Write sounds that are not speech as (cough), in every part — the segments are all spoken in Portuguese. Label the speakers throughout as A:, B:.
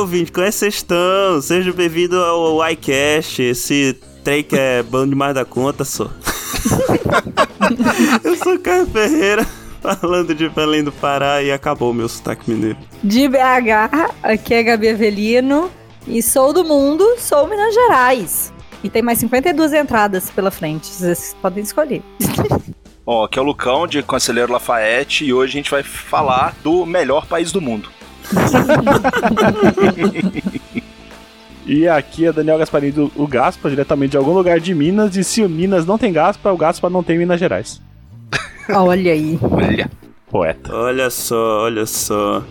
A: ouvinte, qual é sextão? Seja bem-vindo ao iCast, esse trem que é bom demais da conta, só. (laughs) Eu sou o Caio Ferreira, falando de Belém do Pará e acabou o meu sotaque mineiro.
B: De BH, aqui é Gabi Avelino e sou do mundo, sou Minas Gerais. E tem mais 52 entradas pela frente, vocês podem escolher.
C: Bom, aqui é o Lucão de Conselheiro Lafayette e hoje a gente vai falar do melhor país do mundo.
D: E aqui é Daniel Gasparini do o Gaspa, diretamente de algum lugar de Minas. E se o Minas não tem Gaspa, o Gaspa não tem Minas Gerais.
B: Olha aí.
C: Olha.
D: Poeta.
A: Olha só, olha só.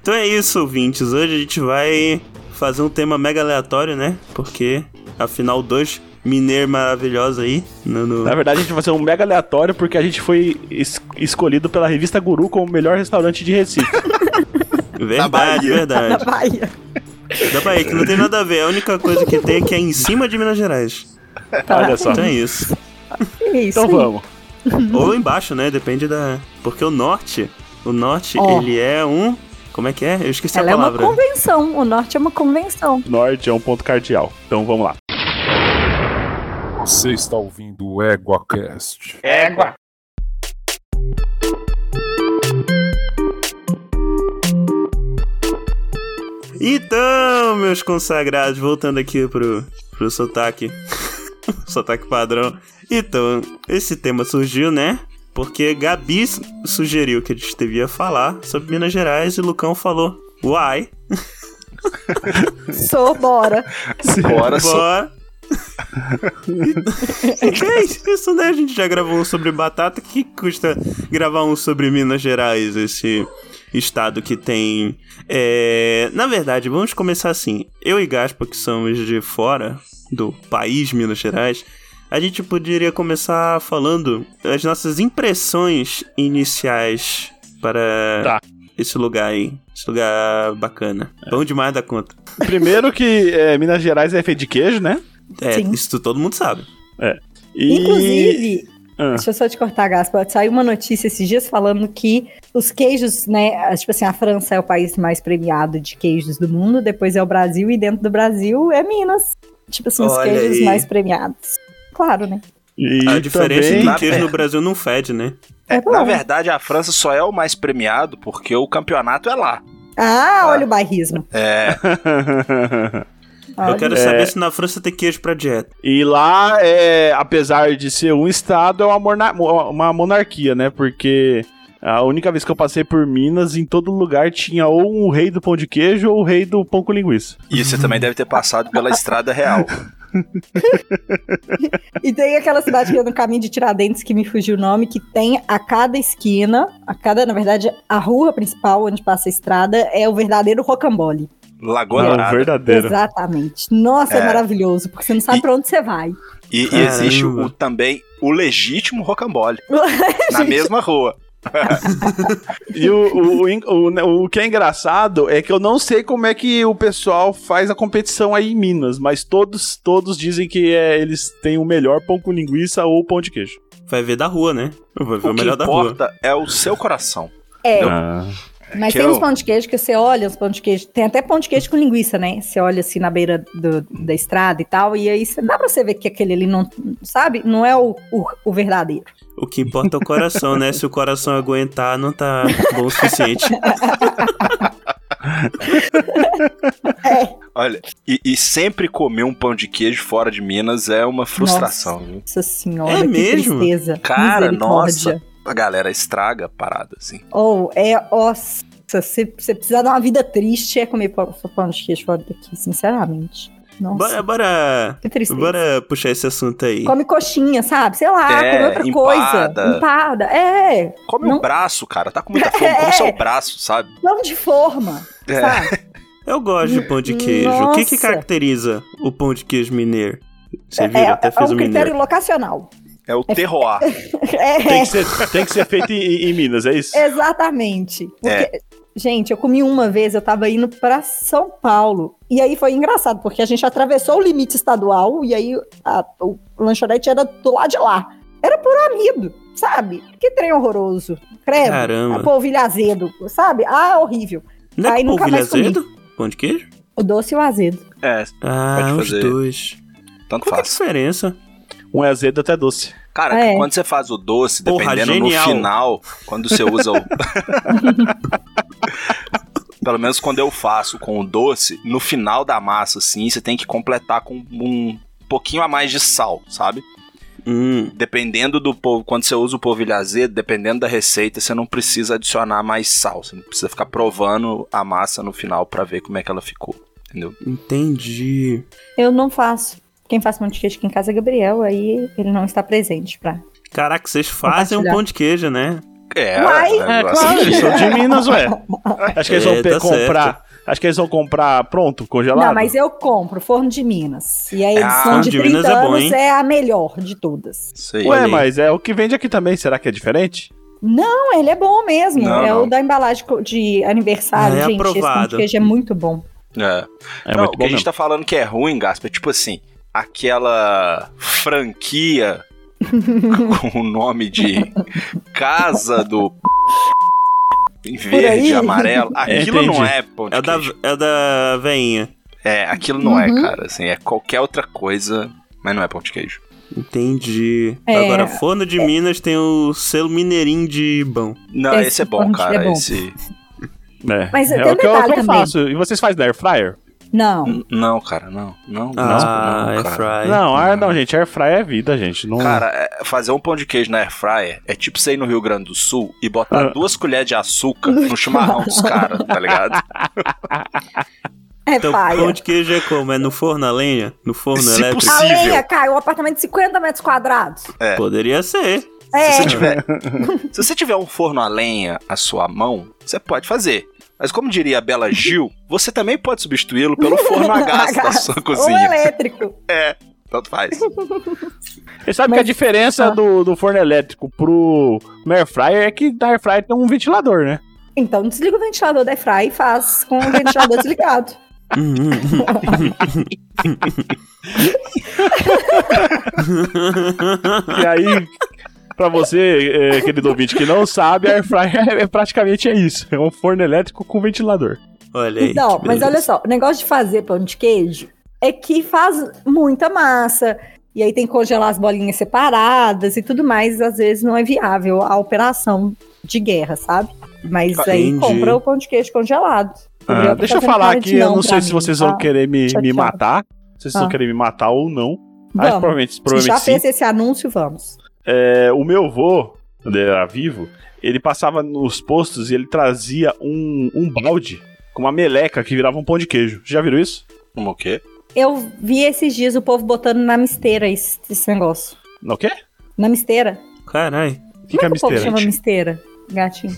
A: Então é isso, ouvintes. Hoje a gente vai fazer um tema mega aleatório, né? Porque, afinal, dois mineiros maravilhosos aí. No, no-
D: Na verdade, a gente vai fazer um mega aleatório porque a gente foi es- escolhido pela revista Guru como o melhor restaurante
A: (laughs)
D: de Recife.
A: Verdade,
C: Bahia.
B: Na
A: verdade.
B: Bahia.
A: Da Bahia, que não tem nada a ver. A única coisa que tem é que é em cima de Minas Gerais.
D: Olha só.
A: Então é isso.
B: É isso
D: Então
B: aí.
D: vamos.
A: Ou embaixo, né? Depende da. Porque o norte, o norte,
B: Ó.
A: ele é um. Como é que é? Eu esqueci
B: Ela
A: a
B: é uma
A: palavra.
B: convenção, o norte é uma convenção.
D: Norte é um ponto cardeal. Então vamos lá.
E: Você está ouvindo o EguaCast.
C: Égua.
A: Então, meus consagrados, voltando aqui pro, pro sotaque. (laughs) sotaque padrão. Então, esse tema surgiu, né? Porque Gabi su- sugeriu que a gente devia falar sobre Minas Gerais e Lucão falou: Uai,
B: Sou, bora.
C: Bora só.
A: bora. (laughs) E- é isso, né? A gente já gravou um sobre batata. Que custa gravar um sobre Minas Gerais, esse estado que tem. é, Na verdade, vamos começar assim. Eu e Gaspa, que somos de fora do país Minas Gerais, a gente poderia começar falando as nossas impressões iniciais para
D: Tá.
A: esse lugar aí. Esse lugar bacana. Bom demais da conta.
D: Primeiro que é, Minas Gerais é feito de queijo, né?
A: É,
B: Sim.
A: isso todo mundo sabe.
D: E-
B: Inclusive,
D: Ah.
B: deixa eu só te cortar, Gaspa, saiu uma notícia esses dias falando que os queijos, né, a- tipo assim, a França é o país mais premiado de queijos do mundo, depois é o Brasil e dentro do Brasil é Minas. Tipo assim, os
A: Olha
B: queijos
A: aí.
B: mais premiados. Claro, né?
D: E
A: a diferença é
D: também, (laughs)
A: entre
C: Tá
A: queijo no
C: perto.
A: Brasil não fede, né?
B: É bom.
C: Na verdade, a França só é o mais premiado porque o campeonato é lá.
B: Ah,
C: Ah.
B: olha o bairrismo.
C: É.
B: Olha.
A: Eu quero saber se na França tem queijo pra dieta.
D: E lá, é, apesar de ser um estado, é uma, morna- mo- uma monarquia, né? Porque a única vez que eu passei por Minas, em todo lugar tinha ou um rei do pão de queijo ou o rei do pão com linguiça.
C: E você também deve ter passado pela Estrada Real.
B: E tem aquela cidade que é no caminho de Tiradentes, que me fugiu o nome, que tem a cada esquina, a cada, na verdade, a rua principal onde passa a estrada é o verdadeiro rocambole.
C: Lagoa
D: Não, é
C: Dourada.
D: verdadeiro.
B: Exatamente. Nossa, é.
C: É.
B: maravilhoso, porque você não sabe
C: E-
B: pra onde você vai. (laughs)
C: E, e
A: Caramba.
C: existe o, também o legítimo rocambole. na
A: (laughs)
B: Gente.
C: mesma rua.
D: E o, o, o, o, o que é engraçado é que eu não sei como é que o pessoal faz a competição aí em Minas, mas todos, todos dizem que é, eles têm o melhor pão com linguiça ou pão de queijo.
A: Vai ver da rua, né? Vai ver o,
C: O que
A: melhor da rua.
C: importa é o seu coração.
B: É,
D: Ah.
B: mas
C: que
B: tem
C: eu-
B: uns pão de queijo que você olha, uns pão de queijo. Tem até pão de queijo com linguiça, né? Você olha assim na beira do- da estrada e tal, e aí você- dá pra você ver que aquele ali não, sabe? Não é o, o, o verdadeiro.
A: O que importa é o coração, né? Se o coração aguentar, não tá bom o
B: (laughs)
A: suficiente.
C: Olha, e, e sempre comer um pão de queijo fora de Minas é uma frustração. viu?
B: Nossa senhora,
A: É
B: que
A: mesmo?
B: tristeza.
C: Cara,
B: Misericórdia.
C: A galera estraga a parada, assim.
B: Ou é, nossa, se você precisar dar uma vida triste, é comer pão, pão de queijo fora daqui, sinceramente. Nossa,
A: Bora, bora.
B: que tristeza.
A: Bora puxar esse assunto aí.
B: Come coxinha, sabe? Sei lá,
C: É,
B: come outra
C: empada.
B: coisa. Empada. É,
C: Come
B: Não-
C: o braço, cara. Tá com muita fome.
B: É.
C: Come seu braço, sabe?
B: vamos de forma,
A: (laughs)
C: É.
B: sabe?
A: Eu gosto de pão de queijo. O que, que
B: Nossa.
A: caracteriza o pão de queijo mineiro? Você viu?
B: é,
A: Até
B: é
A: fez
B: um
A: o
B: critério
A: mineiro.
B: locacional. (laughs)
C: É o terroir.
D: Tem
B: É,
D: que ser, tem que ser feito em, em Minas, é isso?
B: exatamente. Porque,
C: É.
B: gente, eu comi uma vez, eu tava indo pra São Paulo. E aí foi engraçado, porque a gente atravessou o limite estadual e aí a, o lanchonete era do lado de lá. Era puro amido, sabe? Que trem horroroso. Credo.
A: Caramba.
B: Polvilho azedo, sabe? Ah, horrível.
A: Não é
B: Aí
A: com
B: nunca
A: polvilho
B: mais comi.
A: azedo? Pão de queijo?
B: O doce e o azedo.
C: É,
A: Ah,
C: Pode
A: os
C: fazer.
A: dois.
C: tanto
A: Qual que é a
C: faz.
A: diferença?
D: Um é azedo até doce.
C: Cara,
B: É.
C: quando você faz o doce,
A: Porra,
C: dependendo
A: genial.
C: no final, quando você usa o. (laughs) Pelo menos quando eu faço com o doce, no final da massa, assim, você tem que completar com um pouquinho a mais de sal, sabe?
A: Hum,
C: Dependendo do povo, quando você usa o polvilho azedo, dependendo da receita, você não precisa adicionar mais sal. Você não precisa ficar provando a massa no final pra ver como é que ela ficou. Entendeu?
A: entendi.
B: Eu não faço. Quem faz pão de queijo aqui em casa é Gabriel, aí ele não está presente pra.
A: Caraca, vocês fazem um
B: Compartilhar.
A: pão de queijo, né?
C: É,
B: Uai,
C: o negócio
B: claro.
C: é
D: Eles são de Minas, (laughs) ué. Acho que eles vão
A: É,
D: pe-
A: tá
D: comprar. Acho que eles vão comprar pronto, congelado.
B: Não, mas eu compro forno de Minas. E a edição
C: forno
B: de
A: de
B: 30
A: Minas é bom,
B: anos
A: hein?
B: é a melhor de todas.
C: isso aí.
D: Ué,
A: Olha aí.
D: mas é o que vende aqui também. Será que é diferente?
B: Não, ele é bom mesmo.
C: Não,
B: é
C: não.
B: o da embalagem co- de aniversário,
A: Ah, é
B: gente. Esse pão
A: aprovado.
B: de queijo é muito bom.
C: É.
D: É
C: não,
D: muito
C: o que
D: bom
C: a gente
D: mesmo.
C: tá falando que é ruim, Gaspa, é tipo assim, aquela
B: (laughs)
C: franquia com o nome de Casa do em verde
B: aí?
C: e amarelo. Aquilo não
D: Entendi.
C: é pão de
A: É o da,
C: queijo.
A: é o da veinha.
C: É, aquilo não é,
B: Uhum.
C: cara. Assim, é qualquer outra coisa, mas não é pão de queijo.
A: Entendi.
B: É.
A: Agora, forno de Minas tem o selo mineirinho de bom.
C: Não,
B: Esse
C: esse, é bom,
B: pão de-
C: cara.
B: é bom.
C: Esse.
D: É.
B: Mas
D: é
B: tem um
D: o que eu,
B: detalhe
D: que eu
B: também.
D: faço. E vocês fazem na air fryer?
B: Não.
C: N- Não, cara, não. Não,
A: Ah,
C: não,
A: é
C: cara.
A: fry.
D: Não, ar, não, gente. Air fryer é vida, gente. Não...
C: Cara, é- fazer um pão de queijo na air fryer é tipo você ir no Rio Grande do Sul e botar
D: Ah.
C: duas colheres de açúcar no
B: (laughs)
C: chimarrão dos caras, tá ligado?
B: É
A: Então, pão
B: paia.
A: de queijo é como? É no forno a lenha? No forno
C: Se
A: elétrico?
B: A
C: possível.
B: lenha, cara, um apartamento de 50 metros quadrados.
A: Poderia ser.
B: É.
C: Se você tiver, se você tiver um forno a lenha à sua mão, você pode fazer. Mas como diria a Bela Gil, você também pode substituí-lo pelo
B: (laughs)
C: forno a gás da sua
B: Ou é
C: cozinha.
B: elétrico.
C: Tanto faz.
D: Você sabe
B: Mas-
D: que a diferença
B: Ah.
D: do, do forno elétrico pro no air fryer é que na air fryer tem um ventilador, né?
B: Então desliga o ventilador da Efra e faz com
A: (laughs)
B: o ventilador desligado.
A: Hum, hum,
D: E aí, (laughs) pra você, é, querido ouvinte que não sabe, a air fryer (laughs) é, é praticamente é isso. É um forno elétrico com ventilador.
A: Olha aí.
B: Então,
A: que
B: mas
A: beleza.
B: olha só, o negócio de fazer pão de queijo é que faz muita massa. E aí tem que congelar as bolinhas separadas e tudo mais. Às vezes não é viável a operação de guerra, sabe? Mas
A: Ah,
B: aí
A: entendi.
B: compra o pão de queijo congelado. Gabriel tá
D: Ah, deixa eu
B: fazendo
D: falar
B: cara de
D: aqui, eu não
B: pra
D: sei se
B: mim,
D: vocês
B: tá?
D: vão querer me, me
B: Chateado.
D: matar. Se vocês vão
B: Ah.
D: querer me matar ou não. Mas
B: Vamos.
D: provavelmente,
B: Se
D: provavelmente
B: já
D: sim.
B: fez esse anúncio, vamos.
D: É, o meu avô, quando ele era vivo, ele passava nos postos e ele trazia um, um balde com uma meleca que virava um pão de queijo. Já viram isso?
C: Como o quê?
B: Eu vi esses dias o povo botando na misteira esse, esse negócio.
D: Não, o quê?
B: Na misteira.
A: Carai.
D: O que, que é
B: Como que o povo
D: misteira?
B: chama misteira, gatinho?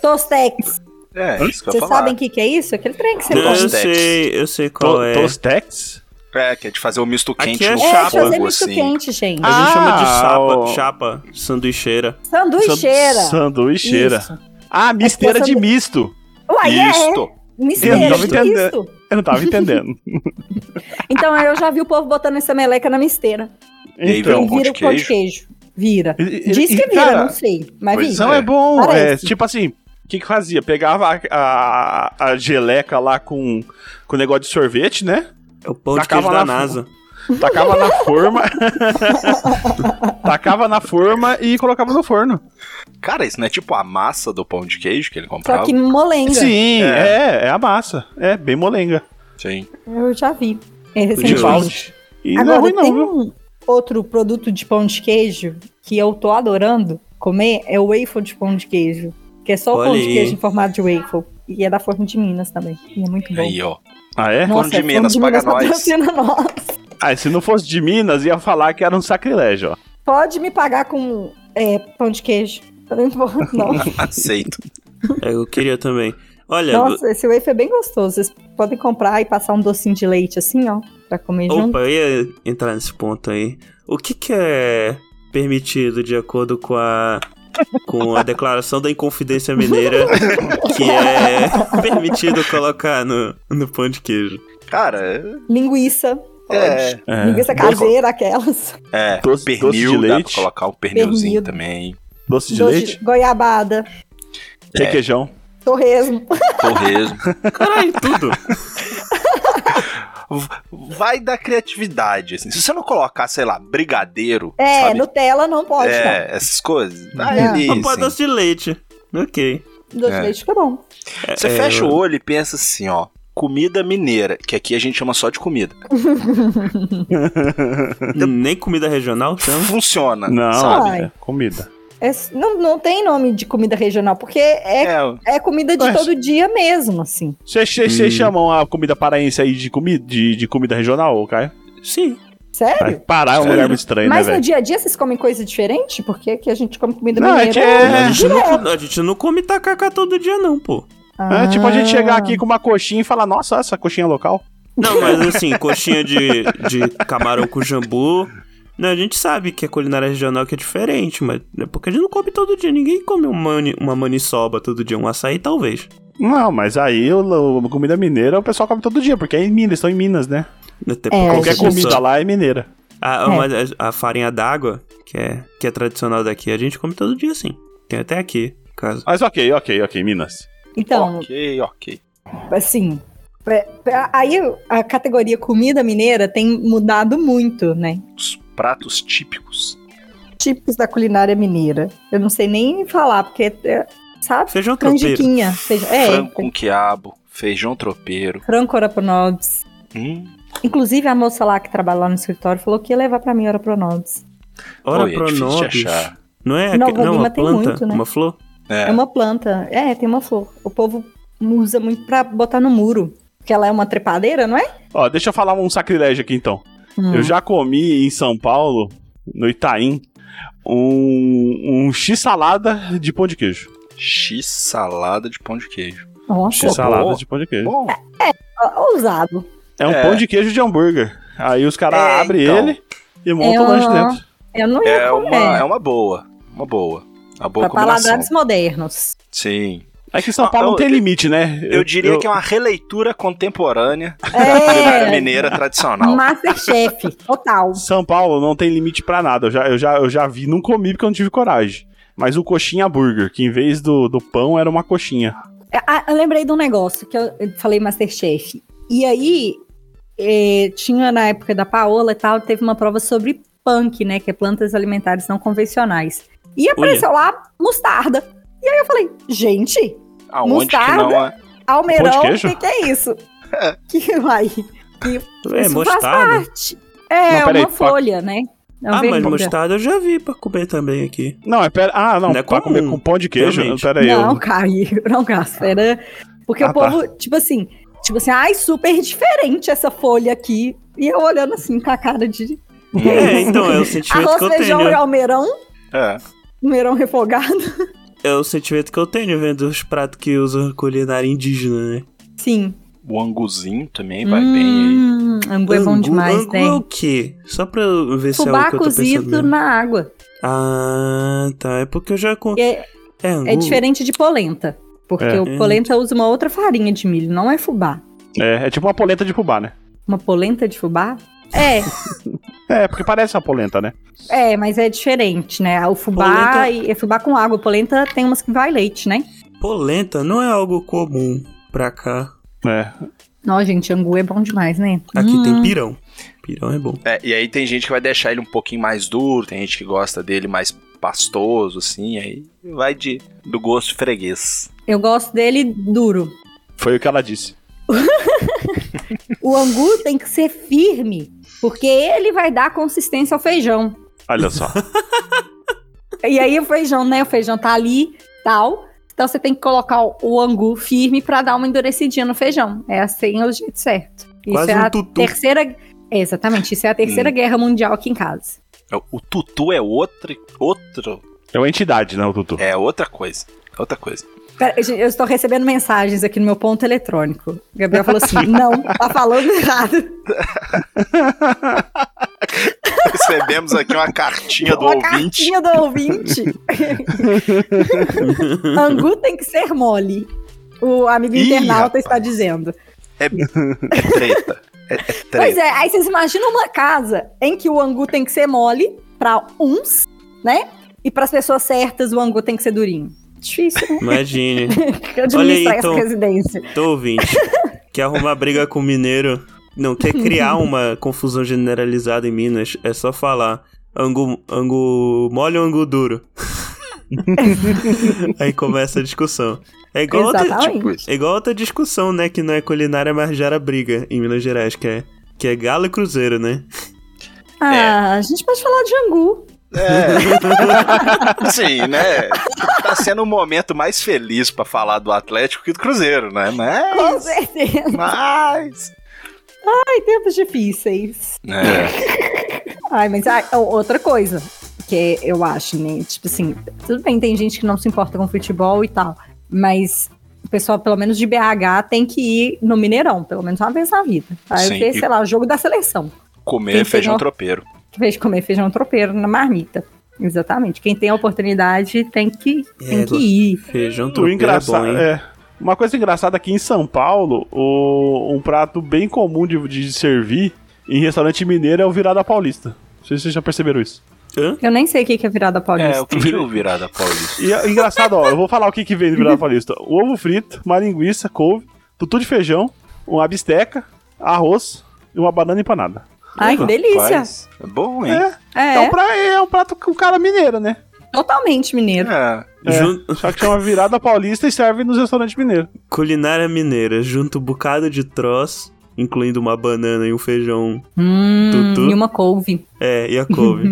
B: Tostex.
C: É, é isso que eu ia
B: Vocês
C: falar.
B: sabem o que, que é isso? Aquele trem que você
A: Eu,
C: Não,
B: põe.
C: Tostex.
A: sei, eu sei qual
D: To
A: é.
D: Tostex?
C: É, que é um de fazer o misto
A: Aqui
C: quente
A: é
C: no
B: É, de
A: chapa,
B: fazer
C: fogo,
B: misto
C: assim.
B: quente, gente.
A: A gente
D: Ah,
A: chama de chapa,
D: o-
A: chapa, sanduicheira.
B: Sanduicheira.
D: Sanduicheira.
B: Isso.
D: Ah, misteira
B: É que
D: de
B: eu sou-
D: misto.
B: Uai, é, é.
C: Misto.
D: Eu
B: Misteira,
D: não tava
B: isso.
D: Eu não tava entendendo.
B: Então, eu já vi o povo botando essa meleca na misteira.
C: aí,
B: (laughs) E
C: Virou um
D: então.
C: pão
B: vira o
C: de
B: pão de queijo. Vira.
D: E- e-
B: Diz que
D: e,
B: vira,
D: cara,
B: não sei. Mas
C: pois
B: vira.
D: Não, é bom. É,
B: Parece.
D: tipo assim, o que, que fazia? Pegava a, a, a geleca lá com, com o negócio de sorvete, né?
A: É o pão de
D: Tacava
A: queijo da
D: na-
A: NASA.
B: (laughs)
D: Tacava na forma. (laughs) tacava na forma e colocava no forno.
C: Cara, isso não é tipo a massa do pão de queijo que ele
B: Só
C: comprava?
B: que molenga.
D: Sim,
C: É.
D: é, é a massa. É, bem molenga.
C: Sim.
B: Eu já vi. É
D: De
B: recentemente.
A: Justo.
D: balde. E não é
B: Agora,
D: ruim, não,
B: tem
D: viu?
B: um outro produto de pão de queijo que eu tô adorando comer, é o waffle de pão de queijo. Que é só o
A: Olha
B: pão de
A: aí.
B: queijo em formato de waffle. E é da Forno de Minas também. E é muito bom.
C: Aí, ó. (laughs)
D: Ah, é?
C: Forno de Minas, paga nós.
B: patrocina nós.
D: Ah, e se não fosse de Minas, ia falar que era um sacrilégio, ó.
B: Pode me pagar com é, pão de queijo. Tá Eu (laughs) Não, vou- não.
C: Aceito.
A: É, eu queria também. Olha,
B: Nossa, esse waffle é bem gostoso. Vocês podem comprar e passar um docinho de leite assim, ó. Pra comer junto.
A: Opa, eu ia entrar nesse ponto aí. O que, que é permitido de acordo com a com a declaração da Inconfidência Mineira que é permitido colocar no, no pão de queijo?
C: Cara,
B: Linguiça.
C: é.
B: Linguiça caseira, aquelas.
C: É,
D: Doce-
C: pernil,
D: doce de
C: dá pra
D: leite.
C: colocar um
B: Pernil.
C: pernilzinho também.
D: Doce de
B: Doce É.
D: leite,
B: de- Goiabada.
D: requeijão.
B: Torresmo.
C: Torresmo.
A: Caralho, tudo!
C: v- vai da criatividade, assim. Se você não colocar, sei lá, brigadeiro,
B: É,
C: sabe?
B: Nutella não pode,
C: é, essas coisas. Vai
B: Não.
C: ali,
A: Uma pó
C: assim.
A: doce de leite. Ok.
B: não. Doce de
C: É.
B: leite fica bom.
C: Você
D: É,
C: fecha o olho e pensa assim, ó. Comida mineira, que aqui a gente chama só de comida.
A: Nem comida regional então? chama.
B: Tá,
C: Funciona.
D: Então, Não,
C: sabe?
B: Ai.
D: é comida.
B: É s- não, não tem nome de comida regional, porque é,
C: É,
B: é comida de
D: Mas-
B: todo dia mesmo, assim.
D: Vocês
A: Hum.
D: chamam a comida paraense aí de, comi de, de comida regional, ô, Caio?
A: Sim.
D: Ai,
B: Sério?
D: Pará é um
A: Sério?
D: lugar muito estranho,
B: Mas
D: né,
B: no
D: velho?
B: dia a dia vocês comem coisa diferente? Porque que a gente come comida
D: Não, é
B: mineira?
D: que é-
A: A, gente não, co- a gente não come tacacá todo dia, não, pô.
B: Ah.
D: É, tipo, a gente chegar aqui com uma coxinha e falar, nossa, essa coxinha é local.
A: Não, mas assim, coxinha de, de camarão com jambu. Né, a gente sabe que a culinária regional que é diferente, mas é porque a gente não come todo dia. Ninguém come um mani, uma maniçoba todo dia, um açaí talvez.
D: Não, mas aí o, a comida mineira o pessoal come todo dia, porque é em Minas, estão em Minas, né?
A: Até
B: É,
A: porque
D: Qualquer
B: Sim.
D: comida lá é mineira.
A: A,
B: É.
A: Ah, mas a- a farinha d'água, que é, que é tradicional daqui, a gente come todo dia, sim. Tem até aqui, no caso.
D: Mas ok, ok, ok, Minas.
B: Então,
C: ok, ok.
B: assim. é- é- Aí a categoria comida mineira tem mudado muito, né?
C: Os pratos típicos.
B: Tipos da culinária mineira. Eu não sei nem falar, porque. é, Sabe?
A: Feijão tropeiro.
B: Canjiquinha. Feijão,
C: Frango
B: é,
C: com quiabo, feijão tropeiro.
B: frango Oroponobis.
C: Hum,
B: Inclusive, a moça lá que trabalha lá no escritório falou que ia levar pra mim Oroponobis.
A: Ora
C: oi, é difícil de
A: pronobis.
C: achar.
A: Não é,
B: Nova
A: aque- não,
B: Lima
A: uma
B: tem
A: planta,
B: muito, né?
A: uma flor.
C: É.
B: É. uma planta. É, tem uma flor. O povo usa muito pra botar no muro. Porque ela é uma trepadeira, não é?
D: Ó, deixa eu falar um sacrilégio aqui então.
B: Hum.
D: Eu já comi em São Paulo, no Itaim, um, um x-salada de pão de queijo.
C: X salada de pão de queijo.
B: Nossa,
D: X-salada
C: boa.
D: de pão de queijo.
C: Bom,
B: ousado.
D: É um
C: É.
D: pão de queijo de hambúrguer. Aí os caras
C: É,
D: abrem
C: então.
D: ele e montam
B: É
D: o lanche
B: uma-
D: dentro.
B: Eu não ia
C: é uma,
B: comer.
C: é uma boa. Uma boa. Uma boa
B: Pra
C: combinação.
B: paladares modernos.
C: Sim.
D: É que São
C: Ah,
D: Paulo não
C: eu-
D: tem limite, né?
C: Eu diria que é uma releitura contemporânea da culinária
B: É.
C: mineira tradicional.
B: Masterchef, total.
D: São Paulo não tem limite pra nada. Eu já, eu, já, eu já vi, não comi porque eu não tive coragem. Mas o coxinha burger, que em vez do, do pão era uma coxinha.
B: Ah, eu lembrei de um negócio que eu eu falei Masterchef. E aí, eh, tinha na época da Paola e tal, teve uma prova sobre punk, né? Que é plantas alimentares não convencionais. E apareceu lá mostarda. E aí eu falei, gente,
C: Aonde que
B: Mostarda.
C: não é.
B: Almeirão, o
D: Pão de queijo?
B: que, que é isso? (laughs) que vai.
A: É,
B: isso
A: mostarda.
B: faz parte. É,
D: Não, peraí,
B: uma
D: pa-
B: folha, né? É uma
A: Ah, mas
B: verduga.
A: mostarda eu já vi pra comer também aqui.
D: Não, é pera. Ah, não.
A: Não é
D: pra
A: comum,
D: comer com pão de queijo.
A: realmente.
D: Pera aí.
B: Não,
D: eu-
B: Caio, (laughs) não, Cássio, era... né? Porque
D: Ah,
A: tá.
B: o povo, tipo assim, tipo assim, ai, super diferente essa folha aqui. E eu olhando assim, com a cara de...
A: É, então, é o sentimento
B: Arroz,
A: que eu
B: feijão
A: tenho.
B: e almeirão,
C: É.
B: almeirão refogado. (laughs)
A: É o sentimento que eu tenho vendo os pratos que usam culinária indígena, né?
B: Sim.
C: O anguzinho também vai
B: Hum.
C: bem aí.
B: bem Angu é bom
A: Angu-
B: demais,
A: angu
B: né?
A: é o quê? Só pra eu ver se é o
B: Fubá
A: que eu tô pensando.
B: cozido
A: mesmo.
B: na água.
A: Ah, tá. É porque eu já... Com...
B: É,
A: É, angu.
B: é diferente de polenta. Porque
D: É.
B: o polenta usa uma outra farinha de milho, não é fubá.
D: É, é tipo uma polenta de fubá, né?
B: Uma polenta de fubá? É,
D: É, porque parece uma polenta, né?
B: é, mas é diferente, né? O fubá e é fubá com água. Polenta tem umas que vai leite, né?
A: Polenta não é algo comum pra cá.
D: É.
B: Não, gente, angu é bom demais, né?
A: Aqui
B: Hum.
A: tem pirão. Pirão é bom.
C: É, e aí tem gente que vai deixar ele um pouquinho mais duro, tem gente que gosta dele mais pastoso, assim, aí vai de do gosto freguês.
B: Eu gosto dele duro.
D: Foi o que ela disse.
B: O angu tem que ser firme, porque ele vai dar consistência ao feijão.
D: Olha
A: (laughs)
D: só.
B: E aí o feijão, né? O feijão tá ali, tal. Então você tem que colocar o- o angu firme pra dar uma endurecidinha no feijão. É assim é o jeito certo. Isso
A: Quase
B: é
A: um
B: a
A: tutu. Hum.
B: terceira. é, exatamente, isso é a terceira guerra mundial aqui em casa.
C: É, O tutu é outro, outro,
D: é uma entidade, né, o Tutu?
C: é outra coisa. É
B: (laughs)
C: outra coisa.
B: Pera, gente, eu estou recebendo mensagens aqui no meu ponto eletrônico. O Gabriel falou assim: não, tá falando errado.
C: Recebemos aqui uma cartinha do
B: Uma
C: ouvinte.
B: cartinha do
C: (laughs)
B: ouvinte. Angu tem que ser mole. O amigo
C: Ih,
B: internauta está
C: rapaz.
B: dizendo.
C: É treta. É, é
B: Pois
C: treta.
B: é, aí vocês imaginam uma casa em que o angu tem que ser mole pra uns, né? E pras pessoas certas o angu tem que ser durinho. Difícil,
C: (laughs)
B: né?
A: Imagine.
B: Administrar
A: aí,
C: então.
B: essa
A: Tom.
C: É.
B: residência.
A: Tô ouvinte. Quer arrumar briga com mineiro? Não quer criar uma confusão generalizada em Minas, é só falar angu, angu mole ou angu duro. (laughs) Aí começa a discussão. É igual, outra,
B: Exatamente.
C: Tipo isso.
A: é igual outra discussão, né? Que não é culinária, mas gera briga em Minas Gerais, que é, que é galo e cruzeiro, né?
B: Ah, a gente pode falar de Angu.
C: É. (laughs) Sim, né? Tá sendo o momento mais feliz pra falar do Atlético que do Cruzeiro, né?
B: Com
C: Mas.
B: certeza.
C: Mas.
B: Ai, tempos difíceis.
C: É.
B: Ai, mas ai, ó, outra coisa que eu acho, né? Tipo assim, tudo bem, tem gente que não se importa com futebol e tal, mas o pessoal, pelo menos de BH, tem que ir no Mineirão, pelo menos uma vez na vida. Aí
C: Sim,
B: ver,
C: e-
B: sei lá, o jogo da seleção,
C: Comer é
B: Quem
C: feijão
B: pegou?
C: tropeiro.
B: que vez de comer feijão tropeiro na marmita. Exatamente. Quem tem a oportunidade tem que, tem
A: É,
B: que ir.
A: Feijão
D: O
A: tropeiro é bom,
D: engraçado
A: hein?
D: é. Uma coisa engraçada aqui em São Paulo, o- um prato bem comum de, de servir em restaurante mineiro é o virada paulista. Não sei se vocês já perceberam isso.
A: Hã?
B: Eu nem sei o que que é virada
C: É,
B: paulista.
C: o que virou virada paulista.
D: E é engraçado, ó, eu vou falar o que, que vem do virada paulista: ovo frito, uma linguiça, couve, tutu de feijão, uma bisteca, arroz e uma banana empanada.
B: Ai, que delícia.
C: Rapaz, É bom, hein?
D: É,
B: É,
D: então pra- é um prato com cara mineiro, né?
B: totalmente mineiro.
C: É.
D: É.
A: Jun-
D: Só que chama virada paulista e serve nos restaurantes mineiros.
A: Culinária mineira, junto um bocado de troço, incluindo uma banana e um feijão.
C: É.
B: Hum,
A: Tutu.
B: e uma couve.
A: É, e a
B: (laughs)
A: couve.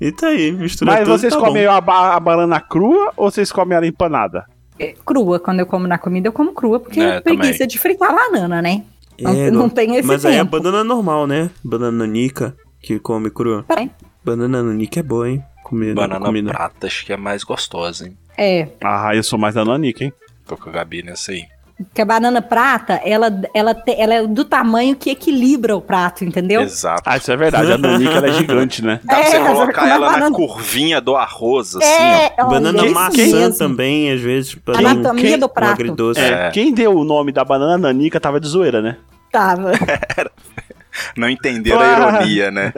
A: e tá aí, misturando
D: Mas
A: tudo,
D: vocês
A: tá bom.
D: comem a, ba- a banana crua ou vocês comem ela empanada?
B: É, Crua, quando eu como na comida, eu como crua, porque
C: É,
B: é, preguiça
C: também.
B: de fritar banana, né? Não,
A: É,
B: não tem esse
A: Mas
B: tempo.
A: aí a banana normal, né? Banana nica, que come crua.
B: Peraí.
A: Banana nica é boa, hein? Comida,
C: Banana
A: comida.
C: prata, acho que é mais gostosa, hein?
B: É,
D: Ah, eu sou mais da Nanica, hein?
C: Tô com a Gabi nessa aí.
B: porque a banana prata, ela, ela, te- ela é do tamanho que equilibra o prato, entendeu?
C: Exato.
D: Ah, isso é verdade. A Nanica ela é gigante, né?
C: Dá pra
B: É, (laughs)
C: você
B: mas
C: colocar
B: como
C: ela na
B: banana-
C: curvinha do arroz, assim, ó.
B: é, olha,
A: Banana
B: isso
A: maçã
B: mesmo.
A: também, às vezes, para
B: Anatomia
A: um,
B: do
A: um
B: prato.
A: agridoce.
D: É,
C: É.
D: Quem deu o nome da banana Nanica tava de zoeira, né?
B: Tava.
C: Não entenderam a
D: Ah.
C: ironia, né?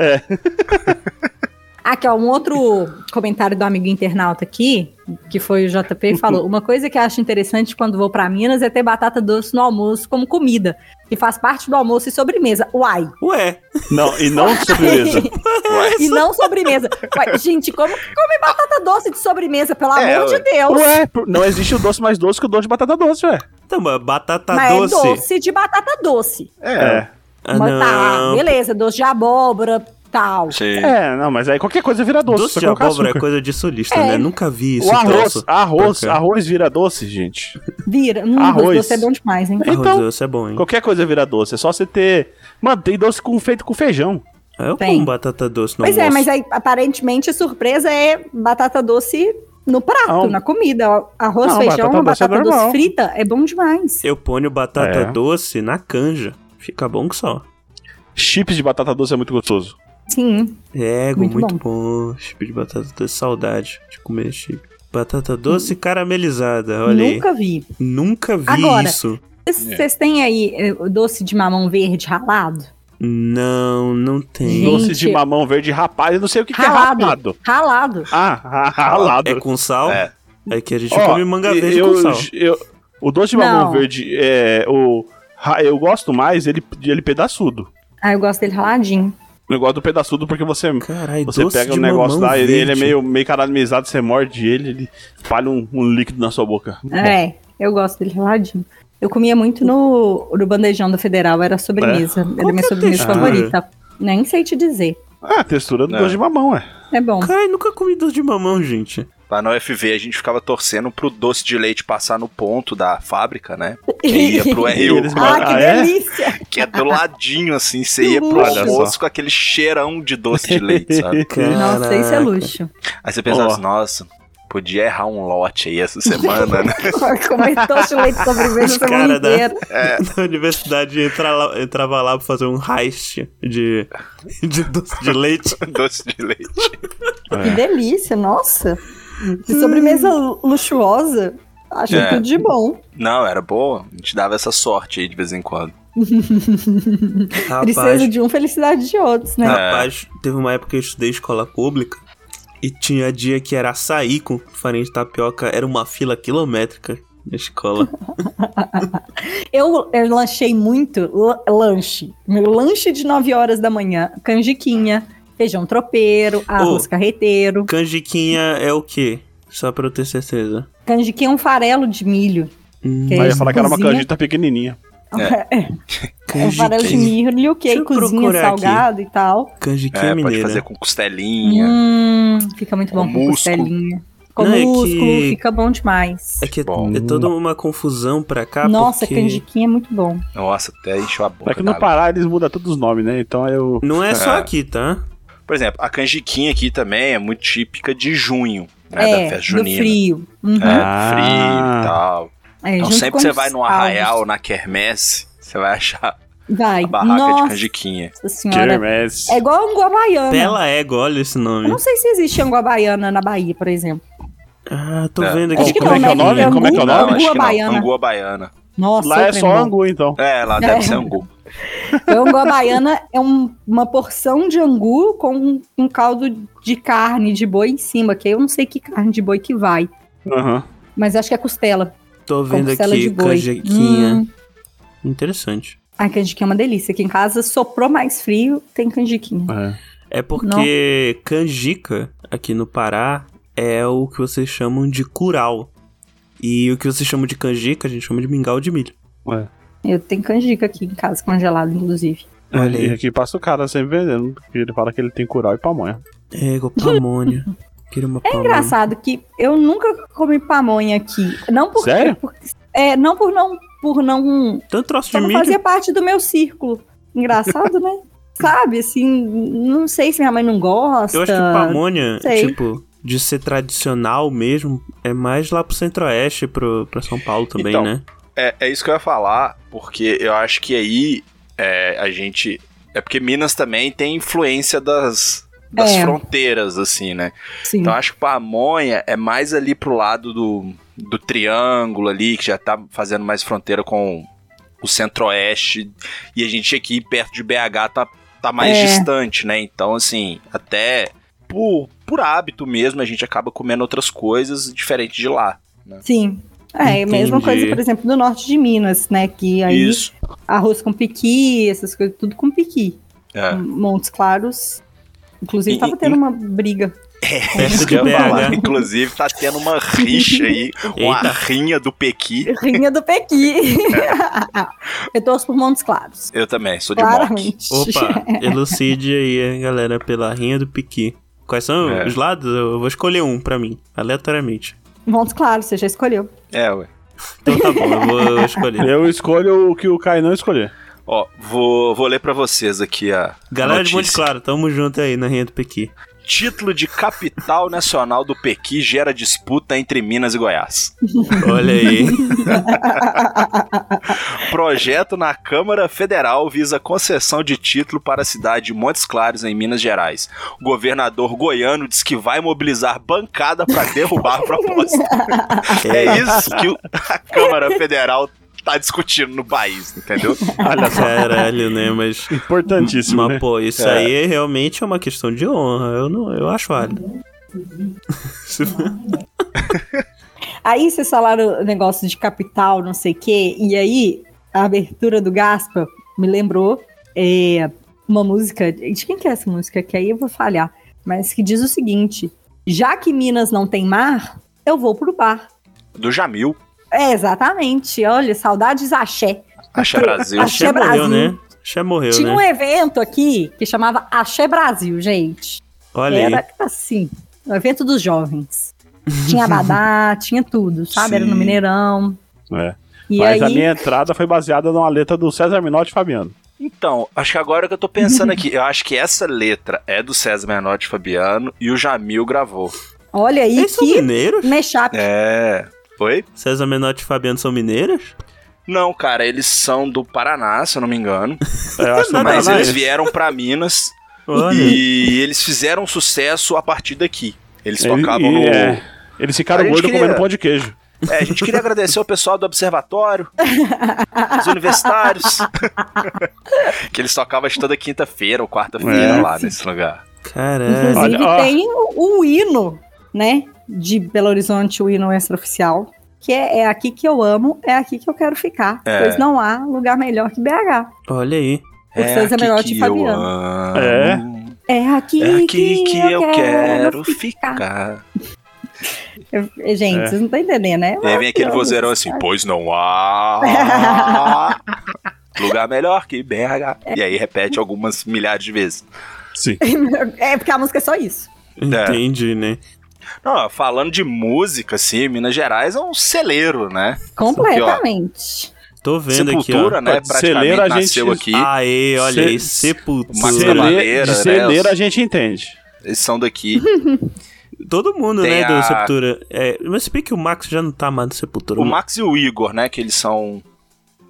B: Aqui, ó, um outro comentário do amigo internauta aqui, que foi o
C: (laughs)
B: JP, falou: Uma coisa que eu acho interessante quando vou pra Minas é ter batata doce no almoço como comida, que faz parte do almoço e sobremesa. Uai!
A: Ué, É
D: Não, e não de sobremesa.
A: (laughs)
B: e não sobremesa. Ué, gente, como que come batata doce de sobremesa, pelo
C: É,
B: amor
C: ué.
B: de Deus?
D: Ué, por- não existe o doce mais doce que o doce de batata doce, ué.
A: então, mas
D: Tá
A: batata
B: Mas
A: doce.
B: é doce de batata doce.
C: É.
A: Ah,
B: Mas tá,
A: não.
B: beleza, doce de abóbora, tal.
C: Sim.
D: É, não, mas aí qualquer coisa vira doce.
A: Doce,
D: só
A: de
D: colocar
A: abóbora é
D: açúcar.
A: coisa de solista,
B: É.
A: né? Nunca vi esse
D: O arroz,
A: troço.
D: arroz,
A: Pra cá.
D: arroz vira doce, gente.
B: Vira. Hum,
D: Arroz.
B: doce doce é bom demais, hein?
A: Arroz
D: Então-
A: doce é bom, hein?
D: Qualquer coisa vira doce. É só você ter. Mano, tem doce com, feito com feijão.
A: Eu
B: Então Tem.
A: como batata doce no
B: Pois é,
A: almoço.
B: mas aí, aparentemente, a surpresa é batata doce no prato,
D: Não.
B: na comida. Arroz,
D: Não,
B: feijão, batata,
D: batata doce é
B: doce,
D: normal.
B: frita, é bom demais.
A: Eu ponho batata
D: É.
A: doce na canja. Fica bom que só.
D: Chips de batata doce é muito gostoso.
B: Sim.
A: É, Gu,
B: Muito
A: muito, bom. Chip de batata doce, saudade de comer chip. Batata doce caramelizada, olha
B: Nunca vi.
A: aí. Nunca vi
B: Agora.
A: isso.
B: Vocês têm aí eh, doce de mamão verde ralado?
A: Não, não tem.
B: Gente.
D: Doce de mamão verde rapaz, eu não sei o que, que é
B: Ralado.
D: ralado.
B: Ralado.
D: Ah, ra- ralado.
A: É com sal?
C: É.
A: É que a gente
D: Ó,
A: come manga verde
D: eu-
A: com sal.
D: eu- o doce de mamão
B: Não.
D: verde é o ra- eu gosto mais ele ele pedaçudo.
B: Ah, eu gosto dele raladinho.
D: Eu gosto do pedaçudo porque você
A: Caralho,
D: você
A: É doce
D: pega um
A: de
D: negócio
A: mamão
D: lá, ele, ele é
A: verde.
D: meio, meio caramelizado, você morde ele, ele espalha um, um líquido na sua boca.
B: É, eu gosto dele raladinho. Eu comia muito no, no bandejão do Federal, era sobremesa. Era
A: Qual
B: minha
A: que é a
B: sobremesa
A: textura?
B: favorita. Nem sei te dizer.
D: Ah, a textura do
C: É.
D: doce de mamão, é.
B: É bom. (laughs)
A: Caralho, nunca comi doce de mamão, gente.
C: Lá na UFV a gente ficava torcendo pro doce de leite passar no ponto da fábrica, né?
B: (laughs)
C: Que ia pro RU,
D: Eles
B: Ah, que
D: Ah, é?
B: delícia!
C: que é do ladinho, assim, você ia pro
B: Olha só.
C: almoço com aquele cheirão de doce de leite,
D: (laughs)
C: sabe?
B: Nossa, isso é
A: Caraca.
B: luxo.
C: Aí você pensava
D: Ó.
C: assim, nossa, podia errar um lote aí essa
B: (laughs)
C: semana, né? (laughs)
B: Comer doce de leite de sobremesa
A: Os
B: a semana
A: cara da-
B: inteira.
A: (laughs) Na universidade entra lá- entrava lá pra fazer um heist de, de doce de leite.
C: doce de leite.
A: É.
B: Que delícia, nossa.
A: Hum.
B: Que sobremesa luxuosa. Acho
C: É.
B: tudo de bom.
C: Não, era boa. A gente dava essa sorte aí de vez em quando.
B: Tristeza
A: Rapaz,
B: de um, felicidade de outros, né?
A: rapaz, teve uma época que eu estudei escola pública e tinha dia que era açaí com farinha de tapioca, era uma fila quilométrica. na
B: (laughs)
A: escola.
B: Eu, eu lanchei muito l- lanche. Meu lanche de 9 horas da manhã, canjiquinha, feijão tropeiro, arroz
A: Ô.
B: carreteiro.
A: Canjiquinha é o quê? Só pra eu ter certeza.
B: Canjiquinha é um farelo de milho.
A: Hum,
B: Que
D: Mas
B: aí
D: ia falar que era uma
B: cozinha-
D: canjita pequenininha.
B: (laughs) É um farelo de
A: canjiquinha.
B: milho que
A: Deixa
B: aí
A: eu
B: cozinha
A: procurar aqui.
B: salgado e tal.
A: Canjiquinha
C: É, pode
A: mineira.
D: né?
C: fazer com costelinha.
B: Hum, fica muito
C: Com
B: bom com
C: músculo.
B: costelinha. Com
A: Não, é que-
B: músculo, fica bom demais.
A: É que
C: Bom.
A: é toda uma confusão pra cá,
B: Nossa,
A: porque...
B: canjiquinha é muito bom.
C: Nossa, até encheu a boca.
D: Só que no
C: d'água.
D: Pará eles mudam todos os nomes, né? Então eu.
A: Não é só
C: É.
A: aqui, tá?
C: Por exemplo, a canjiquinha aqui também é muito típica de junho, né? da
B: É,
C: festa
B: do
C: junina.
B: frio. Uhum.
C: É,
D: Ah.
C: frio e tal.
B: É,
C: Então
B: junto
C: sempre
B: com
C: que você
B: os
C: vai num
B: caldos.
C: arraial, na quermesse, você vai achar
B: Vai.
C: a barraca de
B: Nossa
C: canjiquinha.
B: senhora.
D: Kermesse.
B: É igual a Anguabaiana.
A: Pela égua, é, olha esse
B: Eu
A: nome.
B: não sei se existe Anguabaiana na Bahia, por exemplo.
A: Ah, tô
C: É.
A: vendo
D: Acho
A: aqui.
D: que Como é que é o
B: né?
D: nome? Como é que é o
C: Não,
D: nome?
C: acho
B: Angua
C: que não.
B: Baiana.
C: Angua baiana.
B: Nossa,
D: Lá é
B: trem
D: só
B: bom.
D: angu, então.
C: É, lá deve
B: É.
C: ser angu.
B: Então, Anguabaiana é um- uma porção de angu com um, um caldo de carne de boi em cima, que eu não sei que carne de boi que vai,
D: Aham.
B: mas acho que é costela.
A: Tô
B: Com
A: vendo
B: costela é de
A: aqui,
B: boi.
A: canjiquinha.
B: Hum.
A: Interessante.
B: Ai, canjiquinha é uma delícia. Aqui em casa soprou mais frio, tem canjiquinha.
D: É.
A: É porque canjica, aqui no Pará, é o que vocês chamam de curau. E o que vocês chamam de canjica, a gente chama de mingau de milho.
B: Eu tenho canjica aqui em casa, congelada, inclusive.
A: Olha aí.
D: E aqui passa o cara sempre vendendo, porque ele fala que ele tem curau e pamonha.
C: É,
A: Égua, pamonha. (laughs) Queria uma
D: Uhum.
A: pamonha.
B: É Engraçado que eu nunca comi pamonha aqui. Não por
D: Sério?
B: por- é, não por não por não,
A: Tanto troço
B: só
A: de
B: não
A: milho.
B: fazia parte do meu círculo.
A: (laughs)
B: Engraçado, né? Sabe, assim, não sei se minha mãe não gosta.
A: Eu acho que pamonha,
B: sei.
A: tipo, de ser tradicional mesmo, é mais lá pro centro-oeste, pro, pra São Paulo também,
C: Então,
A: né?
C: É, é isso que eu ia falar, porque eu acho que aí é, a gente. É porque Minas também tem influência das, das
B: É.
C: fronteiras, assim, né?
B: Sim.
A: tá.
C: Então eu acho que pamonha é mais ali pro lado do, do triângulo ali, que já tá fazendo mais fronteira com o centro-oeste. E a gente aqui perto de BH tá, tá mais
B: É.
C: distante, né? Então, assim, até por, por hábito mesmo, a gente acaba comendo outras coisas diferentes de lá.
B: Sim. É, é a mesma
A: Entendi.
B: coisa, por exemplo, do norte de Minas, né? Que aí
C: Isso.
B: arroz com piqui, essas coisas, tudo com piqui.
C: É.
A: Hum.
B: Montes Claros. Inclusive,
C: E-
B: tava
C: e-
B: tendo uma briga.
A: Perto
C: Isso que
A: de
C: eu ia falar.
A: BH.
C: Inclusive, tá tendo uma
A: (laughs)
C: rixa aí, uma
A: Eita.
C: rinha do Pequi.
B: Rinha
A: (laughs)
B: do Pequi. Eu torço por Montes Claros.
C: Eu também, sou de Mock.
B: Claramente.
A: Opa,
B: É.
A: elucide aí, galera, pela rinha do piqui. Quais são
C: É.
A: os lados? Eu vou escolher um pra mim, aleatoriamente.
B: (laughs) Montes Claros, você já escolheu.
C: É, ué.
A: Então tá bom, eu vou eu escolher.
D: Eu escolho o que o Kai não escolher.
C: Ó, vou, vou ler pra vocês aqui a
A: Galera de
C: notícia.
A: Monte Claro, tamo junto aí na rinha do piqui.
C: Título de capital nacional do Pequi gera disputa entre Minas e Goiás.
A: Olha aí.
C: Projeto na Câmara Federal visa concessão de título para a cidade de Montes Claros, em Minas Gerais. O governador goiano diz que vai mobilizar bancada para derrubar
B: (laughs)
C: a proposta. É isso que o- a Câmara Federal tá discutindo no país, entendeu?
D: Olha só.
A: Caralho, né? Mas.
D: Importantíssimo.
A: Mas,
D: né?
A: pô, isso
C: É.
A: aí realmente é uma questão de honra. Eu, não, eu acho válido. (laughs) Se for-
B: Aí vocês falaram o negócio de capital, não sei o quê, e aí a abertura do Gaspa me lembrou é, uma música. De quem que é essa música? Que aí eu vou falhar. Mas que diz o seguinte: já que Minas não tem mar, eu vou pro bar.
C: Do Jamil,
B: É, exatamente. Olha, saudades axé.
C: Acha Brasil.
B: Acho-
A: Axé
B: é
A: morreu,
B: Brasil.
A: né? Axé morreu,
B: Tinha
A: né?
B: um evento aqui que chamava Axé Brasil, gente.
A: Olha aí.
B: Era assim, o evento dos jovens. Tinha abadá, tinha tudo, sabe? Era no
C: Sim.
B: Mineirão.
D: É.
B: E
D: Mas a
B: aí,
D: minha entrada foi baseada numa letra do César Minotti e Fabiano.
C: Então, acho que agora que eu tô pensando aqui, eu acho que essa letra é do César Menotti Fabiano e o Jamil gravou.
B: olha aí
A: Eles são
B: que
A: mineiros?
B: mashup.
C: É. Oi?
A: César Menotti e Fabiano são mineiros?
C: Não, cara, eles são do Paraná, se eu não me engano.
D: (laughs) É, Eu
C: (laughs)
D: acho
A: Nada
D: mais
C: Mas
A: mais.
C: eles vieram pra Minas
A: Olha.
C: e eles fizeram sucesso a partir daqui. Eles
D: Ele-
C: tocavam
D: e-
C: no.
D: é.
C: É.
D: Eles
C: A
D: ficaram
C: gente
D: gordos
C: queria-
D: comendo pão de queijo.
C: a gente queria agradecer o pessoal
B: (laughs)
C: do Observatório, os universitários, (laughs) que eles tocavam acho, toda quinta-feira ou quarta-feira
D: É.
C: lá nesse lugar.
A: Caralho.
B: Inclusive
D: Olha, ó.
B: tem o, o hino, né? De Belo Horizonte, o hino extraoficial. que é, é aqui que eu amo, é aqui que eu quero ficar.
C: É.
B: Pois não há lugar melhor que BH.
A: Olha aí.
B: Por Souza
C: É aqui
B: Menotti e
C: que
B: é Fabiano.
C: amo.
D: É.
B: É aqui,
C: É aqui
B: que, eu, quero,
C: ficar.
B: ficar. Eu-
A: É.
B: Gente, vocês não estão entendendo, né?
C: E aí vem aquele vozeirão assim, pois não há lugar melhor que BH. E aí repete algumas milhares de vezes.
D: Sim.
C: assim.
B: (laughs) É porque a música é só isso.
A: Entendi, né?
C: Não, falando de música, assim, Minas Gerais é um celeiro, né?
B: Completamente.
A: Tô vendo
C: Sepultura,
A: aqui,
C: né?
D: Pode- celeiro
C: Praticamente
D: a gente-
C: nasceu aqui.
A: ó. Aê, olha aí,
D: Se-
A: Sepultura.
C: Max
D: Celeiro-
C: Cavaleira,
D: de
C: né,
D: celeiro
C: os-
D: a gente entende.
C: Eles são daqui.
A: Todo mundo,
C: Tem
A: né,
C: a-
A: do Sepultura. É, mas se bem que o Max já não tá mais no Sepultura.
C: O Max e o Igor, né? Que eles são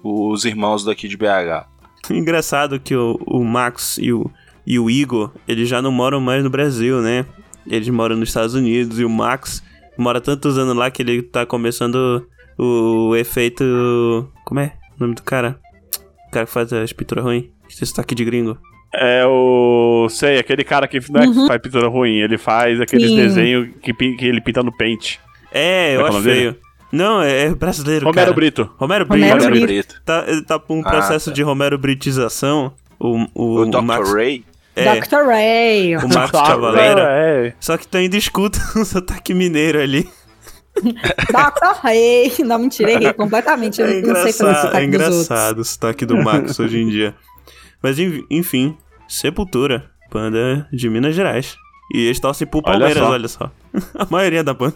C: os irmãos daqui de BH.
A: Engraçado que o, o Max e o, e o Igor, eles já não moram mais no Brasil, né? Eles moram nos Estados Unidos e o Max mora tantos anos lá que ele tá começando o, efeito. Como é o nome do cara? O cara que faz as pinturas ruins. Esse sotaque de gringo.
D: É o. Sei, aquele cara que não é que faz pintura ruim, ele faz aqueles
B: Sim.
D: desenhos que, pin- que ele pinta no pente.
A: É,
D: Como
A: eu
D: é que é
A: acho
D: o nome
A: feio. Não, é, é brasileiro.
D: Romero
A: cara.
D: Brito.
A: Romero Brito.
B: Romero
A: Romero
B: Brito.
C: Brito.
A: Tá, ele tá com um
C: Ah,
A: processo
C: tá.
A: de Romero Britização. O, o,
C: O Dr.
A: Max,
C: Ray.
A: é,
B: Dr. Ray.
A: o
D: (laughs)
A: Max
D: Tá,
A: Cavaleira.
D: É,
A: Só que tu ainda escuta (laughs) o sotaque mineiro ali.
B: Dr. Ray. Não, mentira, errei completamente. Eu
A: É
B: não sei
A: engraçado,
B: fazer sotaque
A: é
B: dos outros.
A: engraçado o sotaque do
B: (laughs)
A: Max hoje em dia. Mas en- enfim, Sepultura, banda de Minas Gerais. E eles torcem pro
D: Olha
A: Palmeiras,
D: só.
A: olha só. (laughs) A maioria da banda.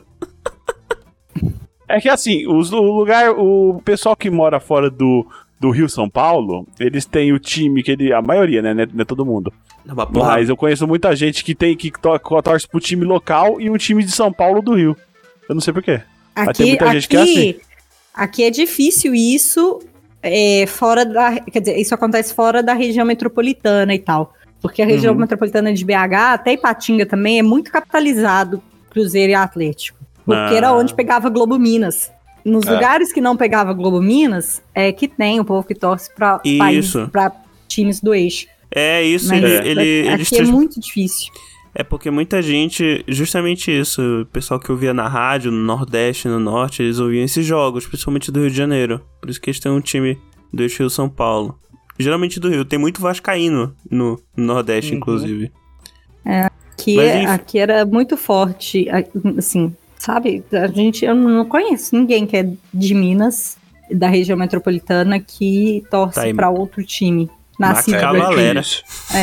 D: É que assim, os- o lugar, o pessoal que mora fora do, do Rio São Paulo, eles têm o time que ele. A maioria, né? Não é- não é todo mundo.
A: Uma
D: Mas eu conheço muita gente que tem que to- torce pro time local e um time de São Paulo do Rio. Eu não sei porquê. Mas tem
B: Aqui,
D: muita gente que é
B: aqui, aqui é difícil isso é, fora da. Quer dizer, isso acontece fora da região metropolitana e tal. Porque a região
A: Uhum.
B: metropolitana de BH, até Ipatinga também, é muito capitalizado Cruzeiro e Atlético. Porque
D: Ah.
B: era onde pegava Globo Minas. Nos
C: É.
B: lugares que não pegava Globo Minas, é que tem o povo que torce pra, país,
A: Isso.
B: pra times do eixo.
A: É isso,
B: Mas
A: ele,
B: aqui
A: ele- eles
B: é
A: trans-
B: muito difícil.
A: É porque muita gente, justamente isso, o pessoal que ouvia na rádio, no Nordeste, no Norte, eles ouviam esses jogos, principalmente do Rio de Janeiro. Por isso que eles têm um time do Rio São Paulo. Geralmente do Rio, tem muito Vascaíno no, no Nordeste,
B: Uhum.
A: inclusive.
B: Que
A: Mas,
B: é-
A: enfim.
B: aqui era muito forte, a- assim, sabe? A gente, eu não conheço ninguém que é de Minas, da região metropolitana, que torce
A: Tá aí.
B: pra outro time.
A: Max
B: Nascido
A: Cavalera.
B: aqui.
A: Galera.
C: difícil.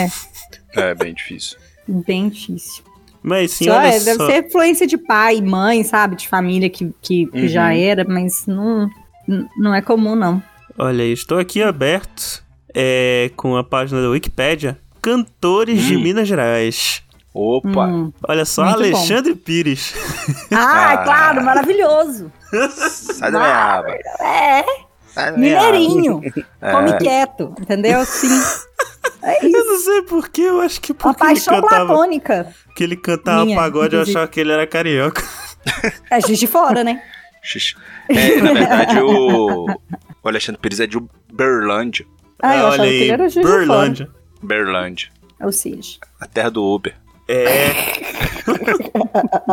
C: É. É bem difícil.
B: Bem difícil.
A: Mas sim,
B: só,
A: olha
B: é,
A: só.
B: Deve ser influência de pai, mãe, sabe? De família que, que
C: Uhum.
B: já era, mas não, n- não é
A: (laughs)
B: comum, não.
A: Olha, aí, estou aqui aberto é, com a página da Wikipédia. Cantores de
C: Hum.
A: Minas Gerais.
C: Opa.
B: Hum.
A: Olha só,
B: Muito bom.
A: Alexandre Pires. (laughs)
B: Ah,
C: Ah.
B: claro, maravilhoso.
C: Sai da minha aba.
B: É,
C: Sai da minha aba.
B: mineirinho.
C: É.
B: Come quieto, entendeu? Sim.
A: (laughs)
B: É
A: Eu
B: isso.
A: não sei porquê, eu acho que é
B: Uma
A: porque ele
B: paixão
A: cantava,
B: platônica.
A: que ele cantava
B: Minha,
A: pagode, eu
B: inclusive.
A: achava que ele era carioca.
B: É Juiz de Fora, né?
C: Xixi. É, na verdade, o... o Alexandre Pires é de Uberlândia.
B: Ah, eu
A: olha
B: achava
A: aí,
B: que ele era Juiz de
A: Berlândia.
C: Uberlândia.
B: Fora. Ou seja,
C: A terra do Uber.
A: É,
C: (laughs)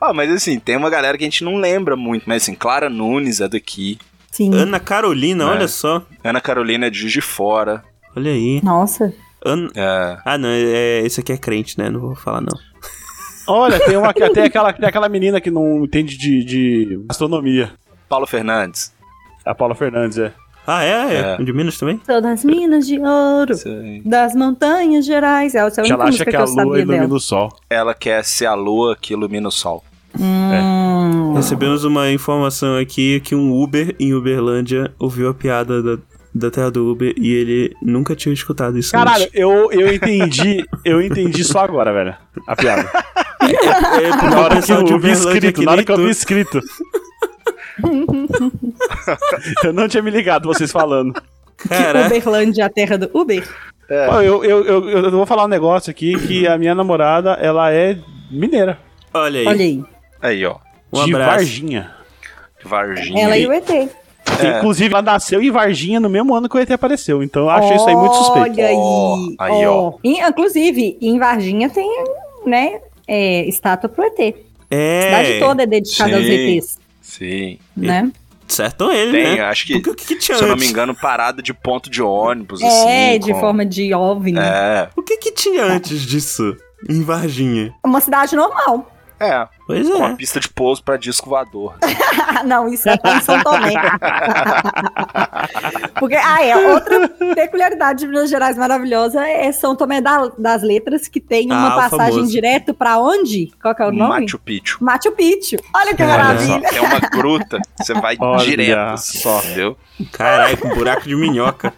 C: Ah, mas assim, tem uma galera que a gente não lembra muito, mas assim, Clara Nunes é daqui,
B: sim.
A: Ana Carolina,
C: É.
A: olha só.
C: Ana Carolina é de Juiz de Fora.
A: Olha aí.
B: Nossa.
A: Ana...
C: É,
A: Ah, não, é, esse aqui é crente, né? Não vou falar, não.
D: Olha, tem, uma, tem, aquela, tem aquela menina que não entende de, de astronomia.
C: Paulo Fernandes.
D: A Paula Fernandes, é.
A: Ah, é? é.
C: É.
A: De Minas também?
B: Sou das minas de ouro,
C: Sei.
B: das montanhas gerais. É a única
D: Ela acha
B: música
D: que
B: que
D: a
B: eu
D: lua
B: sabia
D: ilumina
B: dela.
D: o sol.
C: Ela quer ser a lua que ilumina o sol.
A: É.
B: Hum.
A: Recebemos uma informação aqui que um Uber em Uberlândia ouviu a piada da, da terra do Uber e ele nunca tinha escutado isso
D: Caralho,
A: antes.
D: eu, eu entendi, eu entendi só agora, velho. A piada.
A: É, porque
D: (laughs) Na hora
A: o
D: que
A: pessoal
D: eu
A: de
D: vi
A: Uberlândia
D: escrito,
A: que
D: na hora
A: nem
D: que eu vi
A: tu.
D: escrito. né? (laughs) eu não tinha me ligado vocês falando.
B: Que
A: Caralho,
B: Uberlândia, a terra do Uber.
D: Ó, Eu, eu, eu, eu vou falar um negócio aqui que a minha namorada, ela é mineira.
A: olha aí.
B: Olha aí.
C: Aí, ó.
A: Um
D: de
A: abraço.
D: Varginha.
C: de Varginha.
B: Ela e
C: aí.
B: o ET.
C: É.
D: Inclusive, ela nasceu em Varginha no mesmo ano que o ET apareceu. Então, eu acho isso aí muito suspeito.
B: Olha aí.
C: Ó, aí, ó.
B: E, inclusive, em Varginha tem, né, é, estátua pro ET. A cidade
A: É.
B: toda é dedicada aos
C: Sim.
B: ETs.
C: Sim.
B: né?
A: Certo ele,
C: Tem,
A: né?
C: eu acho que,
A: Porque o que, que tinha
C: se eu não me
A: antes?
C: engano, parada de ponto de ônibus,
B: É,
C: assim.
B: de
C: com-
B: forma de OVNI. É.
C: É,
A: O que, que tinha antes disso? Em Varginha.
B: Uma cidade normal.
C: é.
A: Pois
C: Com
A: é.
C: uma pista de pouso pra disco voador.
B: não, isso é em São Tomé. Porque, ah, é, outra peculiaridade de Minas Gerais maravilhosa é São Tomé da- das Letras, que tem uma
A: Ah, o
B: passagem
A: famoso.
B: direto pra onde? Qual que é o nome?
C: Um Machu Picchu.
B: Machu Picchu. Olha que
A: Olha
B: maravilha.
C: É uma gruta, você vai
D: Olha
C: direto, assim,
D: só.
C: entendeu?
A: Caralho, com buraco de minhoca.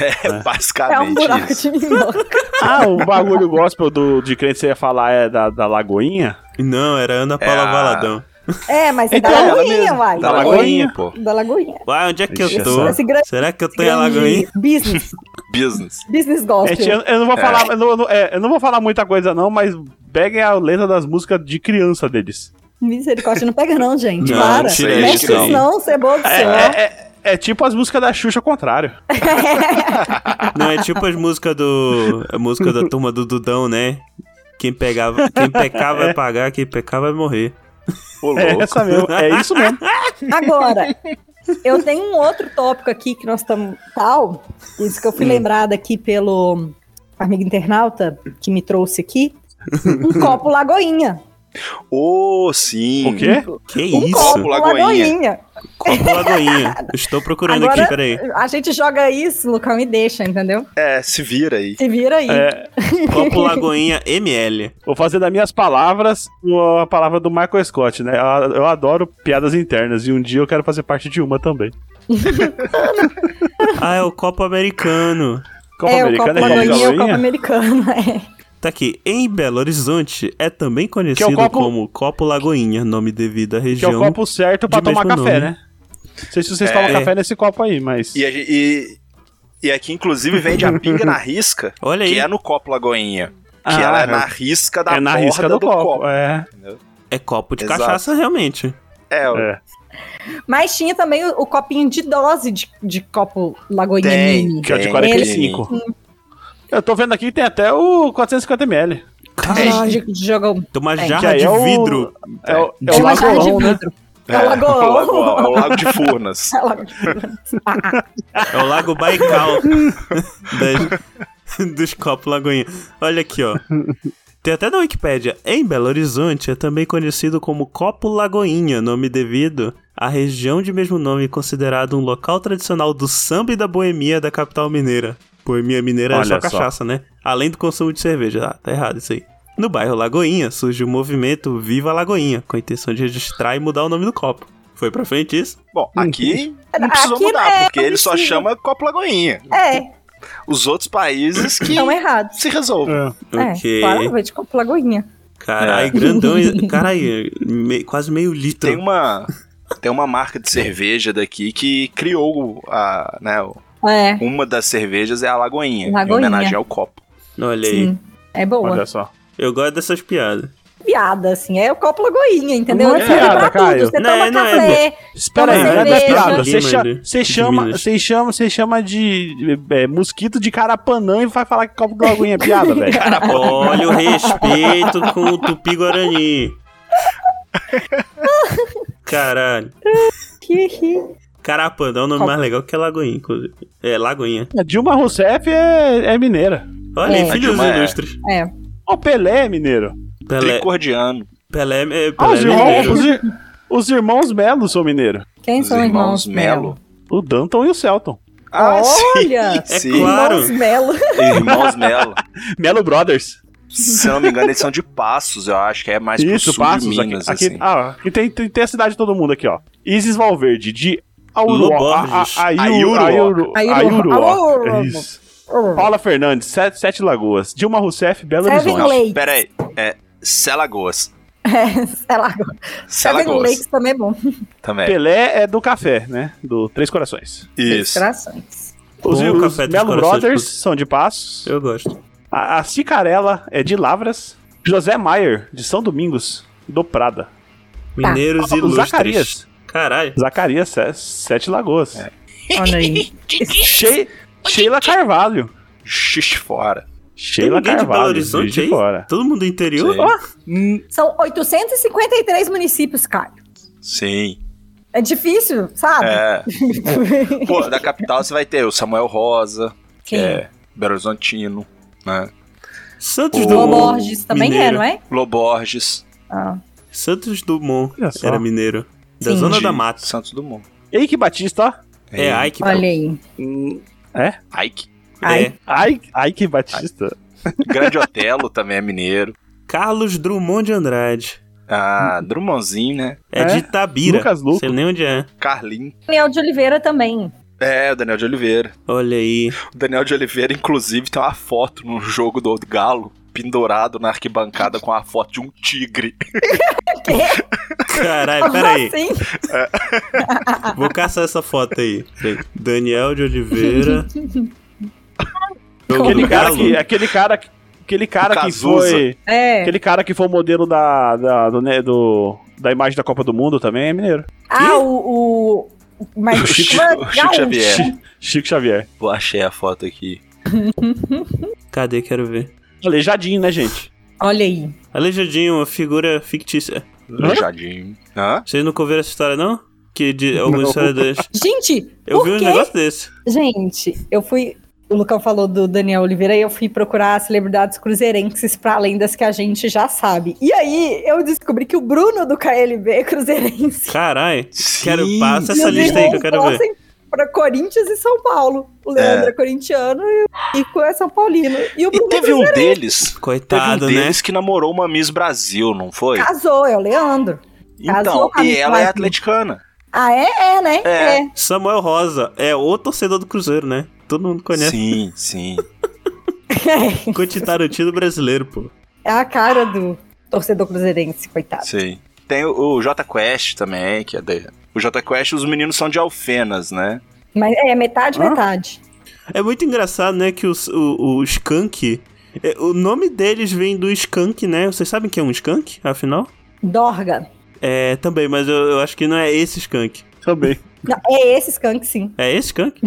C: É,
B: É um
C: basicamente
B: buraco
C: isso.
B: de minhoca.
D: Ah, o bagulho gospel do, de crente que você ia falar é da, da Lagoinha?
A: Não, era Ana Paula
C: a-
A: Valadão.
B: É, mas é
D: Então,
B: da
D: ela
B: Lagoinha,
D: mesmo,
B: uai.
C: Da
D: Lagoinha.
C: Lagoinha, pô.
B: Da Lagoinha.
A: Uai, onde é que
D: Ixi,
A: eu tô?
B: Esse grande,
A: Será que eu tô em Alagoinha?
B: grande business,
C: Business.
B: business
D: É,
B: gospel.
D: tia, eu, eu não vou
C: É.
D: falar, eu não, eu não- é, eu não vou falar muita coisa não, mas peguem a letra das músicas de criança deles.
B: Misericórdia, não pega não, gente.
A: Não,
B: Para.
A: isso
C: aí,
B: Mexe
C: isso
B: com
C: aí.
B: isso não, você é boa de
D: É,
B: som.
D: é- é- é tipo as músicas da Xuxa ao contrário.
B: (laughs)
A: Não, é tipo as músicas do. A música da turma do Dudão, né? Quem, pegava, quem pecar vai pagar, quem pecar vai morrer.
C: Ô,
D: É
C: louco.
D: essa mesmo, é isso mesmo.
B: Agora, eu tenho um outro tópico aqui que nós estamos tal, isso que eu fui lembrada aqui pelo amigo internauta que me trouxe aqui, um copo Lagoinha.
C: Ô, sim.
D: O quê?
A: Que
B: Um
A: isso?
B: copo
C: Lagoinha.
B: Lagoinha.
A: Copo Lagoinha. Estou procurando
B: Agora-
A: aqui, peraí.
B: A gente joga isso no cão e deixa, entendeu?
C: É, se vira aí.
B: Se vira aí.
D: É,
A: Copo Lagoinha ML.
D: vou fazer das minhas palavras a palavra do Michael Scott, né? Eu, eu adoro piadas internas e um dia eu quero fazer parte de uma também.
A: Ah, é o copo americano.
D: Copa
B: É, o copo
D: Americana é Copa
B: Lagoinha é o copo
D: Lagoinha?
B: americano. (laughs) é.
A: Tá aqui. Em Belo Horizonte é também conhecido
D: copo-
A: como Copo Lagoinha, nome devido à
D: Que é o
A: região.
D: copo certo pra
A: de
D: tomar
A: mesmo
D: café,
A: nome.
D: né? Não sei se vocês tomam
A: É.
D: café nesse copo aí, mas...
C: E, é a gen- e, e aqui, inclusive, vende a pinga na
D: (laughs)
C: risca,
A: Olha aí.
C: que é
A: É...
C: no copo Lagoinha. Que
D: Ah,
C: ela é na risca da
D: é na
C: borda
D: risca do, copo, é.
A: copo de
C: Exato.
A: cachaça, realmente.
C: É, ó,
D: é.
B: Mas tinha também o, o copinho de dose de, de copo Lagoinha
C: Tem.
B: mini.
D: Que é o de
C: Tem,
D: 45. Eu tô vendo aqui que tem até o 450ml.
B: A
A: Caralho.
B: gente jogou. (laughs)
A: Tomar
B: É.
D: Que
A: jarra
D: aí
A: de
D: é o-
A: vidro.
D: É, o, é
B: É
D: o
B: uma jarra de
D: Lagolão, né?
B: vidro. É o
C: (laughs) o
B: Lagoão.
C: Lagoão, é o Lago de Furnas.
B: É o Lagoão.
A: É o Lago Baikal
D: (laughs)
A: das- dos copos Lagoinha. Olha aqui, ó. Tem até na Wikipédia. Em Belo Horizonte é também conhecido como Copo Lagoinha, nome devido à região de mesmo nome, considerado um local tradicional do samba e da boemia da capital mineira. Boemia mineira
D: Olha
A: é só
D: só.
A: cachaça, né? Além do consumo de cerveja. Ah, tá errado isso aí. No bairro Lagoinha surge o movimento Viva Lagoinha, com a intenção de registrar e mudar o nome do copo. Foi pra frente isso?
C: Bom,
D: Uhum.
C: aqui não precisou
B: Aqui
C: mudar,
B: é,
C: porque
B: não
C: ele só
B: precisa.
C: chama Copa Lagoinha.
B: É,
C: Os outros países que
B: estão errados.
C: se resolvem.
B: É, claro, vai de copo Lagoinha.
A: Caralho,
C: É.
A: grandão.
B: (laughs)
A: e- Caralho, me- quase meio litro.
D: um-
C: Tem uma, tem uma marca de cerveja daqui que criou a, né,
B: É,
C: uma das cervejas é a Lagoinha,
B: Lagoinha.
C: em homenagem ao copo.
A: Olha aí.
B: sim. É boa.
D: Olha só.
A: Eu gosto dessas piadas.
B: piada, assim. É o copo Lagoinha, entendeu?
D: Não é
B: Antes de
D: piada,
B: pra
D: Caio.
B: tudo. Você
A: Não,
B: toma
A: não é
B: café.
D: Espera aí,
B: Toma
D: não é da
B: cerveja.
D: piada. Você
A: Minas,
D: cha-
A: né?
D: você
A: De
D: chama,
A: Minas.
D: você chama, você chama de é, mosquito de carapanã e vai falar que copo de lagoinha é piada, velho.
A: Olha o respeito com o Tupi Guarani. Caralho. Carapanda é o nome mais legal que é Lagoinha, inclusive. É, Lagoinha.
D: (laughs) A Dilma Rousseff é, é mineira.
A: Olha aí,
B: É.
A: filhos
C: Dilma é.
A: ilustres.
B: é.
D: O Pelé é mineiro. é
A: Pelé,
C: Tricordiano.
A: Pelé, é,
D: Ah,
A: Pelé
D: os,
A: é
D: irmãos,
A: mineiro.
D: os ir- os irmãos Melo são mineiros.
B: Quem
C: Os
B: são os irmãos, Melo?
D: O Danton e o Celton.
C: Ah,
B: Olha!
C: sim,
A: É
C: sim.
A: claro.
B: Irmãos Melo. (laughs)
C: Irmãos Melo.
D: Melo Brothers.
C: Se eu não me engano, eles são de Passos, eu acho que é mais pro
D: Isso,
C: sul de
D: passos
C: Minas,
D: aqui. aqui
C: assim.
D: Ah, aqui tem, tem, tem a cidade de todo mundo aqui, ó. Isis Valverde, de Auro,
A: Lu
D: a,
A: Borges.
D: a,
C: Aiuruoca.
D: Aiuro-
B: Aiuruoca.
D: Aiuruoca.
B: Aiuruoca.
D: É Isso. Paula Fernandes, Sete, Sete Lagoas. Dilma Rousseff, Belo
B: Seven
D: Horizonte.
C: Não,
B: Lakes.
C: pera aí. É Celagoas.
B: É, sei lá. Seven
C: Celagoas
B: Lakes também é bom.
C: também.
D: Pelé é do café, né? Do Três Corações.
C: Isso.
B: Corações.
D: Os,
A: Bom
D: os
A: café Três
D: Melo
A: Corações,
D: Brothers
A: tudo.
D: são de Passos.
A: Eu
B: Tá.
A: gosto.
D: A, a Cicarela é de Lavras. José Maier, de São Domingos, do Prada.
A: Mineiros
D: Ah, o
A: ilustres.
D: Zacarias.
A: Caralho.
D: Zacarias, Se- Sete Lagoas.
B: Olha aí.
D: Che- Sheila Carvalho.
C: Xixi fora.
D: Sheila
A: ninguém de Belo
D: Carvalho,
A: Horizonte
D: de
A: aí?
D: fora.
A: Todo mundo do interior?
C: Sim.
A: Ó,
B: São 853 municípios, Caio.
C: Sim.
B: É difícil, sabe?
C: É. Pô, da capital você vai ter o Samuel Rosa, que é Belo Horizontino, né?
A: Santos
C: O
B: O
A: Dumont.
B: Borges também é,
A: mineiro.
B: não é?
C: Loborges.
B: Ah.
A: Santos Dumont
D: Olha só.
A: era mineiro. Da
B: Sim.
A: Zona
C: de
A: da Mata.
C: Santos Dumont.
D: Eike Batista.
A: É,
C: Ike.
A: Ike.
B: Olha aí.
C: Ike.
B: Ai.
A: É.
D: Ike, Ike Batista.
C: Grande Otelo (laughs) também é mineiro.
A: Carlos Drummond de Andrade.
C: Ah, Drummondzinho, né?
A: É,
D: É.
A: de Itabira.
D: Lucas Luco.
A: Sei nem onde é.
C: Carlin.
B: Daniel de Oliveira também.
C: É, o Daniel de Oliveira.
A: Olha aí.
C: O Daniel de Oliveira, inclusive, tem uma foto num jogo do Galo, pendurado na arquibancada com a foto de um tigre. (laughs)
A: Caralho, É,
B: (laughs)
A: peraí.
B: Assim,
A: Vou caçar essa foto aí. Peraí. Daniel de
B: (laughs)
A: Oliveira. Jogo
D: Aquele
A: do
D: cara
A: Galo?
B: assim?
D: que. Aquele cara que. Aquele cara que
C: Cazuza.
D: foi.
B: é.
D: Aquele cara que foi o modelo da, da, do, né, do- da imagem da Copa do Mundo também é mineiro.
B: Ah, o. o... Mas
C: O Chico-
B: Mas-
C: o Chico
A: É.
C: Xavier.
B: Gaúcho.
D: Chico Xavier.
C: Pô, achei a foto aqui.
A: é- Cadê? Quero ver.
D: Aleijadinho, né, gente?
B: Olha aí.
A: Alejadinho, uma figura fictícia.
C: Jardim. Hã?
A: Vocês nunca ouviram essa história, não? Que de alguma
D: Não.
A: história desse.
B: Gente,
A: Eu
B: por
A: vi um
B: quê?
A: negócio desse.
B: Gente, eu fui. O Lucão falou do Daniel Oliveira e eu fui procurar celebridades cruzeirenses para além das que a gente já sabe. E aí eu descobri que o Bruno do KLB é cruzeirense.
A: Caralho.
C: Sim.
A: Quero passa essa
B: E os
A: lista aí que eu
B: irmãos
A: quero ver.
B: torcem Pra Corinthians e São Paulo. O Leandro é, corintiano e o Rico é São Paulino. E o
C: E
B: Bruno
C: teve um deles. Teve um
A: Coitado, né?
C: deles que namorou uma Miss Brasil, não foi?
B: casou, é o Leandro.
C: Então,
B: casou com a
C: e
B: Miss
C: ela é
B: Brasil.
C: atleticana.
B: Ah, é? É, né?
C: É.
A: Samuel Rosa é o torcedor do Cruzeiro, né? Todo mundo conhece.
C: Sim, sim.
A: Quentin Tarantino brasileiro, pô.
B: (laughs) É a cara do torcedor cruzeirense, coitado.
C: Sim. Tem o, o J Quest também, que é de... O J Quest, os meninos são de Alfenas, né?
B: Mas é metade,
D: Hã?
B: metade.
A: É muito engraçado, né, que os- o, o Skunk... é, o nome deles vem do Skunk, né? Vocês sabem que é um Skunk, afinal?
B: Dorga.
A: É, também, mas eu, eu acho que não é esse Skunk.
D: Também.
B: Não, é esse skunk, sim.
A: É esse Skunk?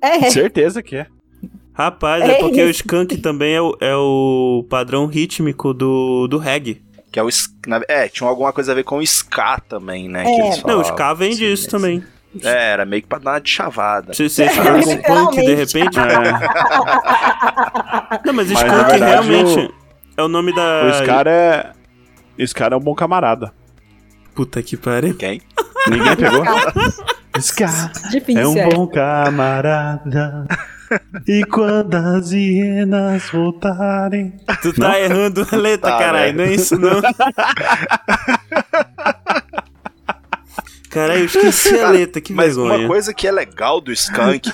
B: É.
D: Certeza que é.
A: Rapaz, é
B: É
A: porque o
B: esse.
A: Skunk também é o, é o padrão rítmico do, do reggae.
C: Que é o. es- na- É, tinha alguma coisa a ver com o Ska também, né?
B: É.
C: que eles
A: não,
C: falavam.
A: o Ska vem
C: Sim,
A: disso
C: sim.
A: também.
C: É, era meio que pra dar uma de chavada.
A: Se você ficar com punk, de repente...
D: É,
A: Não, mas
D: Mas,
A: Skunk
D: na verdade,
A: realmente é o nome da...
D: esse cara é. Esse cara é um bom camarada.
A: Puta que pariu.
C: Quem?
D: Ninguém pegou?
B: (laughs)
D: Esse cara
B: Difícil,
D: é um
B: é.
D: bom
B: (laughs)
D: camarada. E quando as hienas voltarem.
A: Tu tá errando (laughs) a letra,
C: Tá,
A: caralho.
C: velho.
A: Não é isso,
C: (laughs)
A: não. caralho, eu esqueci a letra. Que
C: Mas
A: vergonha.
C: uma coisa que é legal
B: (laughs)
C: do Skunk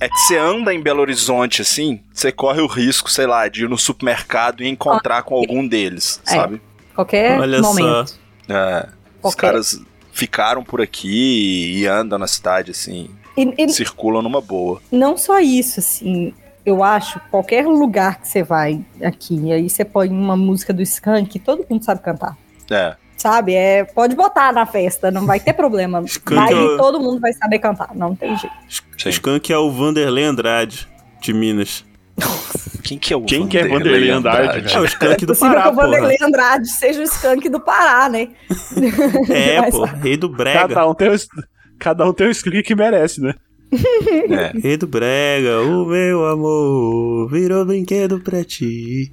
C: é que você anda em Belo Horizonte assim, você corre o risco, sei lá, de ir no supermercado e encontrar com algum deles,
B: É.
C: sabe?
B: Qualquer
A: Olha
B: momento.
C: É, os
B: Ok.
C: caras ficaram por aqui e andam na cidade assim,
B: E, e
C: circulam numa boa.
B: não só isso, assim. Eu acho, qualquer lugar que você vai aqui, aí você põe uma música do skunk, todo mundo sabe cantar.
C: É.
B: Sabe? É, pode botar na festa, não vai
A: (laughs)
B: ter problema.
A: Skunk
B: Vai
A: é o-
B: e todo mundo vai saber cantar. Não tem jeito.
C: Sim.
A: Skunk é o Vanderlei Andrade, de Minas.
C: Quem que é o
D: Quem que é Vanderlei Andrade,
A: É o Skunk do
B: Possível que
A: Pará,
B: o Vanderlei
A: porra.
B: Andrade seja o skunk do Pará, né?
A: (laughs) É,
B: (laughs) Mas-
A: pô. Rei do Brega.
D: Cada um tem o, cada um tem o skill que merece, né?
A: (laughs)
C: É.
A: Rei do Brega, o meu amor virou brinquedo pra ti.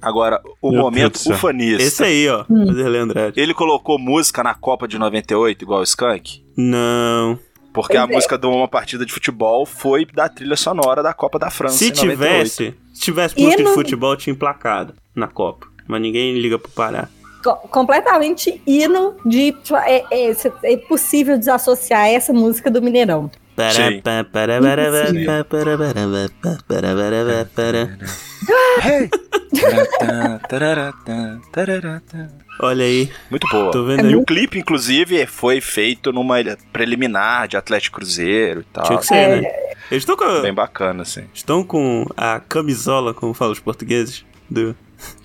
C: Agora, o
D: Meu
C: momento
D: Deus do céu.
C: ufanista.
A: Esse é- aí, ó.
B: Hum.
A: Vanderlei Andrade.
C: Ele colocou música na Copa de 98, igual o Skank?
A: Não.
C: Porque a
B: Pois é.
C: música de uma partida de futebol foi da trilha sonora da Copa da França.
A: Se
C: em 98.
A: tivesse, se tivesse
B: E
A: música de
B: não-
A: futebol, tinha emplacado na Copa. Mas ninguém liga pro Pará.
B: Co- completamente hino de. tipo, É, é- é possível desassociar essa música do Mineirão.
C: Sim.
A: Pará, pará, pará, pará, pará, pará, pará, pará, pará, pará.
C: Taratã, taratã, taratã.
A: Olha aí,
C: (laughs) Muito boa.
A: tô vendo
C: E
A: aí.
C: o clipe, inclusive, foi feito numa preliminar de Atlético Cruzeiro e tal.
A: Tinha
B: É,
A: que ser, né? Eles estão com,
C: Bem bacana, assim.
A: estão com a camisola, como falam os portugueses, do,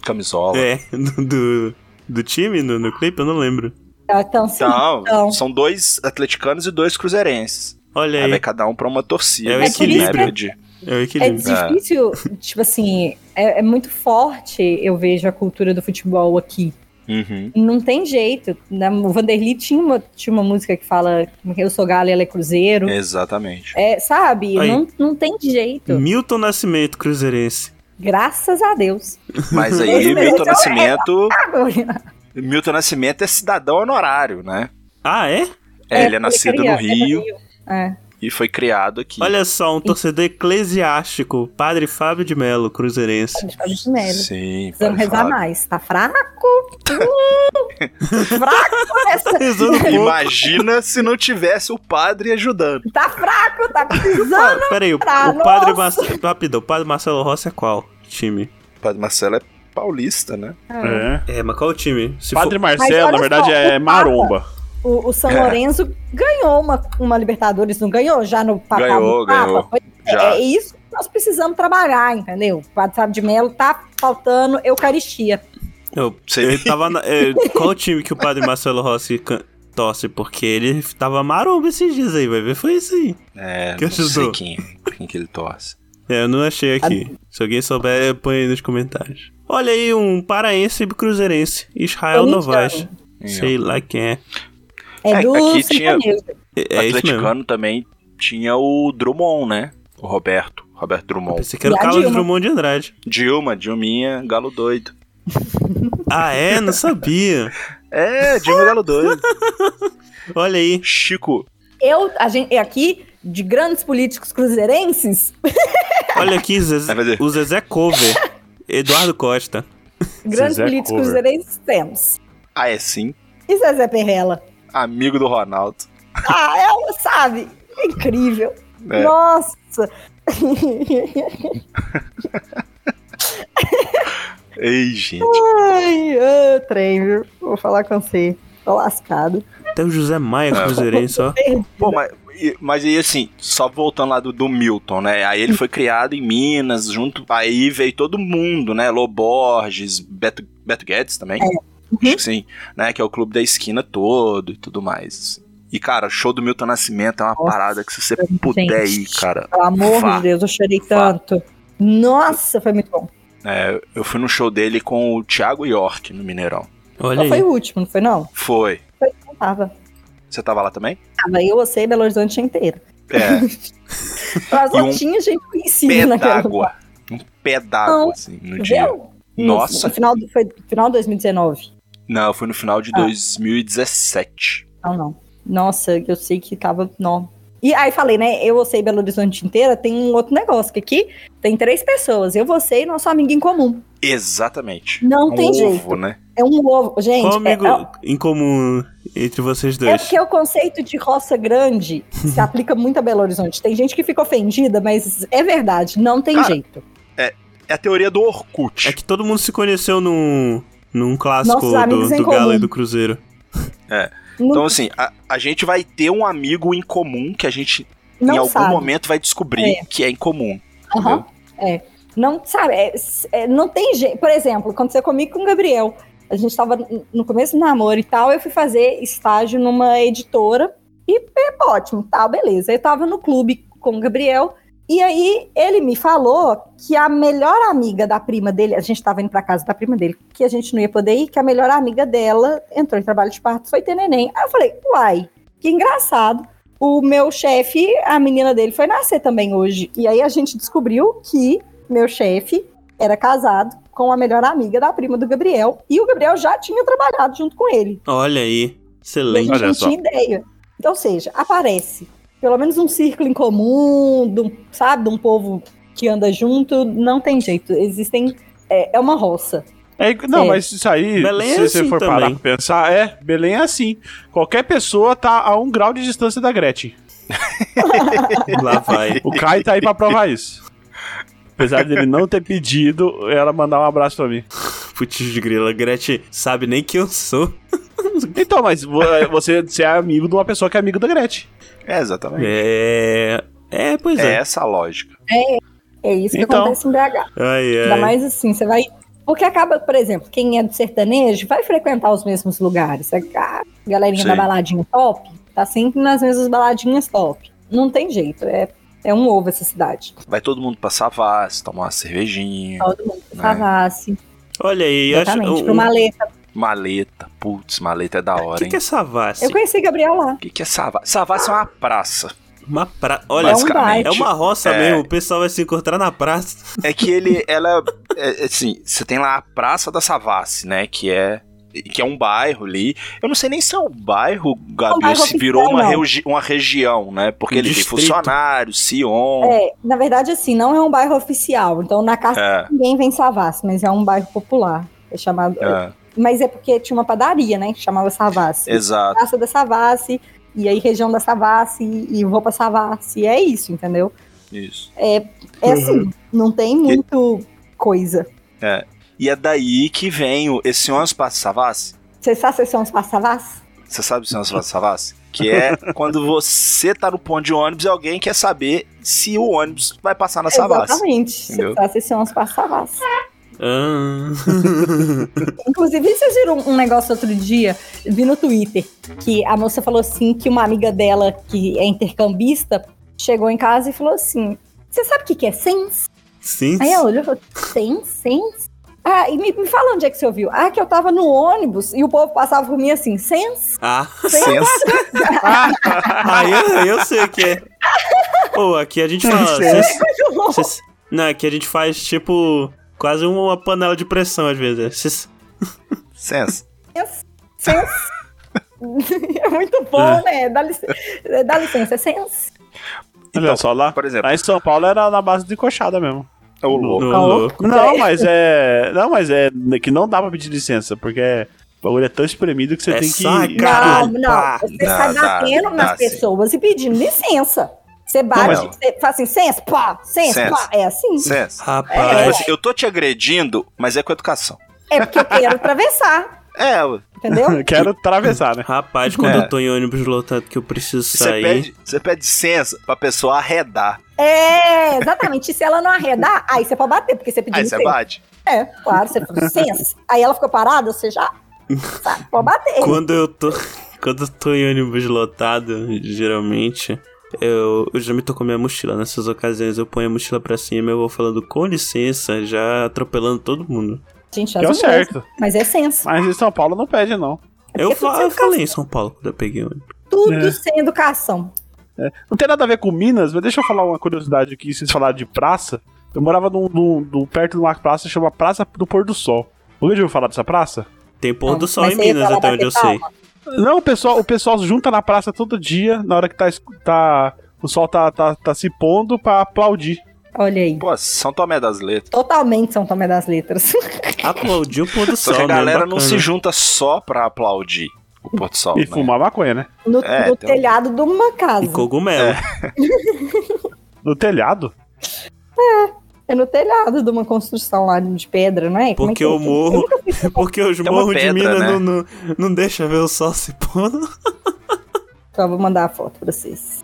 C: Camisola.
A: é, (laughs) do, do, do time no, no clipe, eu não lembro.
B: Então,
A: Tá.
B: sim.
C: Então,
B: Então.
C: são dois atleticanos e dois cruzeirenses.
A: Olha
C: Aí vai
A: aí,
C: cada um pra uma torcida.
A: É o
C: assim, na
A: equilíbrio.
C: época de-
A: é o
B: É
A: equilíbrio.
B: difícil, tipo assim, é, é muito forte eu vejo a cultura do futebol aqui.
C: Uhum.
B: Não tem jeito. né? O Vanderlei tinha uma, tinha uma música que fala Eu sou galo e ela é cruzeiro. (laughs)
C: Exatamente.
B: É, sabe?
A: Aí. Hum.
B: Não, não tem jeito.
A: Milton Nascimento Cruzeirense.
B: Graças a Deus.
C: Mas aí,
B: Esse
C: Milton
B: mesmo.
C: Nascimento.
B: Agora,
C: Milton Nascimento é cidadão honorário, né?
A: Ah, é?
C: É, ele
B: foi (laughs)
C: é nascido no
B: criado- é
C: Rio
B: É.
C: e foi criado aqui.
A: Olha só, um torcedor eclesiástico, Padre Fábio de Melo,
C: (laughs)
A: cruzeirense.
B: a gente fala de merda.
C: Sim,
B: Precisamos
C: pode
B: rezar
C: falar.
B: mais. Tá fraco? Hum, fraco essa.
A: Rezando pouco.
C: (laughs) Imagina se não tivesse o padre ajudando.
B: Tá fraco, tá precisando.
A: Ah, peraí, o,
B: pra-
A: o padre Marcelo. Rapidão, o padre Marcelo Rossi é qual time?
C: O padre Marcelo é paulista, né?
D: É.
A: É, mas qual o time? Se
D: Padre
A: for-
B: Mas
D: Marcelo,
B: olha
D: na verdade,
B: só,
D: é
B: o Papa-
D: maromba.
B: O, o São
C: É.
B: Lourenço ganhou uma, uma Libertadores, não ganhou? Já no papado
C: Ganhou,
B: do Papa?
C: ganhou.
B: Pois é,
C: Já.
B: É isso que nós precisamos trabalhar, entendeu? O Padre Fábio de Melo tá faltando Eucaristia.
A: Eu,
C: Sim.
A: eu tava na- é, qual o time que o padre Marcelo Rossi can- torce? Porque ele tava maromba esses dias aí, vai ver. Foi isso aí.
C: É,
A: Que
C: não sei
A: ajudou.
C: quem, quem que ele torce.
A: É, eu não achei aqui. Se alguém souber, põe aí nos comentários. Olha aí, um paraense e cruzeirense. Israel
B: Corintiano.
A: Novaes. Sei lá quem é.
B: É,
C: É,
B: do
C: aqui tinha-
B: Cinco News.
A: É,
C: O
A: é isso mesmo.
C: atleticano também tinha o Drummond, né? O Roberto. Roberto Drummond.
A: Pensei que era o
B: E a
A: Carlos
B: Dilma.
A: Drummond de Andrade.
C: Dilma, Dilminha, Galo Doido.
A: Ah, é? Não sabia.
C: É, Dilma Galo Doido.
A: Olha aí.
C: Chico.
B: Eu, a gente, é aqui, de grandes políticos cruzeirenses,
A: Olha aqui, Zezé,
C: Vai fazer.
A: o Zezé Cover. Eduardo Costa.
B: grandes
D: Zezé
B: políticos
D: Cover.
B: cruzeirenses temos.
C: Ah, é sim.
B: E Zezé
C: (laughs)
B: Perrela?
C: Amigo do Ronaldo.
B: Ah, ela sabe? Incrível.
C: É. (laughs)
B: Nossa.
C: Ei, gente.
B: Ai, ô, trem, viu? Vou falar com você. Tô lascado.
A: Até o José Maia
C: É.
A: cruzeirense, ó.
C: Pô, mas, e- mas aí assim, só voltando lá do, do Milton, né? Aí ele foi criado em Minas, junto. Aí veio todo mundo, né? Loborges, Beto, Beto Guedes
B: É.
C: também. Acho
B: Uhum.
C: que sim, né? Que é o clube da esquina todo e tudo mais. E, cara, show do Milton Nascimento é uma
B: Nossa,
C: parada que se você puder
B: gente.
C: ir, cara.
B: Pelo amor
C: Vá.
B: de Deus, eu chorei
C: Vá.
B: tanto. Nossa, foi muito bom.
C: é, eu fui no show dele com o Thiago York no Mineirão.
A: Olha
B: Mas foi
A: aí.
B: o último, não foi não?
C: Foi.
B: Não tava.
C: Você tava lá também?
B: Tava eu, você e Belo Horizonte inteiro. (laughs)
C: É.
B: Mas
C: E
B: não
C: um
B: tinha gente conhecida
C: pé
B: naquela.
C: d'água. Um pé d'água,
B: Não.
C: assim, no
B: né? Viu?
C: dia.
B: Isso,
C: Nossa.
B: No final, do- foi no final de 2019.
C: Não, foi no final de
B: Ah.
C: 2017.
B: Não, não. Nossa, eu sei que tava. Não. E aí falei, né? Eu, você e Belo Horizonte inteira tem um outro negócio, que aqui tem três pessoas. Eu, você e nosso amigo em comum.
C: Exatamente.
B: Não
C: Um
B: tem
C: ovo,
B: jeito.
C: né?
B: É um ovo. Gente,
A: Qual
B: é-
A: amigo
B: é,
A: em comum entre vocês
B: É
A: dois?
B: porque o conceito de roça grande
C: (laughs)
B: se aplica muito a Belo Horizonte. Tem gente que fica ofendida, mas é verdade, não tem
C: Cara,
B: jeito.
C: É a teoria do Orkut.
A: É que todo mundo se conheceu num, num clássico
B: Nossos amigos
A: do,
B: em
A: do Galo
B: comum.
A: e do Cruzeiro.
B: Não,
C: Então, assim, a, a gente vai ter um amigo em comum que a gente,
B: não
C: assim, em algum
B: sabe.
C: momento, vai descobrir que é em comum.
B: Aham,
C: entendeu?
B: é. Não sabe, é, s- é, não tem jeito. Por exemplo, aconteceu comigo com o Gabriel. A gente tava n- no começo do namoro e tal, eu fui fazer estágio numa editora e é ótimo, tá, beleza. Eu tava no clube com o Gabriel e aí ele me falou que a melhor amiga da prima dele, a gente tava indo pra casa da prima dele, que a gente não ia poder ir, que a melhor amiga dela entrou em trabalho de parto, foi ter neném. Aí eu falei, uai, que engraçado o meu chefe, a menina dele foi nascer também hoje. E aí a gente descobriu que meu chefe era casado com a melhor amiga da prima do Gabriel. E o Gabriel já tinha trabalhado junto com ele.
A: Olha aí.
B: E a gente
A: Excelente.
D: Olha
B: não
D: só.
B: tinha ideia. Então, ou seja, aparece pelo menos um círculo em comum, de um- sabe, de um povo que anda junto. Não tem jeito. Existem. É, é uma roça.
D: É, não,
B: É.
D: mas isso aí,
A: Belém é
D: se você
A: assim
D: for parar
A: também.
D: pra pensar, é, Belém é assim. Qualquer pessoa tá a um grau de distância da Gretchen.
B: (laughs)
A: Lá vai.
D: O Kai tá aí pra provar (laughs) isso. Apesar dele não ter pedido, ela mandar um abraço pra mim.
A: Putz de grila, Gretchen sabe nem quem eu sou.
D: Então, mas vo- você, você é amigo de uma pessoa que é amigo da Gretchen.
C: É, exatamente.
A: É. É, pois
C: É,
A: é.
C: essa a lógica.
B: É isso que
D: Então.
B: acontece em BH.
A: Ai, ai.
C: É.
B: Ainda mais assim, você vai. Porque acaba, por exemplo, quem é do sertanejo vai frequentar os mesmos lugares. É A galerinha
C: Sim.
B: da baladinha top tá sempre nas mesmas baladinhas top. Não tem jeito, é, é um ovo essa cidade.
C: Vai todo mundo pra Savassi, tomar uma cervejinha.
B: Todo mundo
C: É.
B: Savassi,
A: Olha aí, eu acho.
B: exatamente.
A: um-
B: Pro Maleta,
C: Maleta. Putz, maleta é da
A: O
C: hora,
A: que,
C: hein?
A: que é Savassi?
B: Eu conheci Gabriel lá.
C: O que, que é Savassi? Savassi é uma praça.
A: Uma pra... Olha,
B: É um bairro.
A: é uma roça
C: É.
A: mesmo. O pessoal vai se encontrar na praça.
C: É que ele, ela, é, é, assim, você tem lá a Praça da Savassi, né, que é que é um bairro ali. Eu não sei nem se é um bairro, Gabi,
B: bairro
C: se virou
B: oficial,
C: uma,
B: não.
C: regi- uma região, né? Porque
A: Um
C: ele
A: distrito.
C: tem funcionários, Sion.
B: É, na verdade, assim, não é um bairro oficial. Então, na carta
C: É,
B: ninguém vem Savassi, mas é um bairro popular. É chamado.
C: é,
B: Mas é porque tinha uma padaria, né? Que chamava Savassi.
C: exato.
B: Praça da Savassi, e aí região da Savassi, e roupa Savassi. É isso, entendeu?
C: Isso. Uhum.
B: É assim, não tem muito coisa.
C: E é daí que vem o, esse Onze Passos Savassi.
B: Você sabe se são os passos Savassi?
C: Você sabe o Onze Passos Savassi? Que é (laughs) quando você tá no ponto de ônibus e alguém quer saber se o ônibus vai passar na Savassi.
B: Exatamente. Você
C: Entendeu?
B: sabe se são os passos Savassi.
A: Ah.
B: Inclusive, vocês viram um negócio outro dia, vi no Twitter, que a moça falou assim que uma amiga dela, que é intercambista, chegou em casa e falou assim: Você sabe o que, que é SENS?
A: Sim.
B: Aí ela olhou e falou: SENS? SENS? Ah, e me, me fala onde é que você ouviu. Ah, que eu tava no ônibus e o povo passava por mim assim, SENS?
A: Ah,
C: Sensa.
A: aí eu, eu sei o que é. Pô, aqui a gente fala. cês-
B: (laughs)
A: cês- não, aqui a gente faz tipo. Quase uma panela de pressão às vezes. é. Cês-
C: Sensa.
B: SENS? assim. (laughs) é muito bom, né? Dá, licença, dá licença, é SENS?
D: Olha só lá.
C: Por
A: É.
C: exemplo,
D: Lá em São Paulo era na base de coxada mesmo.
C: o louco.
A: Ô,
B: Tá louco.
A: louco.
D: Não, mas é. Não, mas é que não dá pra pedir licença, porque é- o bagulho é tão espremido que você
A: É
D: tem que.
A: sacanagem. Caralho,
B: não,
A: pá.
B: não. Você
C: Não,
B: sai
C: dá,
B: batendo
C: dá
B: nas
C: sim.
B: pessoas e pedindo licença. Você bate,
C: Não, mas-
B: você faz assim, senso, pá, senso,
C: Senso.
B: pá. É assim.
C: Sensa.
B: É,
C: Tipo
A: Rapaz.
C: assim, eu tô te agredindo, mas é com educação.
B: É porque eu quero atravessar,
C: É, ué.
B: entendeu?
D: (laughs)
C: (laughs)
D: Quero atravessar, né?
A: Rapaz, quando
C: É.
A: eu tô em ônibus lotado que eu preciso
C: você
A: sair.
C: pede, você pede licença pra pessoa arredar.
B: É, exatamente. E se ela não arredar, aí você pode bater, porque você pediu
C: Aí você
B: licença.
C: bate.
B: É, claro, você pediu licença. Aí ela ficou parada, você já sabe, pode bater.
A: Quando eu tô. Quando eu tô em ônibus lotado, geralmente. Eu, eu já me tô com a minha mochila. Nessas ocasiões eu ponho a mochila pra cima eu vou falando com licença, já atropelando todo mundo.
B: Gente,
D: Que é o
B: às vezes,
D: certo.
B: mas é senso.
D: Mas em São Paulo não pede, não.
A: Eu,
B: porque
C: É
B: tudo
A: fa-
B: sem
A: eu falei em São Paulo quando eu peguei ônibus.
B: Tudo
D: É.
B: sem educação.
D: Não tem nada a ver com Minas, mas deixa eu falar uma curiosidade aqui, vocês falaram de praça. Eu morava num, num- num- perto de uma praça que chama Praça do Pôr do Sol. Alguém já ouviu falar dessa praça?
A: Tem pôr
B: Não,
A: do sol
B: mas
A: em
B: você ia
A: Minas,
B: falar
A: até onde eu
B: bater
A: sei.
D: Não, o pessoal, o pessoal junta na praça todo dia, na hora que tá, escu- tá- o sol tá, tá- tá se pondo pra aplaudir.
B: Olha aí.
C: Pô, São Tomé das Letras.
B: Totalmente São Tomé das Letras. (laughs)
A: Aplaudiu o pôr do
C: Só
A: sol.
C: que a
A: né?
C: galera não
A: Bacana.
C: se junta só pra aplaudir o Porto Sol.
D: e
C: Né?
D: fumar maconha, né?
B: No,
C: É,
B: no
C: tem um-
B: telhado de uma casa.
A: E
C: É.
A: cogumelo.
D: No telhado.
B: É no telhado de uma construção lá de pedra, não é? Como é
A: Porque
B: que é?
A: o morro. (laughs) Porque os
C: uma
A: morros de
C: pedra,
A: Minas
C: né?
A: não, não, não deixa ver o sol (laughs) se pondo.
B: Então, eu vou mandar a foto pra vocês.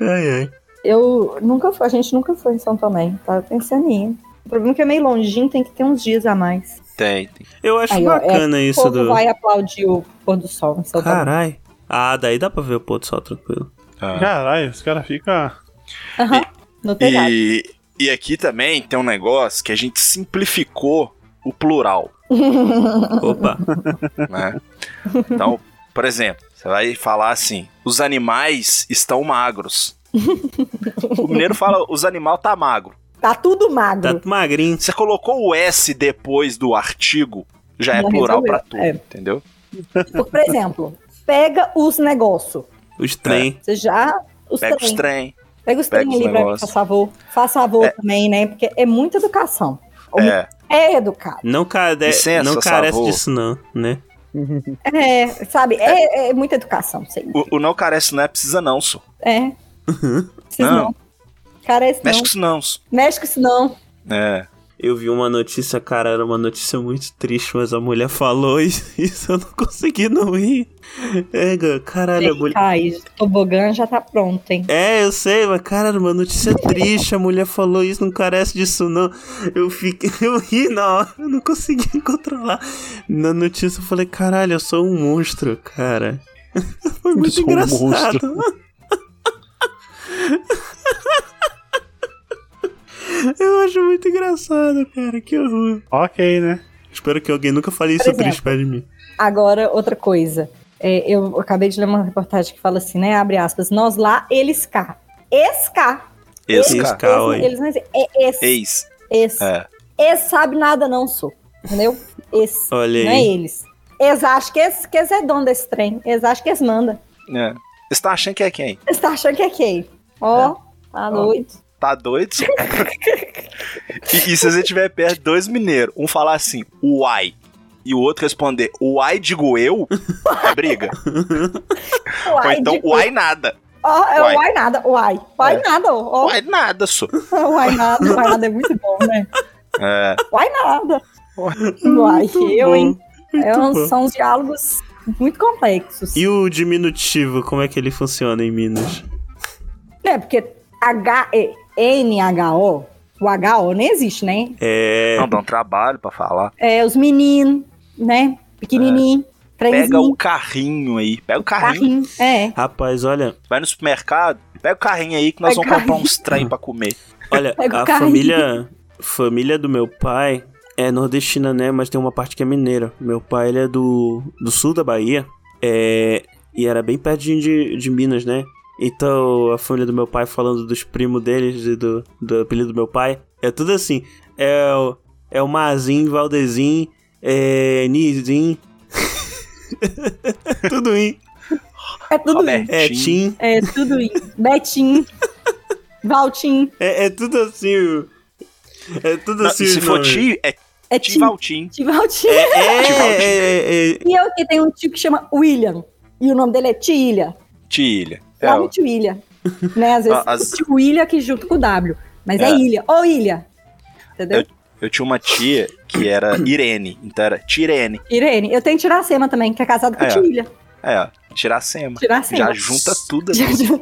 A: Ai, ai.
B: Eu nunca fui, a gente nunca foi em São Tomé, tá? tava pensando em ir. O problema é que é meio longinho, tem que ter uns dias a mais.
C: Tem, tem.
A: Eu acho
B: Aí, ó, é,
A: bacana
B: O
A: isso
B: povo
A: do.
B: vai aplaudir o pôr do sol
A: Tá
B: em São Tomé.
A: Carai. Ah, daí dá pra ver o pôr do sol tranquilo. (laughs)
C: Ah.
D: Caralho, os caras ficam.
B: Aham, no telhado.
C: E, e aqui também tem um negócio que a gente simplificou o plural,
A: Opa.
C: né? Então, por exemplo, você vai falar assim, os animais estão magros. O mineiro fala, os animal tá magro.
B: Tá tudo magro.
A: Tá magrinho.
C: Você colocou o S depois do artigo, já
A: Tá-
C: é
B: Já
C: plural
B: resolveu,
C: pra tudo,
B: é.
C: entendeu?
B: Por, por exemplo, pega os negócios.
A: Os
C: É.
A: trem.
B: Você já... Os
C: Pega
B: trem.
C: os trem.
B: Pega os
C: Pega
B: trem
C: os
B: ali pra mim,
C: negócios.
B: faz favor. Faz favor também, né? Porque é muita educação.
C: É,
B: É educado.
A: Não, cade...
C: Licença,
A: não carece
C: savô.
A: disso, não, né?
B: É, sabe? É, é muita educação, sim.
C: o, o não carece não é precisa não, só.
B: É. Vocês
C: Não.
B: não. Cara, esse
C: Mexe
B: não.
C: com isso não, só.
B: Mexe com isso não.
C: É.
A: Eu vi uma notícia, cara, era uma notícia muito triste, mas a mulher falou (laughs) e isso eu não consegui não rir. É, ga- caralho, a mulher.
B: Ai, o tobogã já tá pronto, hein?
A: É, eu sei, mas caralho, uma notícia triste, a mulher falou isso, não carece disso não. Eu fiquei, (laughs) eu ri na hora, eu não consegui controlar. Na notícia eu falei, caralho, eu sou um monstro, cara. (laughs) Foi muito
D: sou um
A: engraçado. (laughs) eu acho muito engraçado, cara, que horror.
D: Ok, né?
A: As Espero que alguém nunca fale isso
D: é.
B: Por exemplo.
A: triste perto de mim.
B: Agora, outra coisa. É, eu acabei de ler uma reportagem que fala assim, né? Abre aspas. Nós lá, eles cá. Esca.
C: Esse
A: Esse
C: cara.
A: cara. Cá, oi.
B: eles, eles não dizem, é esse,
C: Ex.
B: esse.
C: É.
B: Esse sabe nada, não sou. Entendeu? Esse.
A: Olha
B: Não é
A: aí.
B: eles. Eles acham que esse, que esse é dono desse trem. Eles acham que eles mandam.
C: é. Você tá achando que é quem?
B: Eles tá achando que é quem? Ó, tá doido.
C: Tá
B: (laughs)
C: doido? e, e se você tiver perto dois mineiros, um falar assim, uai, e o outro responder, uai, digo eu,
B: (laughs)
C: é briga. Ou então,
B: digo-
C: uai, nada.
B: Ó, é
C: uai.
B: uai. nada. Uai. Uai
C: É.
B: nada, ó.
C: Uai, nada, só.
B: (laughs) Uai nada. Uai nada é muito bom, né?
C: É.
B: Uai nada. Uai, eu, hein?
A: Muito
B: É um-
A: bom.
B: são diálogos muito complexos.
A: E o diminutivo, como é que ele funciona em Minas?
B: É, porque H, E, N, H, O, o H, O não existe, né?
A: É.
C: Não dá um trabalho pra falar.
B: É, os meninos, né? Pequenininho,
C: Pega o
B: trenzinho,
C: carrinho aí. Pega o carrinho.
B: carrinho. É.
A: Rapaz, olha,
C: Vai no supermercado, pega o carrinho aí que nós
B: Pega o
C: vamos comprar
B: carrinho.
C: uns trem pra comer.
A: olha,
B: Pega o
A: a
B: carrinho.
A: família, família do meu pai é nordestina, né? Mas tem uma parte que é mineira. Meu pai, ele é do, do sul da Bahia. É, e era bem pertinho de, de Minas, né? Então, a família do meu pai falando dos primos deles e do, do apelido do meu pai. É tudo assim. É, o- é o Mazin, Valdezin, é Nizin. (laughs) tudo in.
B: É (laughs) tudo isso.
A: É
C: Robertinho.
A: Tim.
B: É tudo isso. Betim, Valtim,
A: É, é tudo assim. o- É tudo
C: Não,
A: assim.
C: e se
A: os
C: for
A: nomes.
C: ti, é
B: é
C: ti
B: Tim,
C: Valtim.
B: Tim Valtim.
A: É, é, é, é,
B: E eu que tenho um tio que chama William, e o nome dele é Tilha.
C: Ti Ilha. É,
B: Lá no
C: ó.
B: tio Ilha. Né? Às vezes
C: Ah, as-
B: o tio Ilha que junto com o W. Mas é,
C: É.
B: Ilha. Ô, Ilha. Entendeu?
C: eu tinha uma tia
B: (clears throat)
C: que era Irene, então era Tirene.
B: Irene. Eu tenho Tiracema também, que é casado com
C: É.
B: o tio Ilha.
C: É, ó, Tiracema. Já
B: (laughs) Tiracema.
C: junta tudo.
B: Já ju-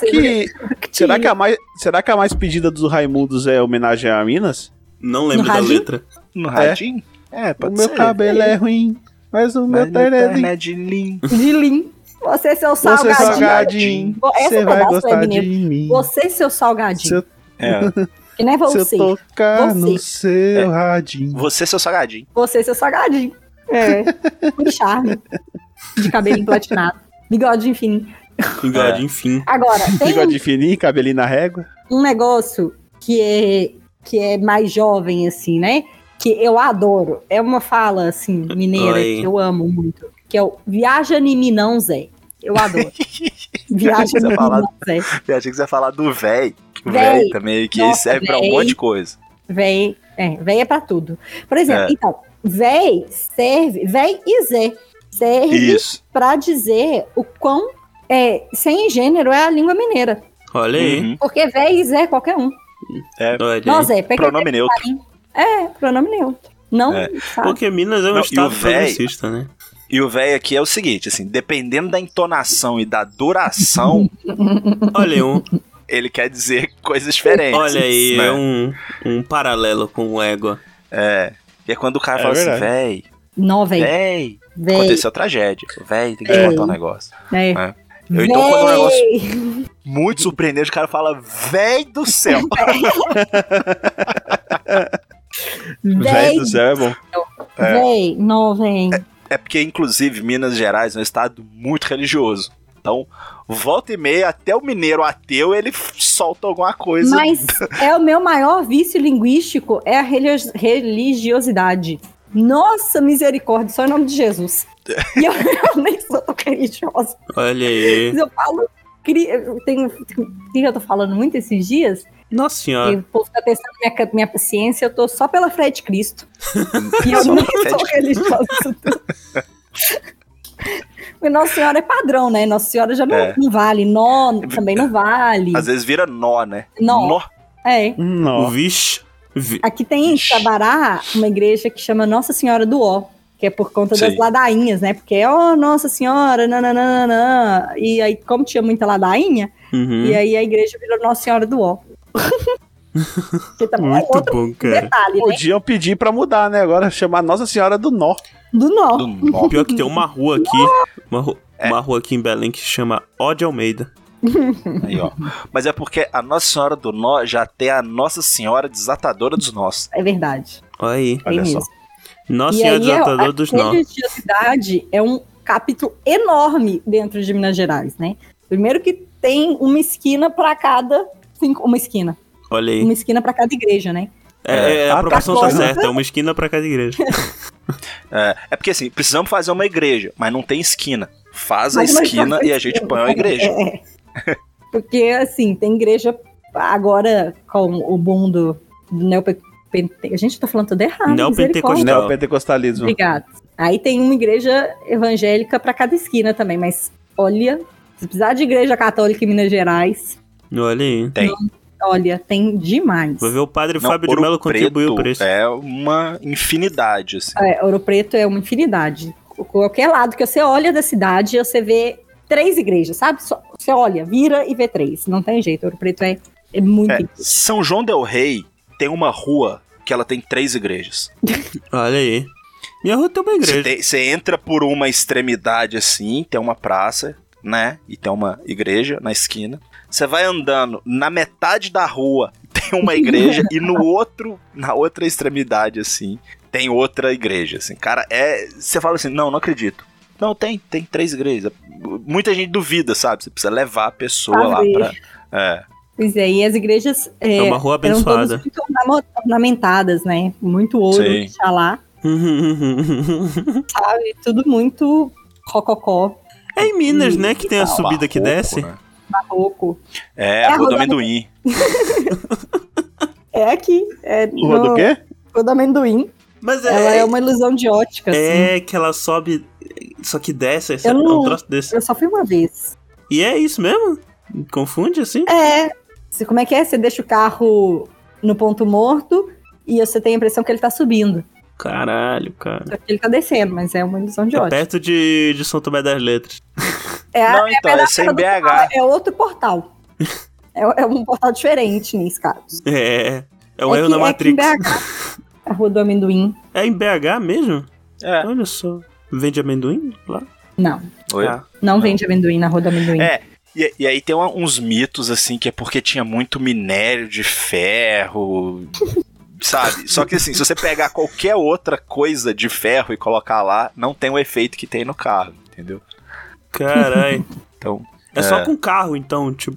B: Tiracema
D: que,
B: com
D: será,
B: Tilha.
D: que a mais, será que a mais pedida dos Raimundos é homenagem a Minas?
A: Não lembro
B: No
A: da
B: radinho?
A: letra.
C: No radinho? É,
D: O
C: pode
D: meu
C: ser.
D: cabelo é ruim, mas o
C: Mas
D: meu
C: meu
D: terno é lindo.
C: terno é de linho.
B: De Lim. Você e seu
D: Você é
B: salgadinho.
D: salgadinho,
B: Bom, essa
D: você vai
B: pedaço é
D: gostar de
B: mineiro.
D: mim.
B: Você e seu
D: Se
B: salgadinho.
D: eu,
C: É.
B: Que nem é
D: se eu
B: você.
D: tocar
B: Você.
D: no seu
C: É.
D: radinho.
C: Você e seu salgadinho.
B: Você e seu salgadinho. (laughs) É. Muito charme. De cabelo platinado. Bigode, enfim.
C: É.
A: Bigode, enfim.
B: Agora, tem um
D: Bigode fininho, cabelinho na régua.
B: um negócio que é, que é mais jovem, assim, né? Que eu adoro. É uma fala, assim, mineira,
A: Oi.
B: que eu amo muito. Que é o Viaja em mim não, Zé. Eu
C: (laughs)
B: adoro. Viaja em
C: Você
B: mim
C: fala-
B: não, Zé.
C: (laughs) Eu achei que você ia falar do véi. Que o
B: Véi.
C: véi também, que
B: Nossa,
C: serve pra um
B: véi.
C: monte de coisa.
B: Véi, é, véi é pra tudo. Por exemplo,
C: É.
B: então, véi serve, véi e Zé. Serve
C: Isso.
B: pra dizer o quão é, sem gênero é a língua mineira.
A: Olha aí.
C: Uhum.
B: Porque véi e Zé é qualquer um.
A: Olha aí.
B: Não, Zé, PQP,
C: Pronome neutro.
B: é pronome neutro. Não,
C: É.
B: sabe?
A: Porque Minas é um
C: Não, e o
A: estado
C: véi-
A: progressista, né?
C: E o véi aqui é o seguinte, assim, dependendo da entonação e da duração,
A: Olha, aí,
C: (laughs)
A: um,
C: ele quer dizer (laughs) coisas diferentes.
A: olha aí,
C: né?
A: é um, um paralelo com o ego.
C: É. E é quando o cara
D: É
C: fala assim,
D: verdade.
C: véi,
B: Não, véi.
C: véi,
B: Véi.
C: é, aconteceu tragédia. Véi, tem que te
B: É.
C: contar um negócio.
B: É.
C: É. Eu, então, quando o
B: Véi!
C: negócio muito surpreendente, o cara fala, véi do céu.
B: Véi,
D: céu, é bom.
B: véi, não vem.
C: (laughs) É porque, inclusive, Minas Gerais é um estado muito religioso. Então, volta e meia, até o mineiro ateu, ele f- solta alguma coisa. (laughs)
B: Mas é o meu maior vício linguístico é a religi- religiosidade. Nossa misericórdia, só em nome de Jesus. E eu, (laughs) eu nem sou tão religiosa.
A: Olha aí.
B: Mas eu falo. cri- eu Tenho, o que eu tô falando muito esses dias?
A: Nossa
B: E
C: Ah.
A: senhora.
B: o povo tá testando minha, ca- minha paciência, eu tô só pela fé de Cristo. e eu
C: (laughs) Só
B: não
C: pela fé
B: sou
C: de- (laughs)
B: religiosa. Porque Nossa Senhora é padrão, né? Nossa Senhora já não,
C: É.
B: não vale. Nó também não vale.
C: Às vezes vira nó, né?
B: é Nó.
C: nó.
B: É.
A: O
D: Não.
A: Vixe. vi-
B: Aqui tem em
C: Ixi.
B: Sabará uma igreja que chama Nossa Senhora do Ó, que é por conta das
C: Sim.
B: ladainhas, né? Porque é, ó, Nossa Senhora, nananana. E aí, como tinha muita ladainha,
A: Uhum.
B: e
C: Hum.
B: aí a igreja virou Nossa Senhora do
C: (laughs)
B: Ó. que também é
A: Muito
B: outro
A: bom, cara.
B: detalhe, né?
D: Podiam pedir pra mudar, né? Agora chamar Nossa Senhora do Nó.
B: Do Nó.
C: Do nó.
A: Pior que tem uma rua aqui. Uma, ru-
C: É.
A: uma rua aqui em Belém que chama Ó de Almeida.
C: Aí, ó. Mas é porque a Nossa Senhora do Nó já tem a Nossa Senhora Desatadora dos Nós.
B: É verdade.
A: Olha aí.
B: Tem
C: Olha só.
B: mesmo.
A: Nossa
B: e
A: Senhora
B: aí, é
A: Desatador
B: a
A: dos Nó.
B: religiosidade é um capítulo enorme dentro de Minas Gerais, né? Primeiro que tem uma esquina para cada cinco, uma esquina,
A: Olha aí.
B: uma esquina para cada igreja, né?
A: É, é,
D: Ah,
A: a
D: tá
A: proporção
B: bom.
A: tá certa, é uma esquina pra cada igreja.
C: É, é porque assim, precisamos fazer uma igreja, mas não tem esquina. Faz a
B: Mas- é mas-
C: esquina e a gente põe uma igreja.
B: É. Porque assim, tem igreja agora com o boom do neopentecostal. A gente tá falando tudo errado.
A: Neopentecostal.
D: né?
B: misericórdia.
D: Neopentecostalismo.
B: Obrigado. Aí tem uma igreja evangélica para cada esquina também, mas olha, se precisar de igreja católica em Minas Gerais,
A: Olha aí.
B: olha, tem demais.
A: Vai ver o padre
C: Não,
A: Fábio de
C: Ouro
A: Mello contribuiu
C: Preto
A: pra isso.
C: É uma infinidade, assim.
B: É, Ouro Preto é uma infinidade. Qualquer lado que você olha da cidade, você vê três igrejas, sabe? Só- Você olha, vira e vê três. Não tem jeito. Ouro Preto é, é muito.
C: É, São João Del Rei tem uma rua que ela tem três igrejas.
A: Olha aí. Minha rua tem uma
C: Você
A: igreja.
C: tem- Você entra por uma extremidade assim, tem uma praça, né? E tem uma igreja na esquina. Você vai andando na metade da rua, (laughs) tem uma igreja, e no outro, na outra extremidade, assim, tem outra igreja. Assim, cara, é. Você fala assim, não, não acredito. Não, tem, tem três igrejas. Muita gente duvida, sabe? Você precisa levar a pessoa
B: Pra
C: lá
B: ver.
C: pra. É.
B: Pois é, e as igrejas é,
A: É uma rua
C: um
B: eram todas
A: abençoada.
B: muito ornamo- ornamentadas, né? Muito
C: Sim.
B: ouro, xalá, sabe? Tudo muito rococó,
A: é em Minas, né, que tem a subida que
C: Barroco,
A: desce.
C: tá né?
B: barroco.
C: É, a
B: É a
C: rua do
B: Rua da-
C: amendoim.
B: É aqui. É
D: Rua do quê?
B: Rua do amendoim.
A: Mas
B: Ela
A: é,
B: é uma ilusão de ótica, assim.
A: é que ela sobe, só que desce, é um
B: não-
A: troço desse.
B: Eu só fui uma vez.
A: E é isso mesmo? Confunde assim?
B: É. Você- Como é que é? Você deixa o carro no ponto morto e você tem a impressão que ele tá subindo.
A: Caralho, cara.
B: Só que ele tá descendo, mas é uma ilusão de
A: É
B: ótica.
A: perto de, de São Tomé das Letras.
B: É, a-
C: Não, então,
B: perto da
C: é sem
B: casa do
C: BH.
B: é outro portal. É, é um portal diferente nesse caso.
A: É. É um erro
B: que-
A: na
B: que em
A: Matrix.
B: BH, a Rua do Amendoim.
A: É em BH mesmo?
C: É.
A: Olha só. Vende amendoim lá?
B: Não,
C: Oi?
A: Ah.
B: não, vende amendoim na Rua do Amendoim. (laughs)
C: É, E, e aí tem uma- uns mitos, assim, que é porque tinha muito minério de ferro, sabe? Só que, assim, se você pegar qualquer outra coisa de ferro e colocar lá, não tem o efeito que tem no carro, entendeu?
A: Caralho.
C: (laughs) Então,
A: É, só com carro, então, tipo.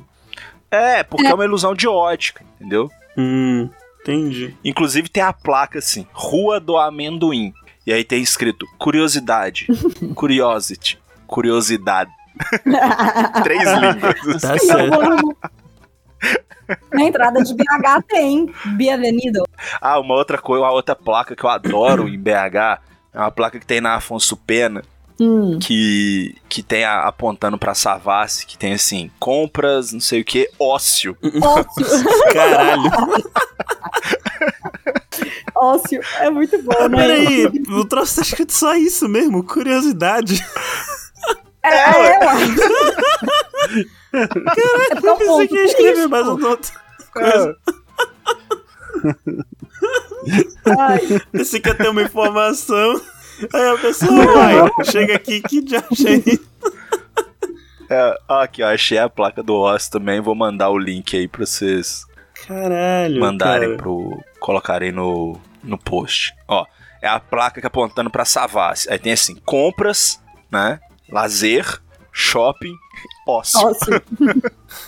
C: é, porque é uma ilusão de ótica, entendeu?
A: Hum, entendi.
C: Inclusive tem a placa, assim, Rua do Amendoim. E aí tem escrito, curiosidade, curiosity, curiosidade. Três línguas.
A: Tá
B: Eu
A: certo.
B: amo. Na entrada de BH tem Bia Avenida.
C: Ah, uma outra coisa, uma outra placa que eu adoro em BH, é uma placa que tem na Afonso Pena,
B: Hum,
C: que, que tem a- apontando pra Savassi, que tem assim, compras, não sei o que, ócio.
B: ócio, (laughs)
A: Caralho.
B: ócio. É muito bom, né?
A: Ah, Peraí, o troço tá escrito só isso mesmo, curiosidade.
B: Tá (laughs) É, é, ué. é porque é
A: Eu
B: um ponto
A: pensei que ia escrever, um.
B: turístico.
A: mas eu não. (laughs)
B: Ai,
A: Pensei que ia ter uma informação. Aí a pessoa, uai, chega aqui, que já achei.
C: É, ó, aqui, ó, achei a placa do ócio também, vou mandar o link aí pra vocês
A: Caralho.
C: mandarem
A: cara.
C: pro. colocarem no, no post. Ó, é a placa que apontando pra Savassi. Aí tem assim, compras, né, lazer, shopping, ócio.
B: ócio.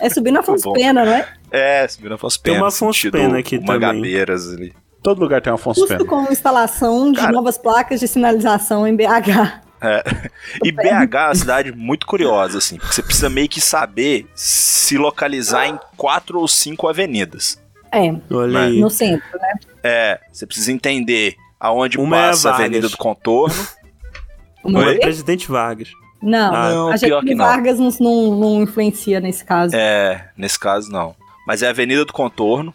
B: É subir na
C: Tá bom.
B: Fonte Pena, não é?
C: É, subindo Afonso
A: Tem
C: Pena.
A: uma Afonso
C: sentido
A: Pena aqui também.
C: Mangabeiras ali.
D: Todo lugar tem um Afonso Pena.
B: Custo com instalação de
C: Cara.
B: novas placas de sinalização em BH.
C: E BH é uma cidade muito curiosa, assim. porque Você precisa meio que saber se localizar em quatro ou cinco avenidas.
B: É,
A: Olha
C: Mas-
A: aí.
B: no centro, né?
C: É, você precisa entender aonde
A: Uma é a
C: passa a
A: Vargas.
C: Avenida do Contorno.
B: Uma
C: Oi?
A: Oi?
B: vez?
A: Presidente Vargas.
B: Não,
A: Ah,
C: não,
B: a
C: pior que
B: Getúlio
C: não.
B: Vargas não, não, não influencia nesse caso.
C: É, nesse caso não. Mas é a Avenida do Contorno,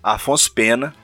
C: a Afonso Pena,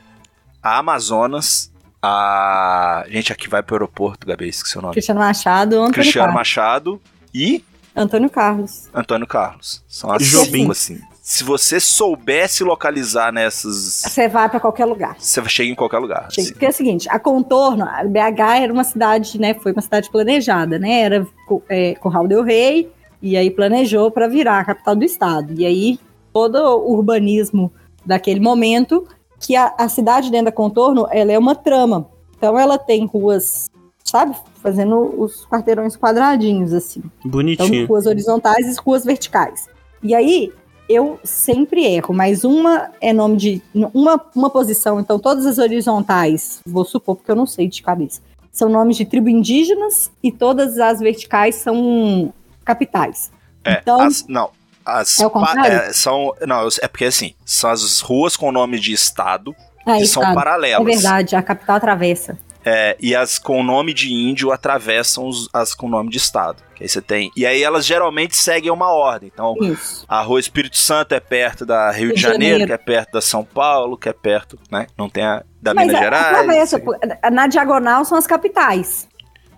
C: a Amazonas, a. Gente, aqui vai pro aeroporto, Gabi, esqueci o nome.
B: Cristiano Machado, Antônio,
C: Cristiano
B: Carlos.
C: Machado e
B: Antônio Carlos.
C: Antônio Carlos. São as
A: Jobim.
C: cinco, assim. Se você soubesse localizar nessas.
B: Você vai pra qualquer lugar.
C: Você chega em qualquer lugar.
B: Chega.
C: assim.
B: Porque é o seguinte, a Contorno, a BH era uma cidade, né? Foi uma cidade planejada, né? Era co- é, Corral del Rei, e aí planejou para virar a capital do estado. E aí todo o urbanismo daquele momento, que a, a cidade dentro da Contorno, ela é uma trama. Então ela tem ruas, sabe? Fazendo os quarteirões quadradinhos, assim. Então,
A: Bonitinho.
B: ruas horizontais e ruas verticais. E aí, eu sempre erro, mas uma é nome de. Uma, uma posição, então todas as horizontais, vou supor, porque eu não sei de cabeça, são nomes de tribo indígenas e todas as verticais são capitais.
C: É,
B: Então-
C: as- não. As
B: É o
C: pa-
B: contrário?
C: é, são. Não, é porque assim, são as ruas com nome de estado
B: Aí,
C: que são
B: sabe? É
C: paralelas.
B: verdade, a capital atravessa.
C: É, e as com nome de índio atravessam os- as com nome de estado. Que aí você tem. E aí elas geralmente seguem uma ordem. Então,
B: Isso.
C: a rua Espírito Santo é perto da Rio de
B: de
C: Janeiro,
B: Janeiro.
C: que é perto da São Paulo, que é perto, né? Não tem a da
B: Mas
C: Minas
B: a-
C: Gerais. assim.
B: atravessa. pô, Na diagonal são as capitais.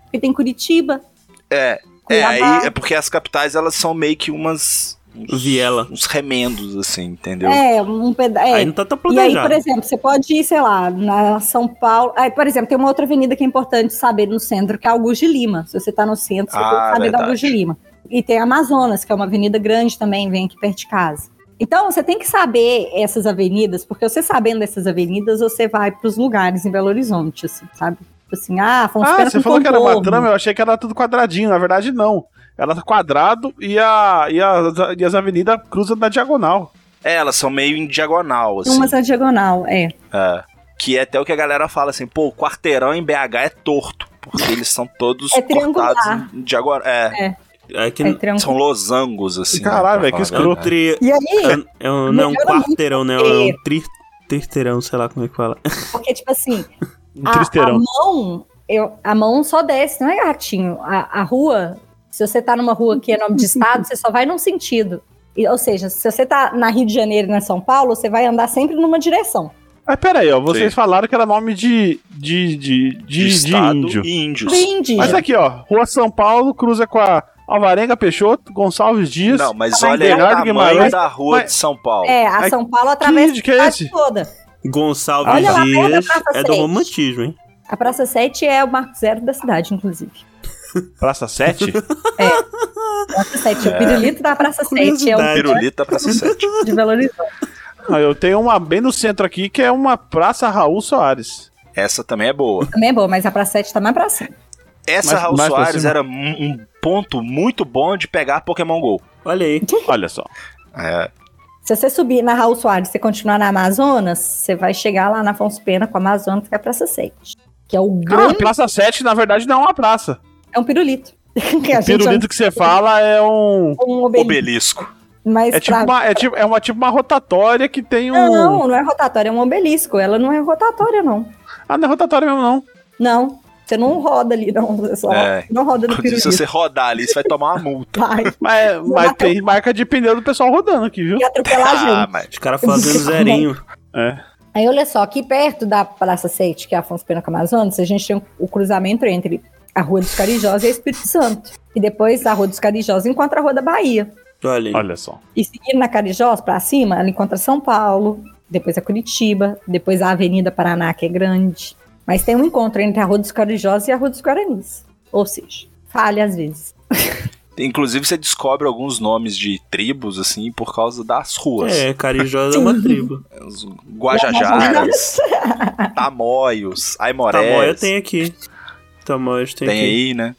B: Porque tem Curitiba.
C: É, é,
B: Cuiabá.
C: aí é porque as capitais elas são meio que umas uns,
A: Viela.
C: uns remendos assim, entendeu?
B: É, um peda é,
A: Aí não tá tão
B: E aí, por
A: planejado.
B: exemplo, você pode ir, sei lá, na São Paulo. Aí, por exemplo, tem uma outra avenida que é importante saber no centro, que é Augusto de Lima. Se você tá no centro, você
C: Ah,
B: tem que saber da
C: verdade.
B: Augusto de Lima. E tem a Amazonas, que é uma avenida grande também, vem aqui perto de casa. Então, você tem que saber essas avenidas, porque você sabendo dessas avenidas, você vai pros lugares em Belo Horizonte, assim, sabe? Tipo assim, ah, Afonso
D: Ah,
B: Pena
D: você
B: com
D: falou que era uma
B: contorno.
D: trama, eu achei que era tudo quadradinho. Na verdade, não. Ela tá quadrado e, a, e, as- e as avenidas cruzam na diagonal.
C: É, elas são meio em diagonal assim.
B: Umas na diagonal, é.
C: É. que é até o que a galera fala assim, pô, o quarteirão em BH é torto, porque eles são todos
B: É triangular.
C: cortados em diagonal. É,
A: Aqui
B: é
A: n-
B: triângulo.
C: são losangos assim.
D: Caralho,
C: né,
D: velho,
C: pra
D: que
C: falar a
A: é um
D: escroto.
C: verdade.
A: tri.
B: E aí,
A: É um, é um- não é um
B: Melhora muito
A: quarteirão, né? É um tri, terteirão, sei lá como é que fala.
B: porque, tipo assim,
D: Um
B: A- A,
D: tristeirão.
B: mão, eu- a mão só desce, não é gatinho. A, a rua, se você tá numa rua que é nome de estado,
D: (laughs)
B: você só vai num sentido. E, ou seja, se você tá na Rio de Janeiro e na São Paulo, você vai andar sempre numa direção.
D: Mas pera aí, ó. Vocês
C: Sim.
D: falaram que era nome de, de, de, de,
C: De,
D: de
C: estado
D: índio.
C: e índios.
B: Bem indígena.
D: Mas é aqui, ó. Rua São Paulo cruza com a Alvarenga Peixoto, Gonçalves Dias.
C: Não, mas
B: Mas
C: olha aí o
D: Bernardo
C: tamanho
D: Guimarães-
C: da rua
D: mas-
C: de São Paulo.
B: É, a
D: Ai,
B: São Paulo atravessa
D: índio que é
B: a
D: esse?
B: cidade toda.
A: Gonçalves
B: Olha lá, perto da
A: Dias
B: Praça
A: é do
B: Sete.
A: romantismo, hein?
B: A Praça 7 é o marco zero da cidade, inclusive.
D: Praça (laughs) 7?
B: Praça 7, o pirulito da Praça 7 é o
A: Curiosidade.
C: Pirulita pra sete.
B: de Belo Horizonte.
D: Não, Ah, eu tenho uma bem no centro aqui que é uma Praça Raul Soares.
C: Essa também é boa.
B: Também é bom, mas a Praça 7 tá mais pra cima.
C: Essa
D: Mais-
C: Raul
D: mais pra
C: Soares
D: cima.
C: era um um ponto muito bom de pegar Pokémon GO.
A: (laughs) Olha aí.
D: Olha só.
C: É,
B: Se você subir na Raul Soares e você continuar na Amazonas, você vai chegar lá na Afonso Pena com a Amazonas, que é a Praça 7. Que é o
D: Ah,
B: grande.
D: Praça 7, na verdade, não é uma praça.
B: É um pirulito. (laughs) que É, a
D: O
B: gente
D: pirulito que você fala é um.
B: chama de um obelisco.
C: obelisco.
B: Mas
D: É tipo
B: pra-
D: uma, é tipo, é uma, tipo uma rotatória que tem um.
B: Não, não é rotatória, é um obelisco. Ela não é rotatória, não.
D: Ah, não é rotatória mesmo, não.
B: Não. Você não roda ali, não. Você só
C: É.
B: não roda
D: (laughs)
B: no
C: Se
B: pirulito.
C: você rodar ali, você vai tomar uma multa.
B: Vai.
D: Mas, é, mas tem marca de pneu do pessoal rodando aqui, viu?
B: E atropelar a gente.
D: Tá.
C: Ah, mas
A: Os caras fazendo zerinho.
D: É.
B: Aí olha só, aqui perto da Praça 7, que é Afonso Pena com a Amazonas, a gente tem o cruzamento entre a Rua dos Carijosos e a Espírito Santo. E depois a Rua dos Carijosos encontra a Rua da Bahia.
A: Olha aí.
D: Olha só.
B: E seguindo na Carijós pra cima, ela encontra São Paulo, depois a Curitiba, depois a Avenida Paraná, que é grande. Mas tem um encontro entre a Rua dos Carijosos e a Rua dos Guaranis. Ou seja, falha às vezes.
C: Inclusive, você descobre alguns nomes de tribos, assim, por causa das ruas.
A: É, Carijosa é uma tribo.
C: Os Guajajaras, Tamoios, Aimorés.
A: Tamoia tem aqui. Tamoia tem,
C: tem
A: aqui.
C: aí, né?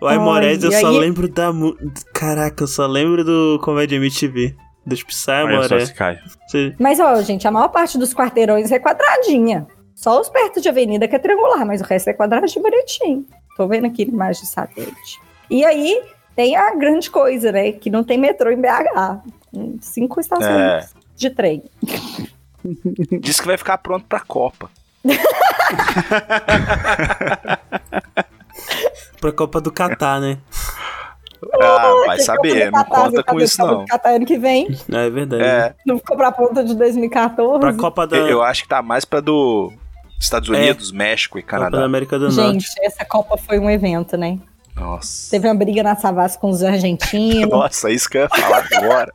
A: O Aimorés
B: Ai,
A: eu
B: e
A: só
B: aí-
A: lembro da. mu- Caraca, eu só lembro do Comédia MTV. Dos Psy
D: Olha só
A: Aimorés.
D: esse Caio.
A: Você-
B: Mas, ó, gente, a maior parte dos quarteirões é quadradinha. Só os perto de avenida que é triangular, mas o resto é quadradinho bonitinho. Tô vendo aqui na imagem de satélite. E aí tem a grande coisa, né? Que não tem metrô em BH. Hum, Cinco estações
C: É.
B: de trem.
C: Diz que vai ficar pronto pra Copa.
A: Pra Copa do Catar, né?
C: Ah,
B: Tem Copa
C: vai
B: do
C: saber, não
B: Catar,
C: conta
B: vai
C: com
B: fazer
C: isso,
B: Copa do
C: não.
B: Catar ano que vem.
A: É verdade.
C: É,
B: Não ficou pra ponta de 2014.
A: Pra Copa da,
C: eu eu acho que tá mais pra do Estados
A: É.
C: Unidos, México e
A: Copa da
C: Canadá.
A: América do Norte.
B: Gente, essa Copa foi um evento, né?
C: Nossa.
B: Teve uma briga na Savassi com
A: (laughs)
B: os argentinos.
C: Nossa, isso que eu ia falar agora.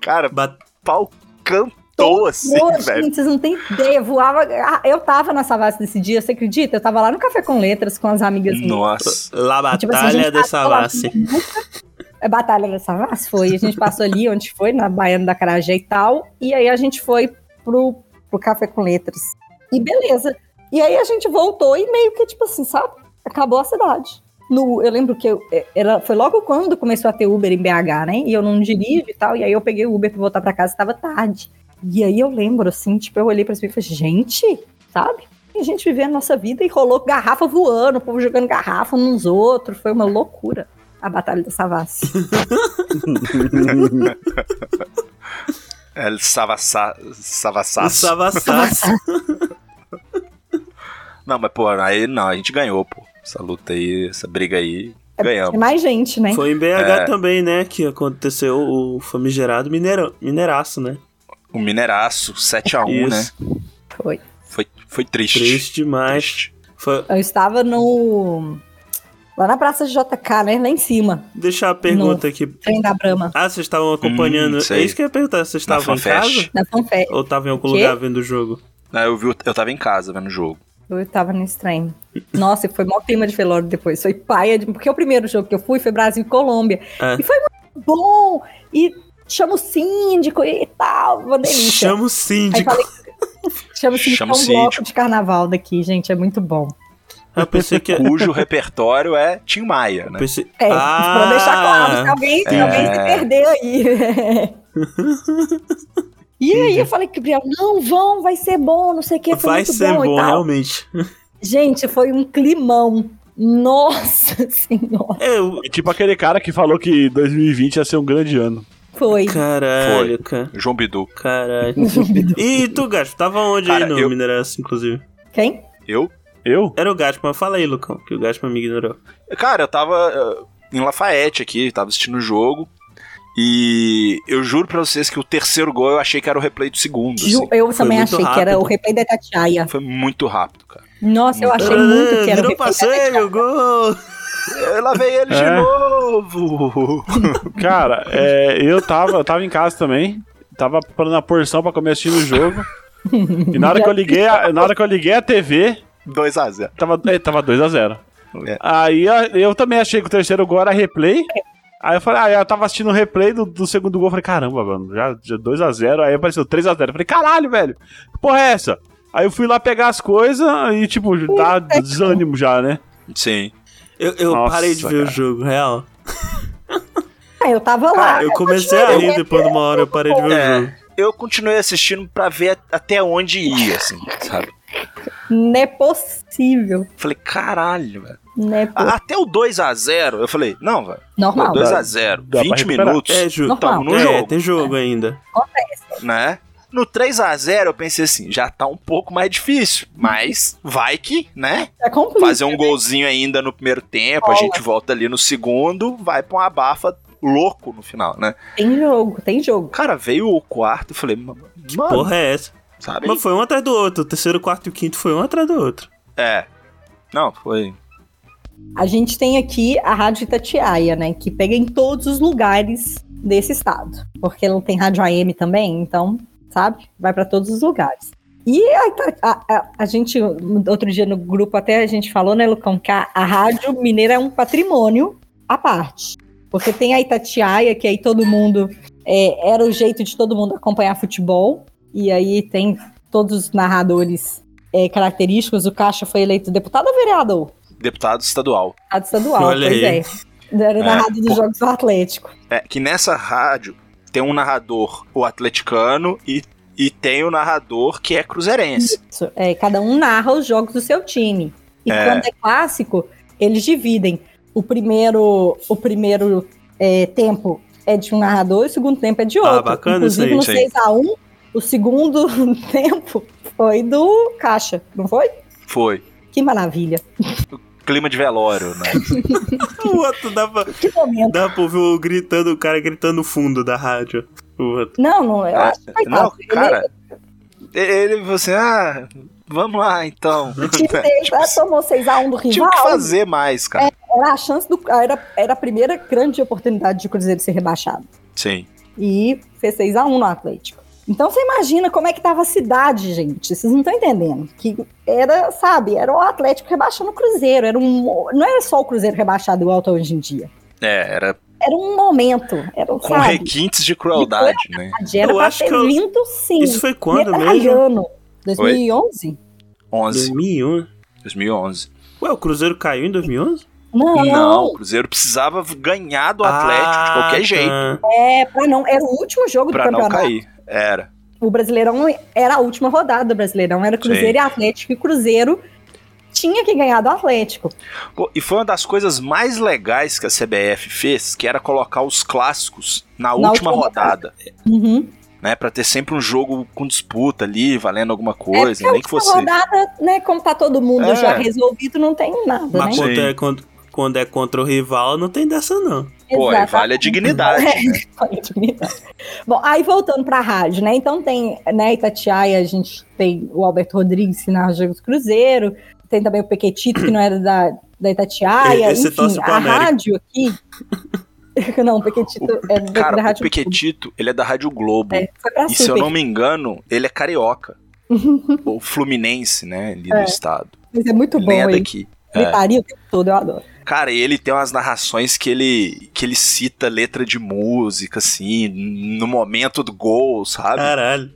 C: Cara,
A: Ba-
C: pau cantou assim,
B: Pô,
C: velho.
B: gente, vocês não têm ideia. Voava. Ah, Eu tava na Savassi desse dia, você acredita? Eu tava lá no Café com Letras com as amigas minhas.
C: Nossa.
A: La
B: Tipo assim, a gente
A: Batalha de
B: passou lá-
A: Savassi.
B: É Batalha da Savassi foi. A gente passou ali onde foi, na Baiana da Carajé e tal. E aí a gente foi pro, pro Café com Letras. E beleza. E aí a gente voltou e meio que, tipo assim, sabe? Acabou a cidade. No, eu lembro que eu, eh, era, foi logo quando começou a ter Uber em BH, né? E eu não dirijo e tal. E aí eu peguei o Uber pra voltar pra casa, estava tarde. E aí eu lembro, assim, tipo, eu olhei pra cima e falei, gente, sabe? E a gente vivendo a nossa vida e rolou garrafa voando, o povo jogando garrafa uns nos outros. Foi uma loucura a Batalha da Savassi.
C: É, Savassá.
A: O
C: Savassaço.
A: Savassás.
B: né?
C: Não, mas pô, aí não, a gente ganhou, pô. Essa luta aí, essa briga aí, ganhamos.
B: É mais gente, né?
A: Tá Foi em BH
C: É.
A: também, né? Que aconteceu o famigerado mineirão, Mineiraço, né?
C: O Mineiraço, 7x1,
A: Isso.
C: né?
B: Foi.
C: Foi, foi triste.
A: Triste demais.
C: Triste.
A: Foi-
B: Eu estava no. Lá na Praça de JK, né? Lá em cima.
A: Deixar a pergunta aqui.
B: Trem da Brama.
A: Ah, vocês estavam acompanhando.
C: Hum, sei.
A: é isso que eu ia perguntar. Vocês
C: Na
A: estavam em
C: FanFest.
A: casa?
B: Na Fanfé.
A: Ou estavam em algum
B: Quê?
A: lugar vendo o jogo?
C: Não, eu, vi, o- eu tava em casa vendo o jogo.
B: Eu tava nesse trem. Nossa, e foi mó clima de velório depois. Foi paia. De... Porque é o primeiro jogo que eu fui foi Brasil e Colômbia.
A: É.
B: E foi muito bom. E chama o síndico e tal. Uma delícia.
A: Chama o
B: Aí
A: síndico.
B: falei. (laughs) Chama o síndico. Chama
C: Chama o
B: um bloco
C: síndico.
B: de carnaval daqui, gente. É muito bom.
A: Eu pensei
C: (laughs)
A: que. é-
C: Cujo repertório é Tim Maia, né?
A: Pensei... Ah,
B: É, pra deixar claro, um se alguém, se
C: é.
B: alguém se perder aí. né?
A: (laughs)
B: e aí eu falei que Gabriel, não, vão, vai ser bom, não sei o que, foi
A: Vai
B: muito
A: ser
B: bom,
A: bom,
B: e tal.
A: realmente.
B: Gente, foi um climão. Nossa (laughs) senhora,
A: Eu...
D: É tipo aquele cara que falou que 2020 ia ser um grande ano.
B: foi.
A: Caralho, cara.
C: João Bidu.
A: Caralho. e tu, Gato, tava onde
C: Cara,
A: aí no
C: eu-
A: Mineiraço, inclusive?
B: Quem?
C: Eu?
D: Eu?
A: Era o Gato, mas fala aí, Lucão, que o Gato me ignorou.
C: Cara, eu tava eh, em Lafayette aqui, tava assistindo o jogo. E eu juro pra vocês que o terceiro gol eu achei que era o replay do segundo.
B: Ju-
C: assim.
B: eu também
A: muito
B: achei que era
A: rápido.
B: o replay da Tatiaia.
C: Foi muito rápido, cara.
B: Nossa, eu achei
A: Ah,
B: muito que era
A: Virou
B: o replay da
A: passeio, gol!
C: Eu lavei ele de
D: É.
C: novo. (laughs)
D: Cara, é, eu, tava, eu tava em casa também. Tava preparando a porção pra comer assistindo o jogo. E na hora que eu liguei a, na hora que eu liguei a TV,
C: 2x0.
D: tava, é, tava 2x0.
C: É.
D: Aí a- eu também achei que o terceiro gol era replay. Aí eu falei, ah, eu tava assistindo o replay do, do segundo gol. Eu falei, caramba, mano, já, já 2x0. Aí apareceu 3x0. Eu falei, caralho, velho, que porra é essa? Aí eu fui lá pegar as coisas e, tipo, dá desânimo já, né?
C: Sim.
A: Eu, eu
D: Nossa,
A: parei de ver o
D: cara.
A: jogo, real.
B: Ah, eu tava lá.
A: Cara, eu comecei a rir depois de uma hora, eu parei de ver o jogo.
C: É, eu continuei assistindo pra ver a- até onde ia, assim, sabe?
B: Não é possível.
C: Falei, caralho, velho.
B: Não
A: Ah,
B: é po-
C: A- Até o 2x0, eu falei, não, velho.
B: Normal.
D: dois-
C: 2x0,
D: dá pra
C: 20
D: recuperar.
C: minutos,
A: É, ju...
B: Normal.
C: tamo no
A: é,
C: jogo,
A: tem jogo ainda.
C: né? No 3x0 eu pensei assim, já tá um pouco mais difícil, mas vai que, né?
B: É complicado.
C: Fazer um golzinho ainda no primeiro tempo, a gente volta ali no segundo, vai pra uma abafa louco no final, né?
B: Tem jogo, tem jogo.
C: Cara, veio o quarto, eu falei, mano,
A: Porra, é essa.
C: sabe?
A: Mas foi um atrás do outro. O terceiro, quarto e o quinto foi um atrás do outro.
C: É. Não, foi.
B: A gente tem aqui a Rádio Itatiaia, né? Que pega em todos os lugares desse estado. Porque ela tem rádio AM também, então, sabe? Vai pra todos os lugares. E a, Ita- a- a- a gente, outro dia no grupo, até a gente falou, né, Lucão, que a, a Rádio Mineira é um patrimônio à parte. Porque tem a Itatiaia, que aí todo mundo. é, era o jeito de todo mundo acompanhar futebol. E aí tem todos os narradores é, característicos. O Caixa foi eleito deputado ou vereador?
C: Deputado estadual.
B: Rádio estadual,
A: Olha aí.
B: pois é. Era na
C: É,
B: rádio dos
C: pô.
B: Jogos do Atlético.
C: É, que nessa rádio tem um narrador, o atleticano, e, e tem o narrador que é cruzeirense.
B: Isso, é, cada um narra os jogos do seu time. E
C: É.
B: quando é clássico, eles dividem. O primeiro, o primeiro é, tempo é de um narrador e o segundo tempo é de
A: Ah,
B: outro.
A: bacana isso
B: Inclusive,
A: aí,
C: isso aí.
B: no 6x1, o segundo (laughs) tempo foi do Caixa, não foi?
C: Foi.
B: Que maravilha.
C: Clima de velório,
B: (laughs)
C: né?
A: (laughs) O outro dá pra,
B: Que momento.
A: dá pra ouvir o gritando, o cara gritando no fundo da rádio. O outro.
B: Não, não, eu acho que
C: É,
B: foi
C: não,
B: fácil. Ele-
C: cara. (laughs) e- Ele falou assim: ah, vamos lá então.
B: o
C: (laughs)
B: time dele já é, tomou 6x1 do
C: Tinha
B: rival.
C: o que fazer mais, cara.
B: Era a chance do. Era, era a primeira grande oportunidade de o Cruzeiro ser rebaixado.
C: Sim.
B: E fez 6x1 no Atlético. Então você imagina como é que tava a cidade, gente. Vocês não estão entendendo. Que era, sabe, era o Atlético rebaixando o Cruzeiro. Era um, não era só o Cruzeiro rebaixado igual tá hoje em dia.
C: É, era
B: Era um momento. Era,
C: com
B: sabe,
C: requintes de crueldade, né?
B: era
A: Eu
B: pra
A: acho
B: ter
A: que eu-
B: vindo sim.
A: Isso foi quando mesmo?
B: metralhando. 2011?
C: 11.
A: 2001?
C: 2011.
A: Ué, o Cruzeiro caiu em 2011?
B: Não,
C: Não, o Cruzeiro precisava ganhar do Atlético de
A: Ah,
C: qualquer jeito
A: tá.
B: É, pra não. Era o último jogo do
C: pra não
B: campeonato.
C: cair. Era.
B: O Brasileirão era a última rodada do Brasileirão. Era Cruzeiro
C: Sim.
B: e Atlético. E Cruzeiro tinha que ganhar do Atlético.
C: Pô, e foi uma das coisas mais legais que a CBF fez, que era colocar os clássicos na,
B: última
C: última rodada,
B: Uhum.
C: né, Pra ter sempre um jogo com disputa ali, valendo alguma
B: é
C: coisa,
B: porque a
C: nem que
B: última
C: fosse.
B: rodada, né? Como tá todo mundo
C: É.
B: já resolvido, não tem nada,
A: Mas
B: né?
A: quando
C: Sim.
A: é, quando, quando é contra o rival, não tem dessa, não.
C: Pô,
B: Exatamente. (laughs)
C: aí
B: É,
C: vale a dignidade. né?
B: Vale a dignidade. Bom, aí voltando pra rádio, né? Então tem, né, Itatiaia, a gente tem o Alberto Rodrigues que narra jogos do Cruzeiro, tem também o Pequetito, que não era da, da Itatiaia,
A: Esse
B: enfim,
A: torce pro
B: a
A: América.
B: rádio aqui... (laughs) Não, o Pequetito é da, da
C: Cara, o
B: Rádio
C: Piquetito, ele é da Rádio Globo.
B: É, foi pra
C: E se
B: super.
C: eu não me engano, ele é carioca.
B: (laughs)
C: Ou fluminense, né? Ali do estado.
B: Mas é muito
C: Ele
B: bom
C: nem é
B: ele.
C: daqui.
B: Gritaria o tempo todo, eu adoro.
C: Cara, e ele tem umas narrações que ele, que ele cita letra de música, assim, no momento do gol, sabe?
A: Caralho.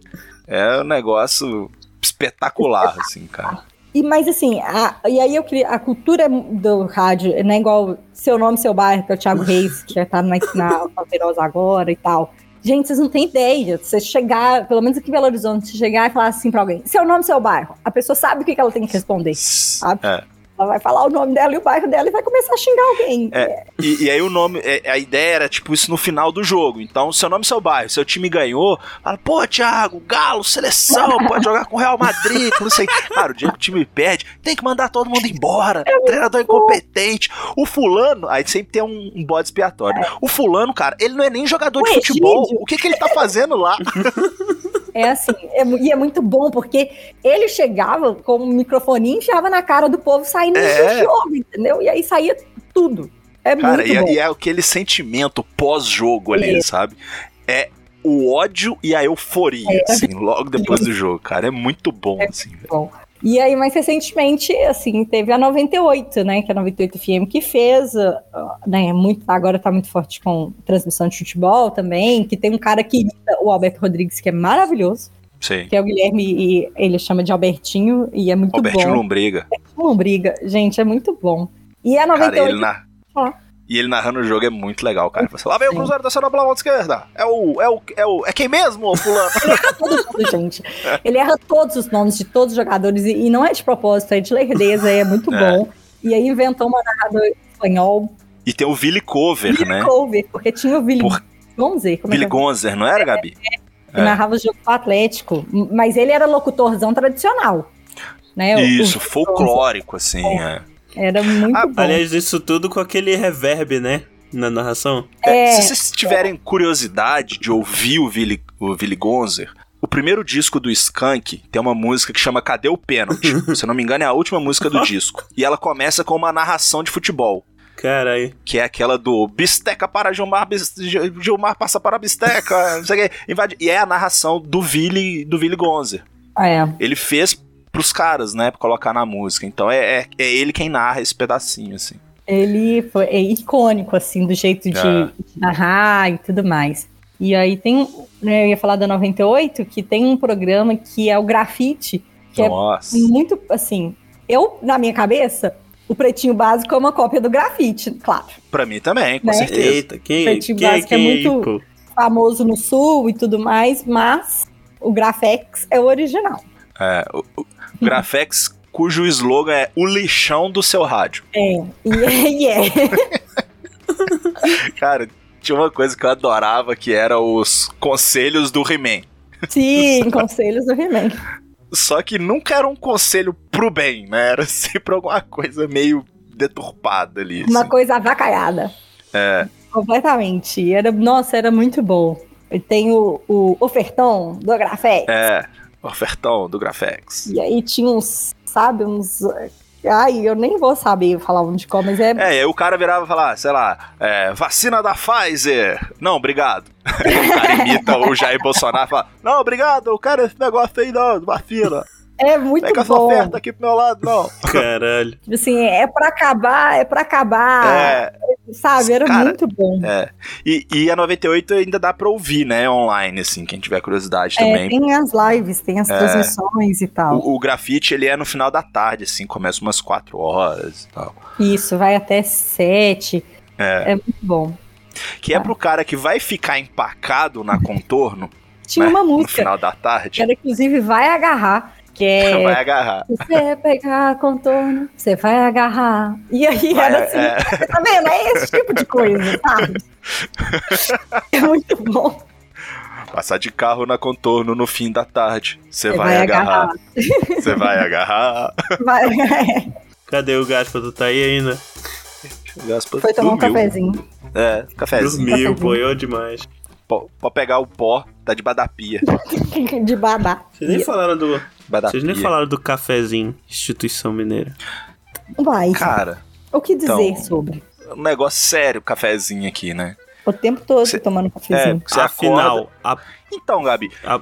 C: É um negócio espetacular, assim, cara.
B: E, mas assim, a- e aí eu queria. A cultura do rádio, né? Igual seu nome, seu bairro, que é o
C: (laughs)
B: Thiago Reis, que já tá na, na Palmeirosa agora e tal. Gente, vocês não têm ideia. Você chegar, pelo menos aqui em Belo Horizonte, você chegar e falar assim pra alguém: seu nome, seu bairro. A pessoa sabe o que que ela tem que responder. Sabe?
C: É.
B: Ela vai falar o nome dela e o bairro dela e vai começar a xingar alguém.
C: É. E, e aí o nome, é- a ideia era tipo isso no final do jogo. Então, seu nome, seu bairro, seu time ganhou, fala, pô, Thiago, Galo, seleção, pode jogar com o Real Madrid, com não sei. Cara, o dia que o time perde, tem que mandar todo mundo embora. treinador incompetente. O fulano, aí sempre tem um, um bode expiatório. O fulano, cara, ele não é nem jogador de
B: O
C: futebol.
B: Egídio.
C: O que, que ele tá fazendo lá?
B: É assim, é mu- e é muito bom, porque ele chegava com um microfone e enfiava na cara do povo saindo
C: É.
B: do jogo, entendeu? E aí saía tudo. É
C: Cara,
B: muito
C: e,
B: bom.
C: e é aquele sentimento pós-jogo ali, sabe? É o ódio e a euforia,
B: É.
C: assim, logo depois do jogo, cara. É muito bom, assim, velho.
B: E aí, mais recentemente, assim, teve a 98, né? Que é a 98 FM que fez, ah, ah, né? Muito, agora tá muito forte com transmissão de futebol também, que tem um cara que imita o Alberto Rodrigues, que é maravilhoso,
C: Sim.
B: que é o Guilherme, e ele chama de Albertinho, e é muito
C: Albertinho
B: bom.
C: Lombriga.
B: Lombriga, gente, é muito bom. E a
C: Cara,
B: 98
C: ele na...
B: É, então, Ó.
C: E ele narrando o jogo é muito legal, cara. Você lá vem o Cruzeiro descendo a bola à mão esquerda. É o. É o. É o. É quem mesmo, ô fulano?
B: (laughs) todo mundo, gente. Ele erra todos os nomes de todos os jogadores e, e não é de propósito, é de lerdeza, é muito
C: (laughs) É.
B: bom. E aí inventou uma narradora em espanhol,
C: e tem o Vili Cover,
B: Billy
C: né?
B: Cover, porque tinha o Billy
C: Por- É.
B: Gonzer, como é que
C: Billy
B: é?
C: Gonzer, não era, Gabi?
B: que narrava o jogo do Atlético, m- mas ele era locutorzão tradicional. Né? O-
C: Isso,
B: o-
C: folclórico, assim. É.
B: Era muito
C: Ah,
B: bom.
A: Aliás, isso tudo com aquele reverb, né? Na narração.
B: É,
C: Se vocês tiverem curiosidade de ouvir o Vili, o Vili Gonzer, o primeiro disco do Skank tem uma música que chama Cadê o Pênalti?
B: (laughs)
C: Se eu não me engano, é a última música do disco. E ela começa com uma narração de futebol.
A: Caralho.
C: Que é aquela do Bisteca para Gilmar, bis- Gil- Gilmar passa
B: (laughs)
C: para Bisteca, não sei o quê, invade. E é a narração do Vili, do Vili Gonzer.
B: é.
C: Ele fez pros caras, né, pra colocar na música. Então é, é, é ele quem narra esse pedacinho, assim.
B: Ele foi é icônico, assim, do jeito de,
C: É.
B: de narrar e tudo mais. E aí tem, um- né, eu ia falar da 98, que tem um programa que é o grafite, Que é
C: Nossa.
B: muito assim. Eu, na minha cabeça, o pretinho básico é uma cópia do grafite, claro.
C: Pra mim também, com
B: Né?
C: certeza.
A: Eita, quem,
B: Pretinho
A: quem,
B: Básico é
A: quem aí,
B: muito-
A: pô? (laughs)
B: Famoso no sul e tudo mais, mas o Grafex é o original.
C: É, o, o Grafex, cujo slogan é o lixão do seu rádio. (laughs)
B: É. E (laughs) é, e é.
C: Cara, tinha uma coisa que eu adorava que era os conselhos do He-Man.
B: Sim, conselhos do He-Man.
C: Só que nunca era um conselho pro bem, né? Era (laughs) sempre alguma coisa meio deturpada ali.
B: Uma
C: assim.
B: coisa avacalhada.
C: É.
B: Completamente. Era, nossa, era muito bom. E tem o, o ofertão do Grafex.
C: É, ofertão do Grafex.
B: E aí tinha uns, sabe, uns. Ai, eu nem vou saber falar onde qual, mas é.
C: É, e aí o cara virava e falava, sei lá, é, vacina da Pfizer. Não, obrigado. (laughs) o cara imita o Jair Bolsonaro e fala, não, obrigado, eu quero esse negócio aí não, de vacina.
B: É muito
C: Pega essa
B: bom.
C: oferta aqui pro meu lado, não.
A: Caralho.
B: Tipo assim, é pra é acabar, é pra acabar,
C: É,
B: Sabe, era
C: Cara,
B: muito bom.
C: É. E, e a 98 ainda dá pra ouvir, né? Online, assim, quem tiver curiosidade
B: É, então.
C: também. É.
B: tem as lives, tem as transmissões e tal.
C: O, o grafite, ele é no final da tarde, assim, começa umas 4 horas e tal.
B: Isso, vai até sete. É, muito bom. Tá.
C: Que é pro cara que vai ficar empacado na contorno
B: (laughs) Tinha
C: né,
B: uma
C: no
B: música
C: final da
B: que
C: tarde,
B: era, inclusive, Vai Agarrar, que é...
C: (laughs) vai agarrar.
B: Se você pegar contorno, você vai agarrar. E aí
C: Vai,
B: era assim,
C: é.
B: você (laughs) tá vendo? É esse tipo de coisa, sabe?
C: (laughs)
B: É muito bom.
C: Passar de carro na contorno no fim da tarde. Você vai, agarrar. (laughs) Você vai agarrar.
B: Vai- é.
A: Cadê o Gaspa? Tu tá aí ainda?
C: Gaspa
B: Foi tomar um
C: dormiu.
B: cafezinho. (laughs)
C: É, cafezinho.
B: Tá
A: Dormiu, boiou demais.
C: Pô, Pode pegar o pó, tá debaixo da pia.
B: De babá.
A: Vocês nem falaram do.
C: Debaixo da
A: Vocês nem
C: pia.
A: falaram do cafezinho, instituição mineira.
B: Vai.
C: Cara,
B: O que dizer
C: então-
B: sobre?
C: um negócio sério, cafezinho aqui, né?
B: O tempo todo
C: Cê-
B: tomando
C: É,
B: cafezinho.
C: você acorda.
A: Afinal, a,
C: Então, Gabi,
A: a-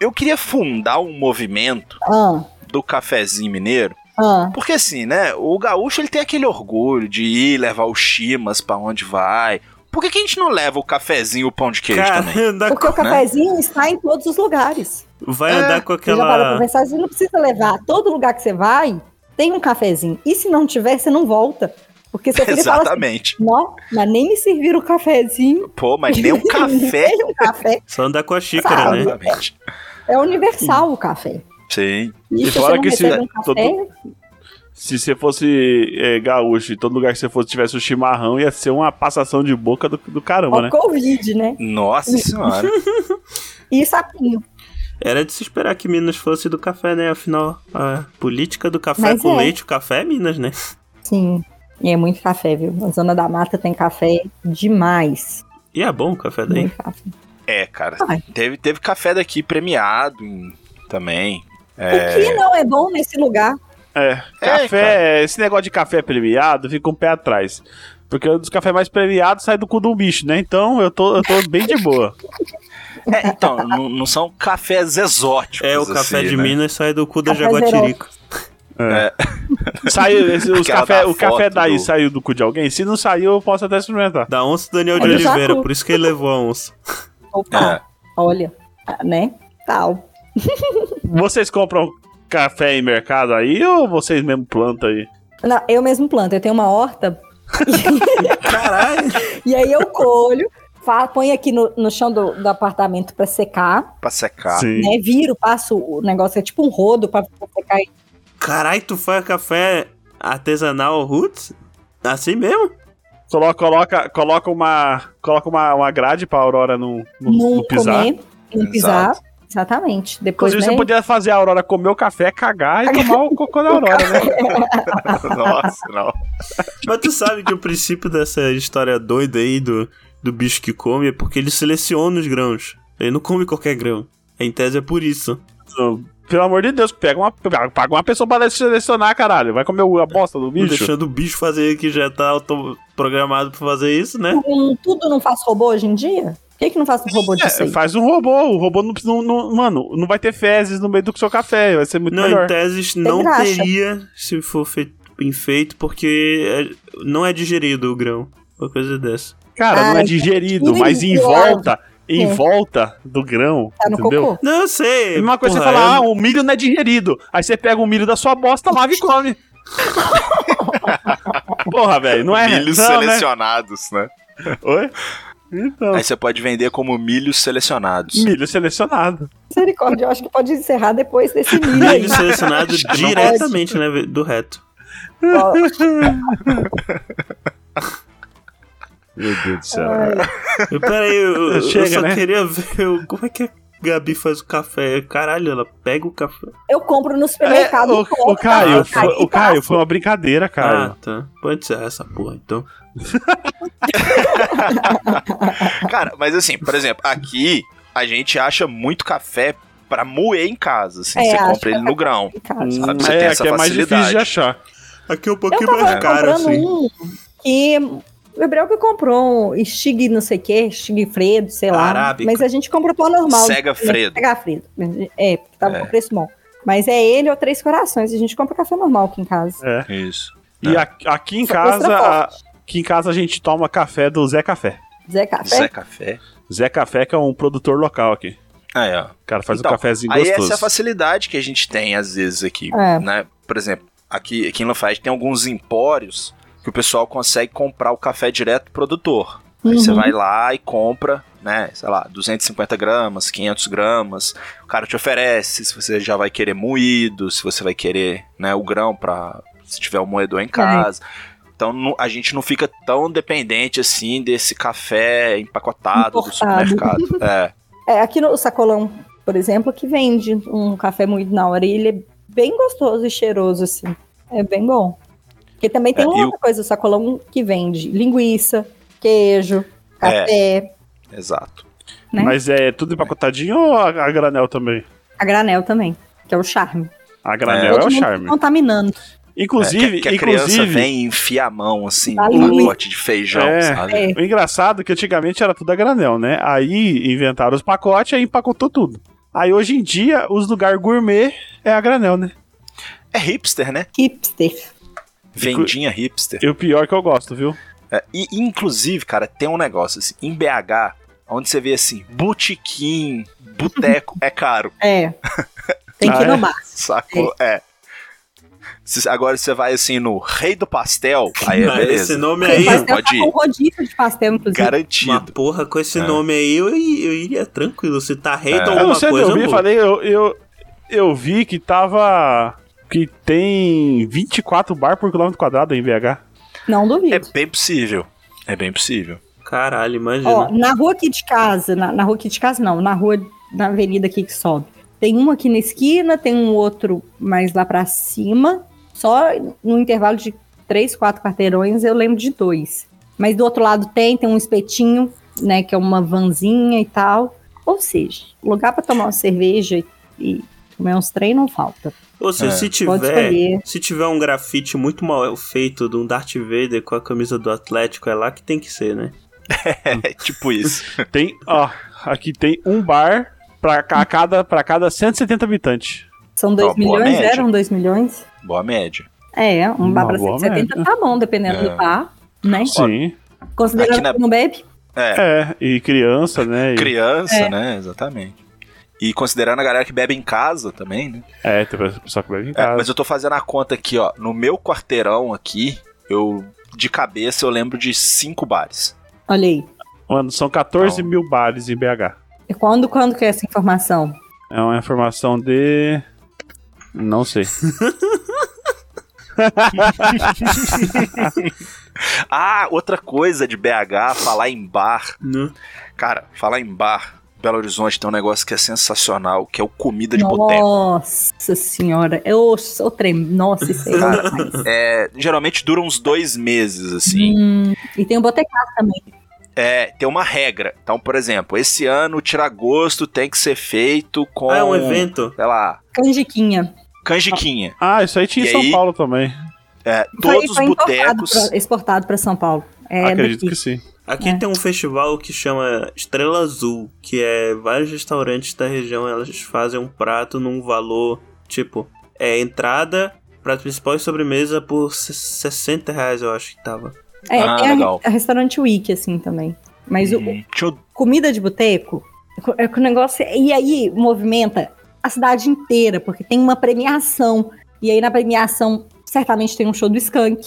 C: eu queria fundar um movimento
B: Ah,
C: do cafezinho mineiro,
B: ah,
C: porque assim, né, o gaúcho ele tem aquele orgulho de ir levar o chimas pra onde vai. Por que, que a gente não leva o cafezinho e o pão de queijo
A: (laughs)
C: também?
A: cara, andar
B: Porque
A: com-
B: o cafezinho está em todos os lugares.
A: vai
C: É,
A: andar com
B: Você já parou pra
A: aquela.
B: conversar, você não precisa levar. Todo lugar que você vai, tem um cafezinho. E se não tiver, você não volta. Porque seu filho fala assim,
C: Exatamente.
B: não, mas nem me serviram o cafezinho.
C: Pô, mas nem
B: (laughs)
C: um café.
B: Nem um café.
A: Só andar com a xícara,
B: Sabe?
A: né?
C: Exatamente.
B: É universal o café.
C: Sim.
B: E,
D: E
B: se
D: fora
B: você não
D: que se-
B: recebe um café,
D: Se você fosse é, gaúcho e todo lugar que você fosse tivesse o chimarrão, ia ser uma passação de boca do, do caramba,
B: ó,
D: né?
B: Covid, né?
C: Nossa senhora.
B: E sapinho.
A: Era de se esperar que Minas fosse do café, né? Afinal, a política do café
B: Mas
A: com
B: é.
A: leite, o café é Minas, né?
B: Sim. E é muito café, viu? A Zona da Mata tem café demais.
A: E é bom o café daí.
B: Muito café.
C: É, cara.
B: Ai.
C: Teve, teve café daqui premiado em- também.
B: O que não é bom nesse lugar?
D: É,
C: cara.
D: café, esse negócio de café premiado fica um pé atrás. Porque um dos cafés mais premiados sai do cu de um bicho, né? Então eu tô, eu tô bem de boa.
C: É, então, não, não são cafés exóticos.
A: É, o café
C: assim,
A: de
C: né?
A: Minas sai do cu da
B: Café
A: Jaguatirica.
D: Saiu, esse- os
C: Aquela
D: café,
C: da
D: o café
C: foto
D: daí
C: do-
D: saiu do cu de alguém? Se não saiu, eu posso até experimentar.
A: Da onça do Daniel
B: É
A: de
B: do
A: Oliveira,
B: Jacu.
A: por isso que ele levou a onça.
B: Opa,
C: É.
B: olha, né? Tal.
D: Vocês compram café em mercado aí ou vocês mesmo plantam aí?
B: Não, eu mesmo planto, eu tenho uma
D: (laughs)
B: horta.
A: Caralho!
B: E aí eu colho, fa- ponho aqui no, no chão do, do apartamento pra secar,
C: Pra secar.
D: Sim.
B: né? Viro, passo o negócio, é tipo um rodo pra secar.
A: Caralho, tu faz café artesanal roots? Assim mesmo?
D: Coloca, coloca, coloca uma, coloca uma, uma grade pra Aurora não, não,
B: Não,
D: não pisar.
B: comer, não pisar. Exatamente. Depois,
D: Inclusive,
B: né?
D: você podia fazer a Aurora comer o café, cagar e tomar o cocô da Aurora,
B: (laughs)
D: né?
C: (laughs) Nossa, não.
A: Mas tu sabe que o princípio dessa história doida aí do, do bicho que come é porque ele seleciona os grãos. Ele não come qualquer grão. Em tese é por isso.
D: Pelo amor de Deus, pega uma, paga uma pessoa pra selecionar, caralho. Vai comer o- a bosta do
A: Não
D: bicho?
A: Deixando o bicho fazer que já tá auto programado pra fazer isso, né?
B: Um- tudo não faz robô hoje em dia? Por que, que não faz um robô disso
D: É,
B: aí?
D: faz um robô. O robô não precisa. não- não- mano, não vai ter fezes no meio do seu café. Vai ser muito
A: Não,
C: então,
A: em
D: melhor.
A: tese não
B: graxa.
A: teria se for feito bem feito, porque é- não é digerido o grão. Uma coisa dessa.
D: Cara, não
B: Ai,
D: é digerido,
B: que
D: mas em
B: legal.
D: volta. Em
B: É.
D: volta do grão.
B: Tá no
D: entendeu?
B: cocô?
A: Não, eu sei.
D: E uma coisa
A: porra,
D: você fala, ah,
A: eu-
D: o milho não é digerido. Aí você pega o milho da sua bosta, lava e come. Porra, velho, não é
C: Milhos
D: não, né?
C: selecionados, né?
D: Oi? Então,
C: Aí você pode vender como milhos selecionados.
D: milho selecionado.
B: Misericórdia, eu acho que pode encerrar depois
D: (laughs)
B: desse
D: um
B: milho aí.
A: Milho selecionado diretamente, né, do reto.
B: Ó,
D: Meu Deus do céu.
A: Peraí, eu, eu
D: Chega,
A: só
D: né?
A: queria ver o- como é que a Gabi faz o café. Caralho, ela pega o café.
B: Eu compro no supermercado.
D: o,
B: compro,
D: o É, Caio,
A: Ah,
D: foi,
B: é tá.
D: o Caio, foi uma brincadeira,
A: Ah,
D: Caio.
A: tá. Pode ser essa porra, então.
C: Cara, mas assim, por exemplo, aqui a gente acha muito café pra moer em casa, assim.
B: É,
C: você
B: acho
C: compra ele no grão.
B: Cara,
D: Hum,
C: sabe, você tem
D: é,
C: essa
D: que é mais
C: facilidade.
D: difícil de achar.
A: Aqui é um
B: eu
A: pouquinho
B: tava
A: mais caro,
B: comprando
A: assim.
B: um que o Gabriel que comprou um Stig não sei o que, Stig Fredo, sei lá.
A: Arábica.
B: Mas a gente comprou pó normal.
D: né?
C: Cega Fredo.
B: Cega Fredo. É, porque tava
C: É.
B: com preço bom. Mas é ele ou Três Corações. A gente compra café normal aqui em casa.
C: Isso.
D: É. E a- aqui em
B: Só
D: casa,
B: extra
D: a-
B: forte.
D: Aqui em casa a gente toma café do Zé Café.
B: Zé Café?
C: Zé Café.
D: Zé Café, que é um produtor local aqui.
C: Aí, ó.
D: O cara faz
C: Então,
D: um cafezinho
C: Aí
D: gostoso.
C: essa é a facilidade que a gente tem, às vezes, aqui.
B: É.
C: Né? Por exemplo, aqui, aqui em Lafayette tem alguns empórios que o pessoal consegue comprar o café direto do produtor. Aí você
B: Uhum.
C: vai lá e compra, né? Sei lá, 250 gramas, 500 gramas. O cara te oferece se você já vai querer moído, se você vai querer né, o grão pra. Se tiver o moedor em
B: É.
C: casa. Então não- a gente não fica tão dependente assim desse café empacotado do
B: Importado.
C: supermercado.
B: (laughs)
C: É.
B: É, aqui no Sacolão, por exemplo, que vende um café moído na hora e ele é bem gostoso e cheiroso, assim. É bem bom. Porque também tem
C: É,
B: uma
C: e o-
B: outra coisa, o Sacolão que vende linguiça, queijo, café,
C: Exato.
B: né?
D: Mas é tudo empacotadinho ou a, a granel também?
B: a granel também, que é o charme.
D: A granel é,
B: Todo
D: o
B: mundo
D: charme.
B: Contaminando.
D: Inclusive,
C: É, que, a- que a criança
D: inclusive,
C: vem e enfia a mão, assim,
B: Tá
C: no
B: lindo.
C: pacote de feijão,
D: É.
C: sabe?
B: É.
D: o engraçado é que antigamente era tudo a granel, né? Aí inventaram os pacotes aí empacotou tudo. Aí hoje em dia, os lugares gourmet é a granel, né?
C: É hipster, né?
B: Hipster.
C: Vendinha hipster.
D: E o pior que eu gosto, viu?
C: É, e, inclusive, cara, tem um negócio assim, em BH, onde você vê assim, botequim, boteco, é caro,
B: É. Tem que
D: Ah, é?
B: inovar.
C: sacou? É. Se- agora você vai assim no Rei do Pastel, aí é
A: Mas Esse
C: beleza.
A: nome aí,
B: Tem pastel
C: pode
B: tá
C: ir.
B: com rodízio de pastel, inclusive.
A: uma
C: Garantido.
A: porra com esse
C: É.
A: nome aí, eu, eu iria tranquilo. Se tá rei ou
C: É.
D: Eu não
A: alguma
D: sei onde
A: coisa,
D: eu vi,
A: vou.
D: falei, eu, eu, eu vi que tava. que tem 24 bar por quilômetro quadrado em BH.
B: Não duvido.
C: É bem possível. É bem possível. (laughs)
A: Caralho, imagina.
B: Ó, na rua aqui de casa, na, na rua aqui de casa não, na rua, na avenida aqui que sobe. Tem um aqui na esquina, tem um outro mais lá pra cima. Só no intervalo de três, quatro quarteirões eu lembro de dois. Mas do outro lado tem, tem um espetinho, né, que é uma vanzinha e tal. Ou seja, lugar pra tomar uma cerveja e, e comer uns trem não falta.
A: Ou seja,
C: É.
A: se
B: Pode
A: tiver.
B: escolher.
A: Se tiver um grafite muito mal feito de um Darth Vader com a camisa do Atlético, é lá que tem que ser, né? (laughs)
C: É tipo isso.
D: Tem, ó, aqui tem um bar pra ca- cada, pra cada 170 habitantes.
B: São dois
C: Uma boa
B: milhões,
C: média.
B: eram dois milhões?
C: Boa média.
B: É, um bar
D: Uma
B: pra
D: boa
B: 170 tá bom, dependendo
C: É.
B: do bar, né?
D: Sim.
B: Considerando
C: Aqui na-
B: que não bebe.
C: É.
D: É, e criança, né? e-
C: Criança,
B: É.
C: né? Exatamente. E considerando a galera que bebe em casa também, né?
D: É, tem pessoal que bebe em
C: É,
D: casa.
C: mas eu tô fazendo a conta aqui, ó. No meu quarteirão aqui, eu de cabeça eu lembro de cinco bares.
B: Olha aí.
D: Mano, são 14
C: Então.
D: mil bares em BH.
B: E quando, quando que é essa informação?
D: É uma informação de. Não sei.
C: Ah, outra coisa de BH, falar em bar.
A: Né?
C: Cara, falar em bar. Belo Horizonte tem um negócio que é sensacional, que é o comida de boteco.
B: Nossa senhora. É o, o trem. Nossa, isso aí. é
C: Cara,
B: demais.
C: É, geralmente dura uns dois meses, assim.
B: Hum, e tem o botecário também.
C: É, tem uma regra. Então, por exemplo, esse ano o tiragosto tem que ser feito com.
A: Ah, é um evento?
C: Sei lá,
B: Canjiquinha.
C: canjiquinha.
D: Ah, isso aí tinha
C: E
D: em São
C: aí?
D: Paulo também.
C: É,
B: Foi-
C: todos
B: foi
C: os
B: importado
C: botecos.
B: pra- exportado para São Paulo. É
D: Acredito
B: daqui.
D: que sim.
A: Aqui
B: É.
A: tem um festival que chama Estrela Azul, que é vários restaurantes da região, elas fazem um prato num valor, tipo, é entrada, prato principal e sobremesa por se- 60 reais, eu acho que tava.
B: É,
C: Ah,
B: tem a-
C: legal.
B: A, restaurante Wiki, assim, também. Mas o,
C: Uhum. Tinha o
B: comida de boteco é que o negócio. E aí movimenta a cidade inteira, porque tem uma premiação. E aí na premiação certamente tem um show do
C: (laughs)
B: Skank.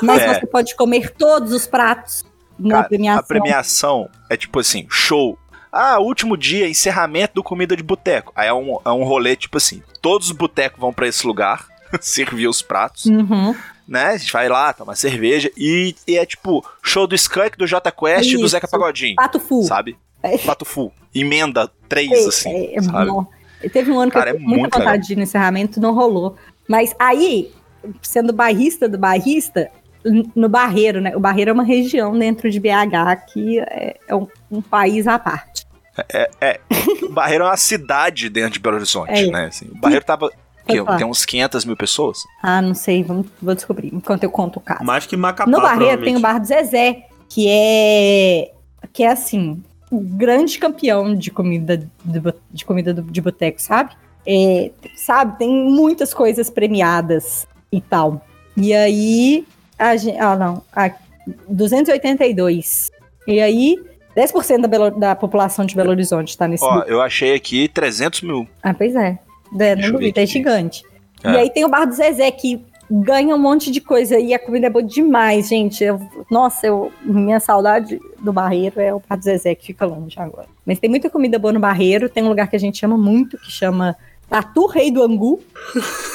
B: mas
C: É.
B: você pode comer todos os pratos na
C: Cara,
B: premiação.
C: A premiação é tipo assim, show. Ah, último dia, encerramento do comida de boteco. Aí é um, é um rolê, tipo assim, todos os botecos vão pra esse lugar, (laughs) servir os pratos,
B: Uhum.
C: né? A gente vai lá, toma cerveja e, e é tipo, show do Skunk, do J Quest e do
B: Isso.
C: Zeca Pagodinho,
B: Pato full.
C: sabe?
B: É.
C: Pato full. Emenda três, assim.
B: É, é
C: sabe?
B: bom. Teve um ano
C: Cara, é
B: que eu tive muita
C: muito
B: vontade
C: legal.
B: de ir no encerramento, não rolou. Mas aí, sendo barrista do barrista, n- no Barreiro, né? O Barreiro é uma região dentro de BH que é, é um, um país à parte.
C: O Barreiro é uma cidade dentro de Belo Horizonte,
B: É.
C: né? assim. o Barreiro tava.
B: Pode
C: que,
B: falar.
C: tem uns 500 mil pessoas?
B: Ah, não sei, vamos, vou descobrir enquanto eu conto o caso.
A: Mais que Macapá,
B: no Barreiro tem um o
A: provavelmente.
B: Bar do Zezé, que é. que é assim, o grande campeão de comida de, bo- de comida do- de boteco, sabe? É, sabe, tem muitas coisas premiadas e tal. E aí. A gente, ah, não. a- 282. E aí, 10% da, Belo- da população de Belo Horizonte está nesse
C: Ó,
B: grupo.
C: eu achei aqui 300 mil.
B: Ah, pois é. É,
C: Deixa eu
B: não
C: ver
B: duvido, é
C: aqui.
B: gigante.
C: É.
B: E aí tem o Bar do Zezé, que ganha um monte de coisa e a comida é boa demais, gente. Eu- nossa, eu, minha saudade do Barreiro é o Bar do Zezé, que fica longe agora. Mas tem muita comida boa no Barreiro. Tem um lugar que a gente chama muito, que chama Tatu Rei do Angu.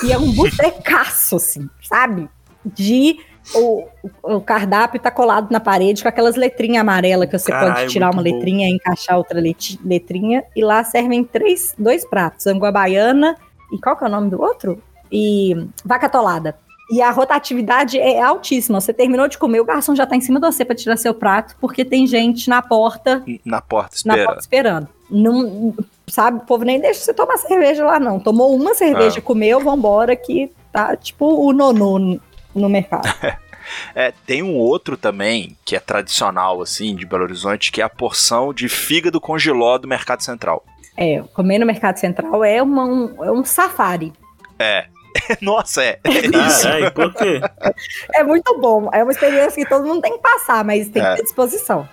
B: e é um botecaço, assim, sabe? De... O, o cardápio tá colado na parede com aquelas letrinhas amarelas que você
A: Caralho,
B: pode tirar
A: muito
B: uma
A: bom.
B: letrinha, encaixar outra leti- letrinha. E lá servem três, dois pratos: angua baiana e qual que é o nome do outro? E vaca atolada. E a rotatividade é altíssima. Você terminou de comer, o garçom já tá em cima de você pra tirar seu prato, porque tem gente na porta,
C: Na porta,
B: na
C: espera.
B: porta esperando. Não, sabe, o povo nem deixa você tomar cerveja lá, não. Tomou uma
C: Ah.
B: cerveja, comeu, vambora, que tá tipo o nonô no mercado.
C: (laughs) É, tem um outro também, que é tradicional, assim, de Belo Horizonte, que é a porção de fígado congeló do Mercado Central. (laughs)
B: É, comer no Mercado Central é, uma- um, é um safari.
C: Nossa, é. é isso.
A: Caralho, por quê?
B: É muito bom. É uma experiência que todo mundo tem que passar, mas tem
C: É.
B: que ter disposição.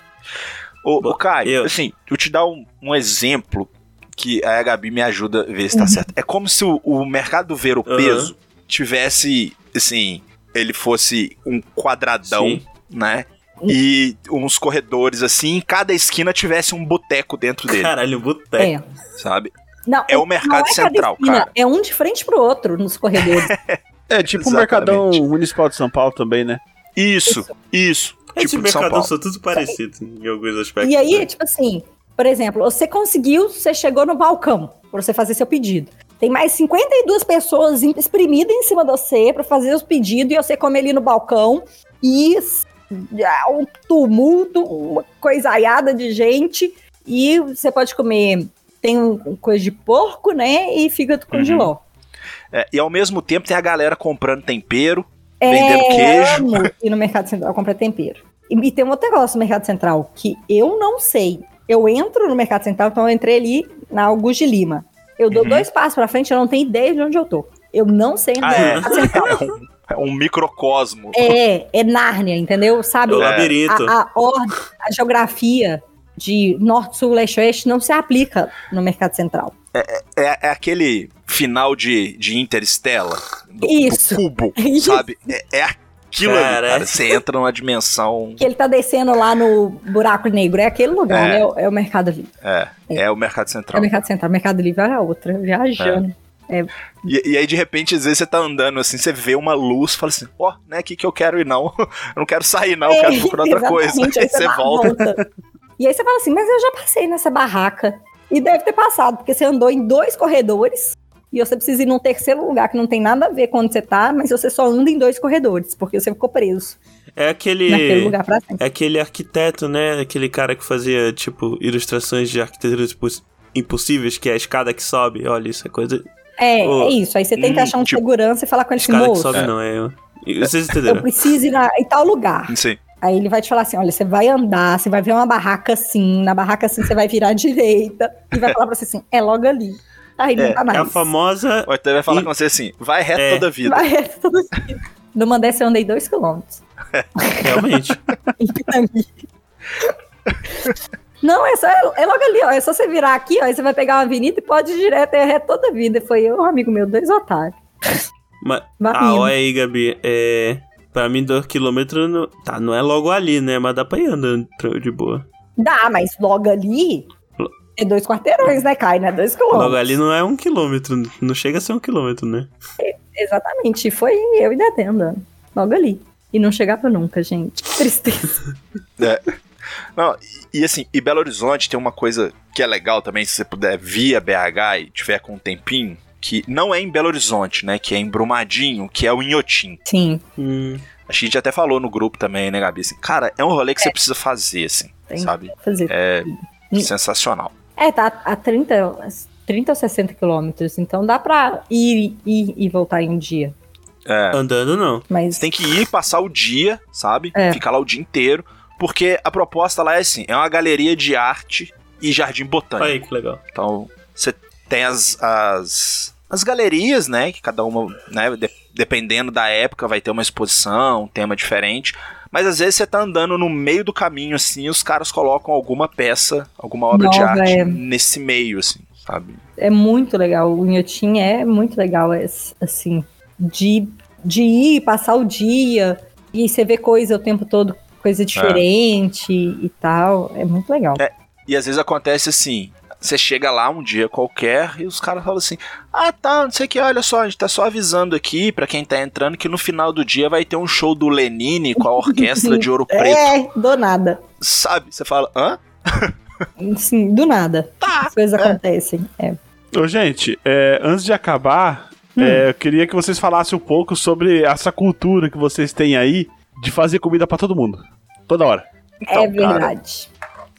C: Ô, ô, Caio,
A: eu-
C: assim, eu te dar um, um exemplo que aí a Gabi me ajuda a ver
A: Uhum.
C: se tá certo. É como se o, o mercado do ver o
A: Aham.
C: peso tivesse, assim, ele fosse um quadradão,
A: Sim.
C: né? E uns corredores assim, e cada esquina tivesse um boteco dentro dele,
A: Caralho, boteco.
B: É.
C: sabe?
B: Não,
C: É o
B: não
C: mercado
B: cada
C: central,
B: esquina,
C: cara.
B: É um de frente pro outro nos corredores.
D: É tipo o
C: Exatamente.
D: Mercadão Municipal de São Paulo também, né?
C: Isso, isso.
A: Esses
C: tipo de São
A: mercadão
C: Paulo.
A: são tudo parecidos em alguns aspectos.
B: e aí,
A: né?
B: tipo assim, por exemplo, você conseguiu, você chegou no balcão pra você fazer seu pedido. Tem mais 52 pessoas em- espremidas em cima de você pra fazer os pedidos e você come ali no balcão e s- é um tumulto, uma coisaiada de gente e você pode comer tem um, coisa de porco, né, e fígado com
C: Uhum.
B: giló.
C: É, e ao mesmo tempo tem a galera comprando tempero.
B: É,
C: Vendendo queijo.
B: Amo ir no Mercado Central comprar tempero. E, e tem um outro negócio no Mercado Central que eu não sei. Eu entro no Mercado Central, então eu entrei ali na Augusto de Lima. Eu dou
C: Uhum.
B: dois passos pra frente, eu não tenho ideia de onde eu tô. Eu não sei onde
A: Ah,
B: é o
A: é?
B: Mercado
C: (laughs)
B: Central.
C: É um, é um microcosmo.
B: É, é Nárnia, entendeu?
A: É
B: Sabe?
A: o
C: É.
A: labirinto.
B: A, a ordem, a geografia de norte, sul, leste, oeste não se aplica no Mercado Central. (laughs)
C: É, é aquele final de, de Interestela. Do,
B: Isso.
C: do cubo,
B: (laughs) Isso.
C: sabe? É, é aquilo ali,
A: Cara.
C: cara. Você entra numa
B: (laughs)
C: dimensão...
B: Que ele tá descendo lá no buraco negro. É aquele lugar,
C: É.
B: né? É o- É o Mercado Livre.
C: É, é o Mercado
B: É o
C: Central.
B: Mercado Central. Mercado Livre é a outra. Viajando.
C: E, e aí, de repente, às vezes você tá andando assim, você vê uma luz, fala assim, ó, não é aqui que eu quero ir, não. (laughs) Eu não quero sair, não.
B: (laughs)
C: Eu quero procurar outra coisa.
B: É, Exatamente,
C: Aí você
B: dá a
C: volta.
B: E aí você fala assim, mas eu já passei nessa barraca. E deve ter passado, porque você andou em dois corredores e você precisa ir num terceiro lugar que não tem nada a ver com onde você tá, mas você só anda em dois corredores, porque você ficou preso
A: É
B: naquele
A: aquele.
B: lugar pra sempre.
A: É aquele arquiteto, né? Aquele cara que fazia, tipo, ilustrações de arquiteturas poss- impossíveis, que é a escada que sobe. Olha, isso é coisa.
B: É,
A: Ô,
B: é isso. Aí você tem que
C: hum,
B: achar um
C: tipo,
B: segurança e falar com ele assim,
A: Escada que
B: moço,
A: sobe não, é. eu- Vocês
B: eu
A: entenderam?
B: preciso ir na- em tal lugar.
C: Sim.
B: Aí ele vai te falar assim: olha, você vai andar, você vai ver uma barraca assim, na barraca assim você vai virar à direita e vai falar pra você assim: é logo ali. Aí não tá mais.
A: É a famosa.
C: Ou então vai falar
A: E-
C: com você assim, vai reto
A: É.
C: toda a vida.
B: Vai, é tudo assim. No Mandessa eu andei dois quilômetros.
A: Realmente.
B: em Pitangui. Não, é só é logo ali, ó. É só você virar aqui, ó. Aí você vai pegar uma avenida e pode ir direto, é reto toda a vida. E Foi eu, um amigo meu, dois otários.
A: Mas.
B: Vai
A: Ah,
B: indo.
A: olha aí, Gabi. É. Pra mim, 2km. Não... Tá, não é logo ali, né? Mas dá pra ir andando tra- de boa.
B: Dá, mas logo ali é dois quarteirões, né, Kai? Né? Dois quilômetros.
A: Logo ali não é um quilômetro. Não chega a ser um quilômetro, né?
B: Exatamente, foi eu e Dedé andando. Logo ali. E não chegava nunca, gente. Que Tristeza.
C: Não, e, e assim, e Belo Horizonte tem uma coisa que é legal também, se você puder via BH e tiver com um tempinho, que não é em Belo Horizonte, né? Que é em Brumadinho, que é o Inhotim.
B: Sim,
A: Hum.
C: A gente até falou no grupo também, né, Gabi? Assim, cara, é um rolê que você precisa fazer, assim,
B: Tem.
C: sabe?
B: fazer.
C: É
B: Hum.
C: sensacional.
B: É, tá a 30, 30 ou 60 quilômetros. Então dá pra ir, ir e voltar em um dia.
C: É,
A: Andando não.
B: Mas
C: você tem que ir passar o dia, sabe?
B: É.
C: Ficar lá o dia inteiro, porque a proposta lá é assim, é uma galeria de arte e jardim botânico.
A: Olha aí que legal.
C: Então, você tem as, as, as galerias, né? Que cada uma, né, de- dependendo da época, vai ter uma exposição, um tema diferente. Mas às vezes você tá andando no meio do caminho, assim, e os caras colocam alguma peça, alguma obra de
B: Nova,
C: arte
B: é.
C: nesse meio, assim, sabe?
B: É muito legal. O Inhotim é muito legal, é, assim, de, de ir, passar o dia e você vê coisa o tempo todo, coisa diferente e tal. É muito legal.
C: É. E às vezes acontece assim. Você chega lá um dia qualquer e os caras falam assim: Ah, tá, não sei o que, olha só, a gente tá só avisando aqui pra quem tá entrando que no final do dia vai ter um show do Lenine com a orquestra de ouro preto.
B: (laughs) É, do nada.
C: Sabe? Você fala, hã?
B: Sim, do nada.
C: Tá.
B: As coisas acontecem. É.
D: Ô, gente, é, antes de acabar, é, eu queria que vocês falassem um pouco sobre essa cultura que vocês têm aí de fazer comida pra todo mundo. Toda hora.
C: Então,
B: é
C: cara,
B: verdade.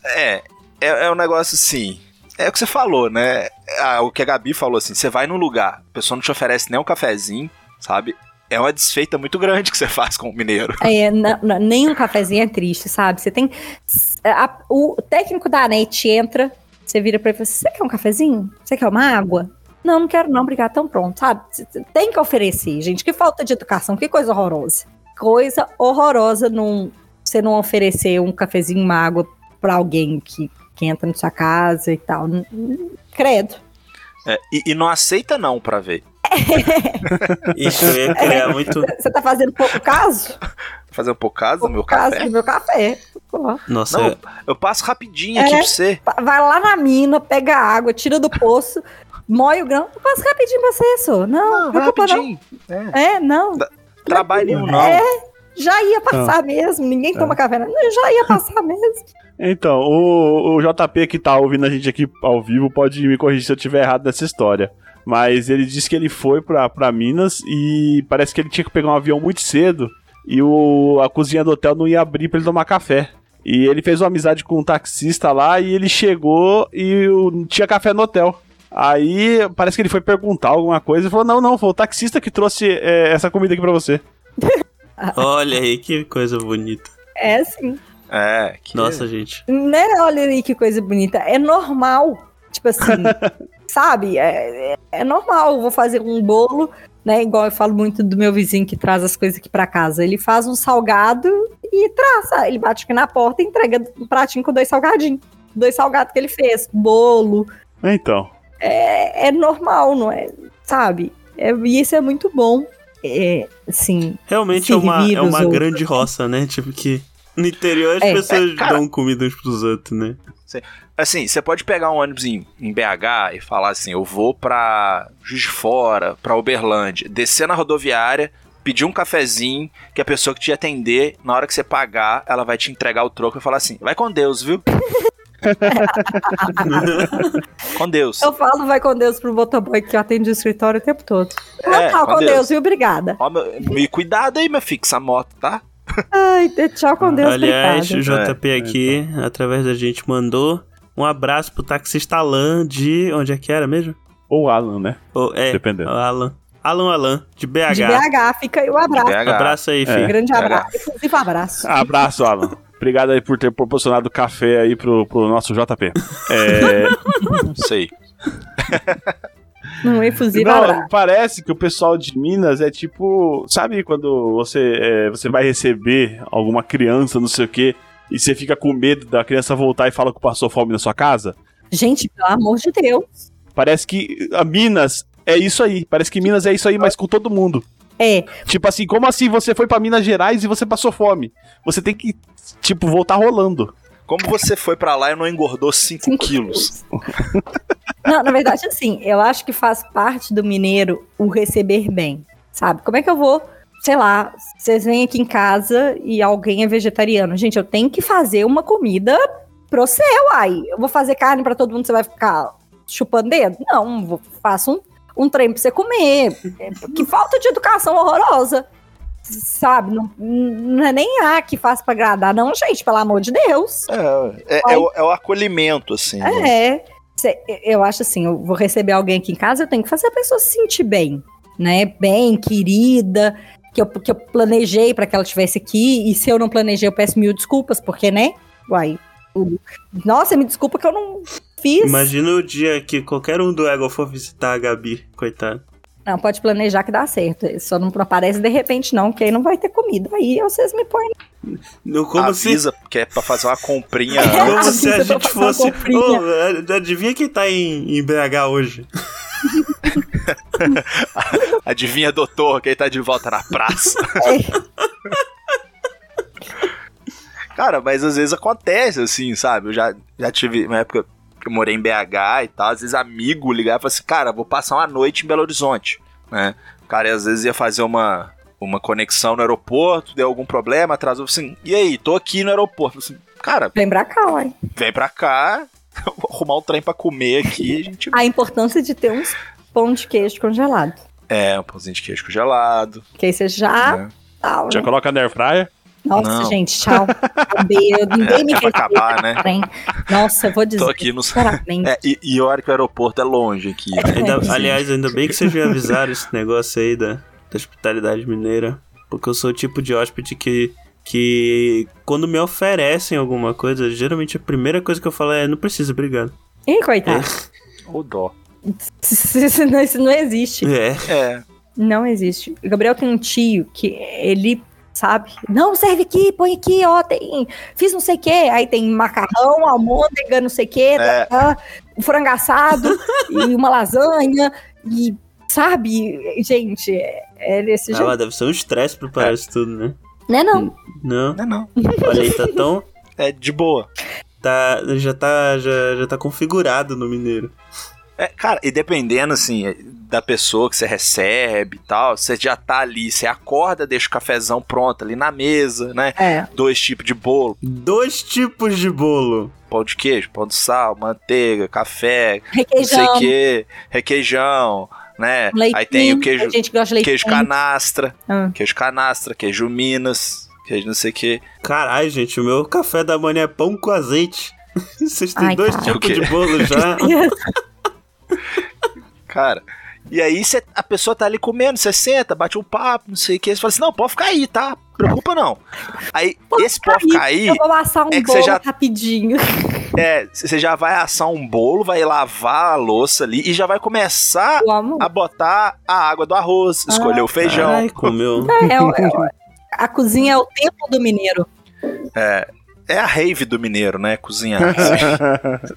C: É, é, é um negócio assim. É o que você falou, né? Ah, o que a Gabi falou assim: você vai num lugar, a pessoa não te oferece nem um cafezinho, sabe? É uma desfeita muito grande que você (laughs) faz com o mineiro.
B: É, na- na- nem um cafezinho é triste, sabe? Você tem. é, a- o técnico da NET entra, você vira pra ele e fala: assim, Você quer um cafezinho? Você quer uma água? Não, não quero, não, obrigado, tão pronto, sabe? Você- você Tem que oferecer, gente. Que falta de educação, que coisa horrorosa. Coisa horrorosa num, você não oferecer um cafezinho, uma água pra alguém que, que entra na sua casa e tal. N- n- Credo.
C: É, e, e não aceita, não, pra ver.
A: Isso ia criar muito.
B: Você tá fazendo pouco caso?
C: Fazer um pouco caso do
B: Pouco
C: meu
B: caso
C: café.
B: do meu café. Pô.
A: Nossa,
C: Não, eu passo rapidinho aqui
B: É.
C: pra você.
B: Pa- Vai lá na mina, pega a água, tira do poço, (laughs) moe o grão. Eu faço rapidinho pra você, senhor. Não, não
C: Vai
B: preocupa não.
C: rapidinho.
B: É, não.
C: Trabalho nenhum, não.
B: É, já ia passar mesmo. Ninguém toma café. Não, Eu já ia passar (laughs) mesmo.
D: Então, o, o JP que tá ouvindo a gente aqui ao vivo pode me corrigir se eu tiver errado nessa história. Mas ele disse que ele foi pra, pra Minas e parece que ele tinha que pegar um avião muito cedo e o, a cozinha do hotel não ia abrir pra ele tomar café. E ele fez uma amizade com um taxista lá e ele chegou e o- não tinha café no hotel. Aí parece que ele foi perguntar alguma coisa e falou: Não, não, foi o taxista que trouxe é, essa comida aqui pra você.
A: olha aí que coisa bonita.
B: É assim.
C: É, que...
A: Nossa, gente.
B: Né? Olha aí que coisa bonita. É normal. Tipo (laughs) assim, sabe? É, é- é normal. Eu vou fazer um bolo, né? Igual eu falo muito do meu vizinho que traz as coisas aqui pra casa. Ele faz um salgado e traça. Ele bate aqui na porta e entrega um pratinho com dois salgadinhos. Dois salgados que ele fez, bolo.
D: Então.
B: É, é normal, não é? Sabe? É, e isso é muito bom. É, assim,
A: Realmente é uma, é
B: Servidos
A: uma
B: ou-
A: grande roça, né? Tipo que. No interior as
B: É.
A: pessoas
C: É, cara-
A: dão comida uns pros outros, né?
C: Assim, você pode pegar um ônibus em, em BH e falar assim: eu vou pra Juiz de Fora, pra Uberlândia, descer na rodoviária, pedir um cafezinho, que a pessoa que te atender, na hora que você pagar, ela vai te entregar o troco e falar assim: vai com Deus, viu? com Deus.
B: eu falo vai com Deus pro motoboy que eu atendo o escritório o tempo todo.
C: É,
B: ah, tá,
C: com
B: com, Deus.
C: Deus,
B: viu? Obrigada.
C: Ó, meu- e cuidado aí, meu filho, com essa moto, tá?
B: Ai, tchau com Deus,
A: Aliás,
B: obrigada.
A: o JP aqui, através da gente, mandou um abraço pro taxista Alan de. Onde é que era mesmo?
D: Ou Alan, né?
A: Ou- é,
D: Dependendo.
A: Alan. Alan Alan, de BH.
B: De BH, fica aí o abraço.
C: BH.
A: Abraço aí, filho.
B: Grande
C: BH.
B: abraço. Inclusive,
D: (laughs)
B: abraço.
D: Abraço, Alan. Obrigado aí por ter proporcionado café aí pro, pro nosso JP. É,
C: Não sei.
B: Um efusivo abraço.
D: não, parece que o pessoal de Minas é tipo. Sabe quando você, é, você vai receber alguma criança, não sei o quê, e você fica com medo da criança voltar e fala que passou fome na sua casa?
B: Gente, pelo amor de Deus.
D: Parece que a Minas é isso aí. Parece que Minas é isso aí, mas com todo mundo.
B: É,
D: Tipo assim, como assim você foi pra Minas Gerais e você passou fome? Você tem que, tipo, voltar rolando.
C: Como você foi pra lá e não engordou 5
B: Cinco
C: quilos?
B: (laughs) Não, na verdade, assim, eu acho que faz parte do mineiro o receber bem, sabe? Como é que eu vou, sei lá, vocês vêm aqui em casa e alguém é vegetariano. Gente, eu tenho que fazer uma comida pro você, uai. Eu vou fazer carne pra todo mundo, você vai ficar chupando dedo? Não, vou- faço um, um trem pra você comer. É, Que falta de educação horrorosa. Sabe? Não, não é nem a que faz pra agradar, não, gente, pelo amor de Deus.
C: É, é, é o, é o acolhimento, assim. né?
B: É. Cê- eu acho assim, eu vou receber alguém aqui em casa, eu tenho que fazer a pessoa se sentir bem, né? Bem, querida, que eu, que eu planejei pra que ela estivesse aqui, e se eu não planejei, eu peço mil desculpas, porque, né? Uai. o- Nossa, me desculpa que eu não fiz.
A: Imagina o dia que qualquer um do Ego for visitar a Gabi, coitado.
B: Não, pode planejar que dá certo. Só não aparece de repente, não, que aí não vai ter comida. Aí vocês me põem.
A: Não, como se,
C: avisa, porque é pra fazer uma comprinha.
A: (laughs) como
B: (laughs) avisa
A: se a
B: pra
A: gente
B: passar
A: fosse.
B: comprinha.
A: Ô, adivinha quem tá em, em BH hoje?
C: Adivinha, doutor, que ele tá de volta na praça.
A: (laughs)
C: Cara, mas às vezes acontece, assim, sabe? Eu já, já tive uma época que eu morei em BH e tal, às vezes amigo ligava e falava assim, cara, vou passar uma noite em Belo Horizonte, né? O Cara, às vezes ia fazer uma, uma conexão no aeroporto, deu algum problema, atrasou, eu falei assim, e aí, tô aqui no aeroporto. Eu falei assim, cara,
B: Lembrar cá, uai.
C: vem pra cá, (laughs) eu vou arrumar um trem pra comer aqui, a gente...
B: A importância de ter uns pão de queijo congelado.
C: É, um pãozinho de queijo gelado.
B: Que aí você já.
C: É.
B: Tá, né?
D: Já coloca na air (laughs) fryer?
B: Nossa,
C: Não.
B: gente, tchau. Acabei. Eu- Ninguém me
C: (laughs) É pra
B: respeita, (laughs)
C: acabar, né?
B: hein? Nossa, eu vou dizer.
C: Tô aqui no... (laughs)
B: Sinceramente.
C: É, e, e hora que o aeroporto é longe aqui. né?
B: É,
A: Ainda-
C: Sim.
A: aliás, ainda bem que vocês me avisaram esse negócio aí da, da hospitalidade mineira. Porque eu sou o tipo de hóspede que, que quando me oferecem alguma coisa, geralmente a primeira coisa que eu falo é não precisa, obrigado.
B: Ih, coitado.
C: O dó.
B: Isso, isso não- isso não existe.
A: É.
C: É.
B: Não existe. O Gabriel tem um tio que ele sabe, não serve aqui, põe aqui, ó, tem, fiz não sei o quê, aí tem macarrão, almôndega, não sei o quê,
C: É.
B: tá, um frango
C: (laughs)
B: assado e uma lasanha e sabe, gente, é, é desse
A: Ah,
B: jeito.
A: lá, deve ser um estresse
B: É.
A: preparar isso tudo, né?
B: Né não?
A: Não.
C: Não é não.
A: Olha aí, tá tão.
C: É de boa.
A: Tá, já, tá, já, já tá configurado no mineiro.
C: É, cara, e dependendo, assim, da pessoa que você recebe e tal, você já tá ali, você acorda, deixa o cafezão pronto ali na mesa, né?
B: É.
C: Dois tipos de bolo,
A: Dois tipos de bolo.
C: pão de queijo, pão de sal, manteiga, café, não sei
B: Requeijão,
C: o quê, requeijão, né?
B: leitinho.
C: Aí tem o queijo,
B: a gente gosta de leitinho.
C: queijo canastra,
B: Ah.
C: queijo canastra, queijo minas, queijo não sei o quê.
A: Caralho, gente, o meu café da manhã é pão com azeite. (laughs) Vocês têm
B: Ai,
A: dois
B: cara.
A: tipos
C: É O quê?
A: de bolo já.
C: Cara. E aí cê- a pessoa tá ali comendo, você senta, bate um papo, não sei o que. Você fala assim, não, pode ficar aí, tá? Preocupa não. Aí,
B: Pode
C: esse pode ficar
B: ficar
C: aí,
B: Eu vou assar um
C: é que você
B: bolo
C: já-
B: rapidinho.
C: é, você já vai assar um bolo, vai lavar a louça ali e já vai começar
B: O amor.
C: a botar a água do arroz, escolher o (laughs) feijão.
A: Ai, comeu.
B: É,
C: (laughs)
B: é, é- a cozinha é o tempo do mineiro.
C: É a rave do mineiro, né? Cozinhar.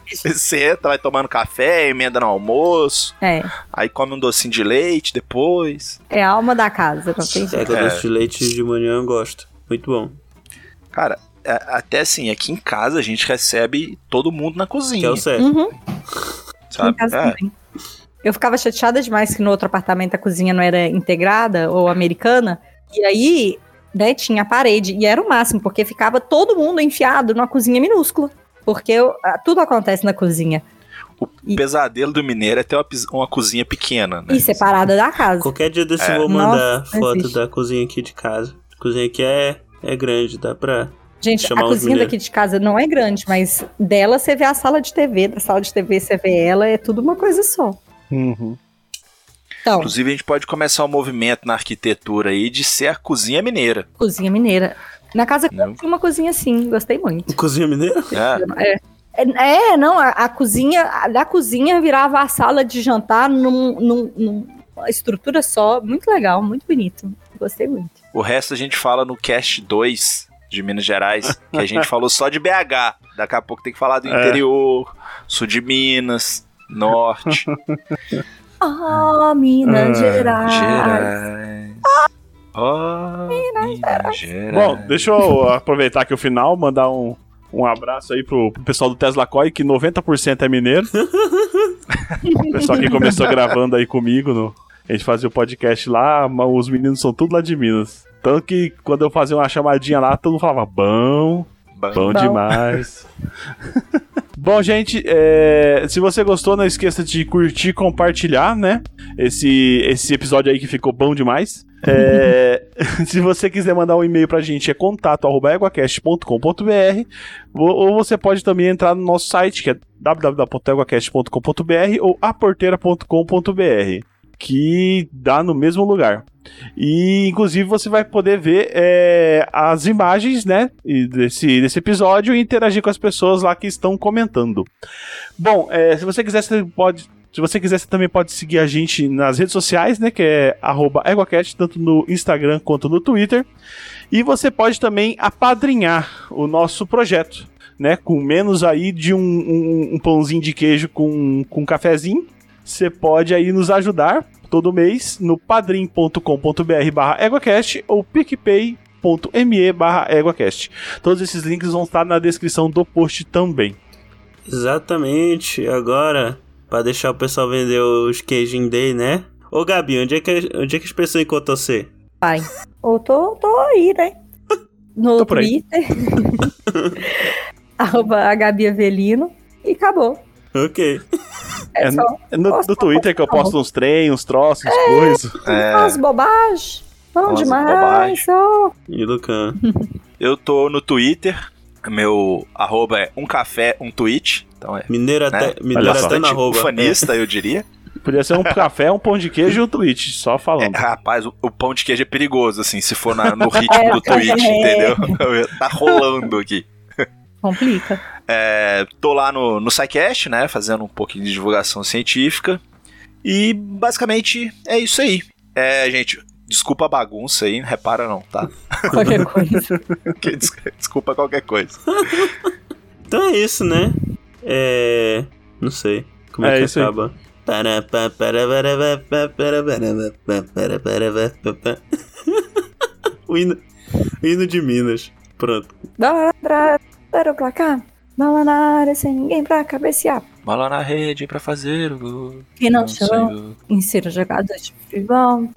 C: Você senta, vai tomando café, emenda no almoço,
B: É.
C: aí come um docinho de leite depois.
B: É a alma da casa, não tem
A: É,
B: jeito.
A: que
C: É.
A: eu doce de leite de manhã eu gosto. Muito bom.
C: Cara, é- até assim, aqui em casa a gente recebe todo mundo na cozinha.
A: Que é o certo.
B: Uhum, em
C: sabe?
B: casa
C: É.
B: também. Eu ficava chateada demais que no outro apartamento a cozinha não era integrada ou americana. E aí, né, tinha parede. E era o máximo, porque ficava todo mundo enfiado numa cozinha minúscula. Porque eu- ah, tudo acontece na cozinha.
C: O pesadelo do mineiro é ter uma, pis- uma cozinha pequena, né?
B: E separada da casa.
A: Qualquer dia desse
C: É.
A: eu vou
B: Nossa,
A: mandar
B: não
A: foto
B: existe.
A: da cozinha aqui de casa. A cozinha aqui é, é grande, dá pra.
B: Gente, a
A: chamar os
B: cozinha
A: mineiros.
B: daqui de casa não é grande, mas dela você vê a sala de TV, da sala de TV você vê ela, é tudo uma coisa só.
D: Uhum.
B: Então,
C: Inclusive, a gente pode começar um movimento na arquitetura aí de ser a cozinha mineira. né?
B: cozinha mineira. Na casa (laughs)
C: Não.
B: tinha uma cozinha assim, gostei muito.
A: Cozinha mineira?
C: né?
B: É, não, a, a cozinha, a, da cozinha virava a sala de jantar num, num- numa estrutura só, muito legal, muito bonito. Gostei muito.
C: O resto a gente fala no cast 2 de Minas Gerais, que a gente falou só de BH. Daqui a pouco tem que falar do
D: É.
C: interior, sul de Minas, norte,
B: Oh, Minas
D: Ah,
B: Gerais.
C: Gerais. Ó, Minas Gerais.
D: Bom, deixa eu aproveitar aqui o final, mandar um, um abraço aí pro, pro pessoal do Tesla Coil, que 90% é mineiro. o pessoal que começou gravando aí comigo, no- a gente fazia o podcast lá, mas os meninos são tudo lá de Minas. Tanto que quando eu fazia uma chamadinha lá, todo mundo falava, bom,
C: Bom,
D: bom
B: Bom.
D: demais. (laughs) Bom, gente, é, se você gostou, não esqueça de curtir e compartilhar, né? Esse, esse episódio aí que ficou bom demais. É, (laughs) se você quiser mandar um e-mail pra gente, é contato.eguacast.com.br ou, ou você pode também entrar no nosso site, que é www.eguacast.com.br ou aporteira.com.br, que dá no mesmo lugar. E, inclusive, você vai poder ver é, as imagens, né, e desse, desse episódio e interagir com as pessoas lá que estão comentando. Bom, é, se você quiser, você pode Se você quiser, você também pode seguir a gente nas redes sociais, né? Que é arroba EguaCast, tanto no Instagram quanto no Twitter. E você pode também apadrinhar o nosso projeto, né? Com menos aí de um, um- um pãozinho de queijo com, com um cafezinho. Você pode aí nos ajudar todo mês no padrim.com.br barra EguaCast ou picpay.me barra EguaCast. Todos esses links vão estar na descrição do post também.
A: Exatamente. Agora, pra deixar o pessoal vender os queijinhos dele, né? Ô Gabi, onde é que, onde é que as pessoas encontram você?
B: Pai. Eu tô, tô aí, né? No
D: Tô por aí.
B: Twitter. (laughs) Arroba a Gabi Avelino. E acabou.
A: Ok.
B: É,
D: É,
B: só
D: No,
B: Posso
D: do Twitter que eu
B: postar.
D: posto uns trem, uns troços, uns coisas.
C: É.
B: umas bobagens. Bom
C: Umas
B: demais. ó.
A: E Lucan?
C: Eu tô no Twitter, meu arroba é um café, um tweet. Então é
A: Mineiro até,
C: Né?
A: mineiro
D: Olha só.
A: até na É.
C: bastante
A: roupa.
C: ufanista, eu diria.
D: Podia ser um café, um pão de queijo e um tweet, só
C: É,
D: falando.
C: rapaz, o, o pão de queijo é perigoso, assim, se for
B: (laughs)
C: na- no ritmo
B: É,
C: do tweet,
B: é.
C: entendeu? (laughs) tá rolando aqui.
B: Complica.
C: É, tô lá no, no SciCast, né? Fazendo um pouquinho de divulgação científica. E basicamente é isso aí. É, gente, desculpa a bagunça aí, não repara não, tá? (laughs)
B: Qualquer coisa.
C: Que des- Desculpa qualquer coisa.
A: Então é isso, né? É. Não sei. Como é,
D: É
A: que
D: isso aí.
A: acaba? Pará, pá, pará, pará, pá, pará, pará, pá, pará, pará, pá, pá, pá. (laughs) o, hino, o hino de Minas. Pronto.
B: Dá lá pra- para o placar. Bala na área sem ninguém pra cabecear.
C: Bola na rede pra fazer o gol.
B: Quem não
C: sei
B: chama,
C: o-
B: tipo, insira jogador de futebol.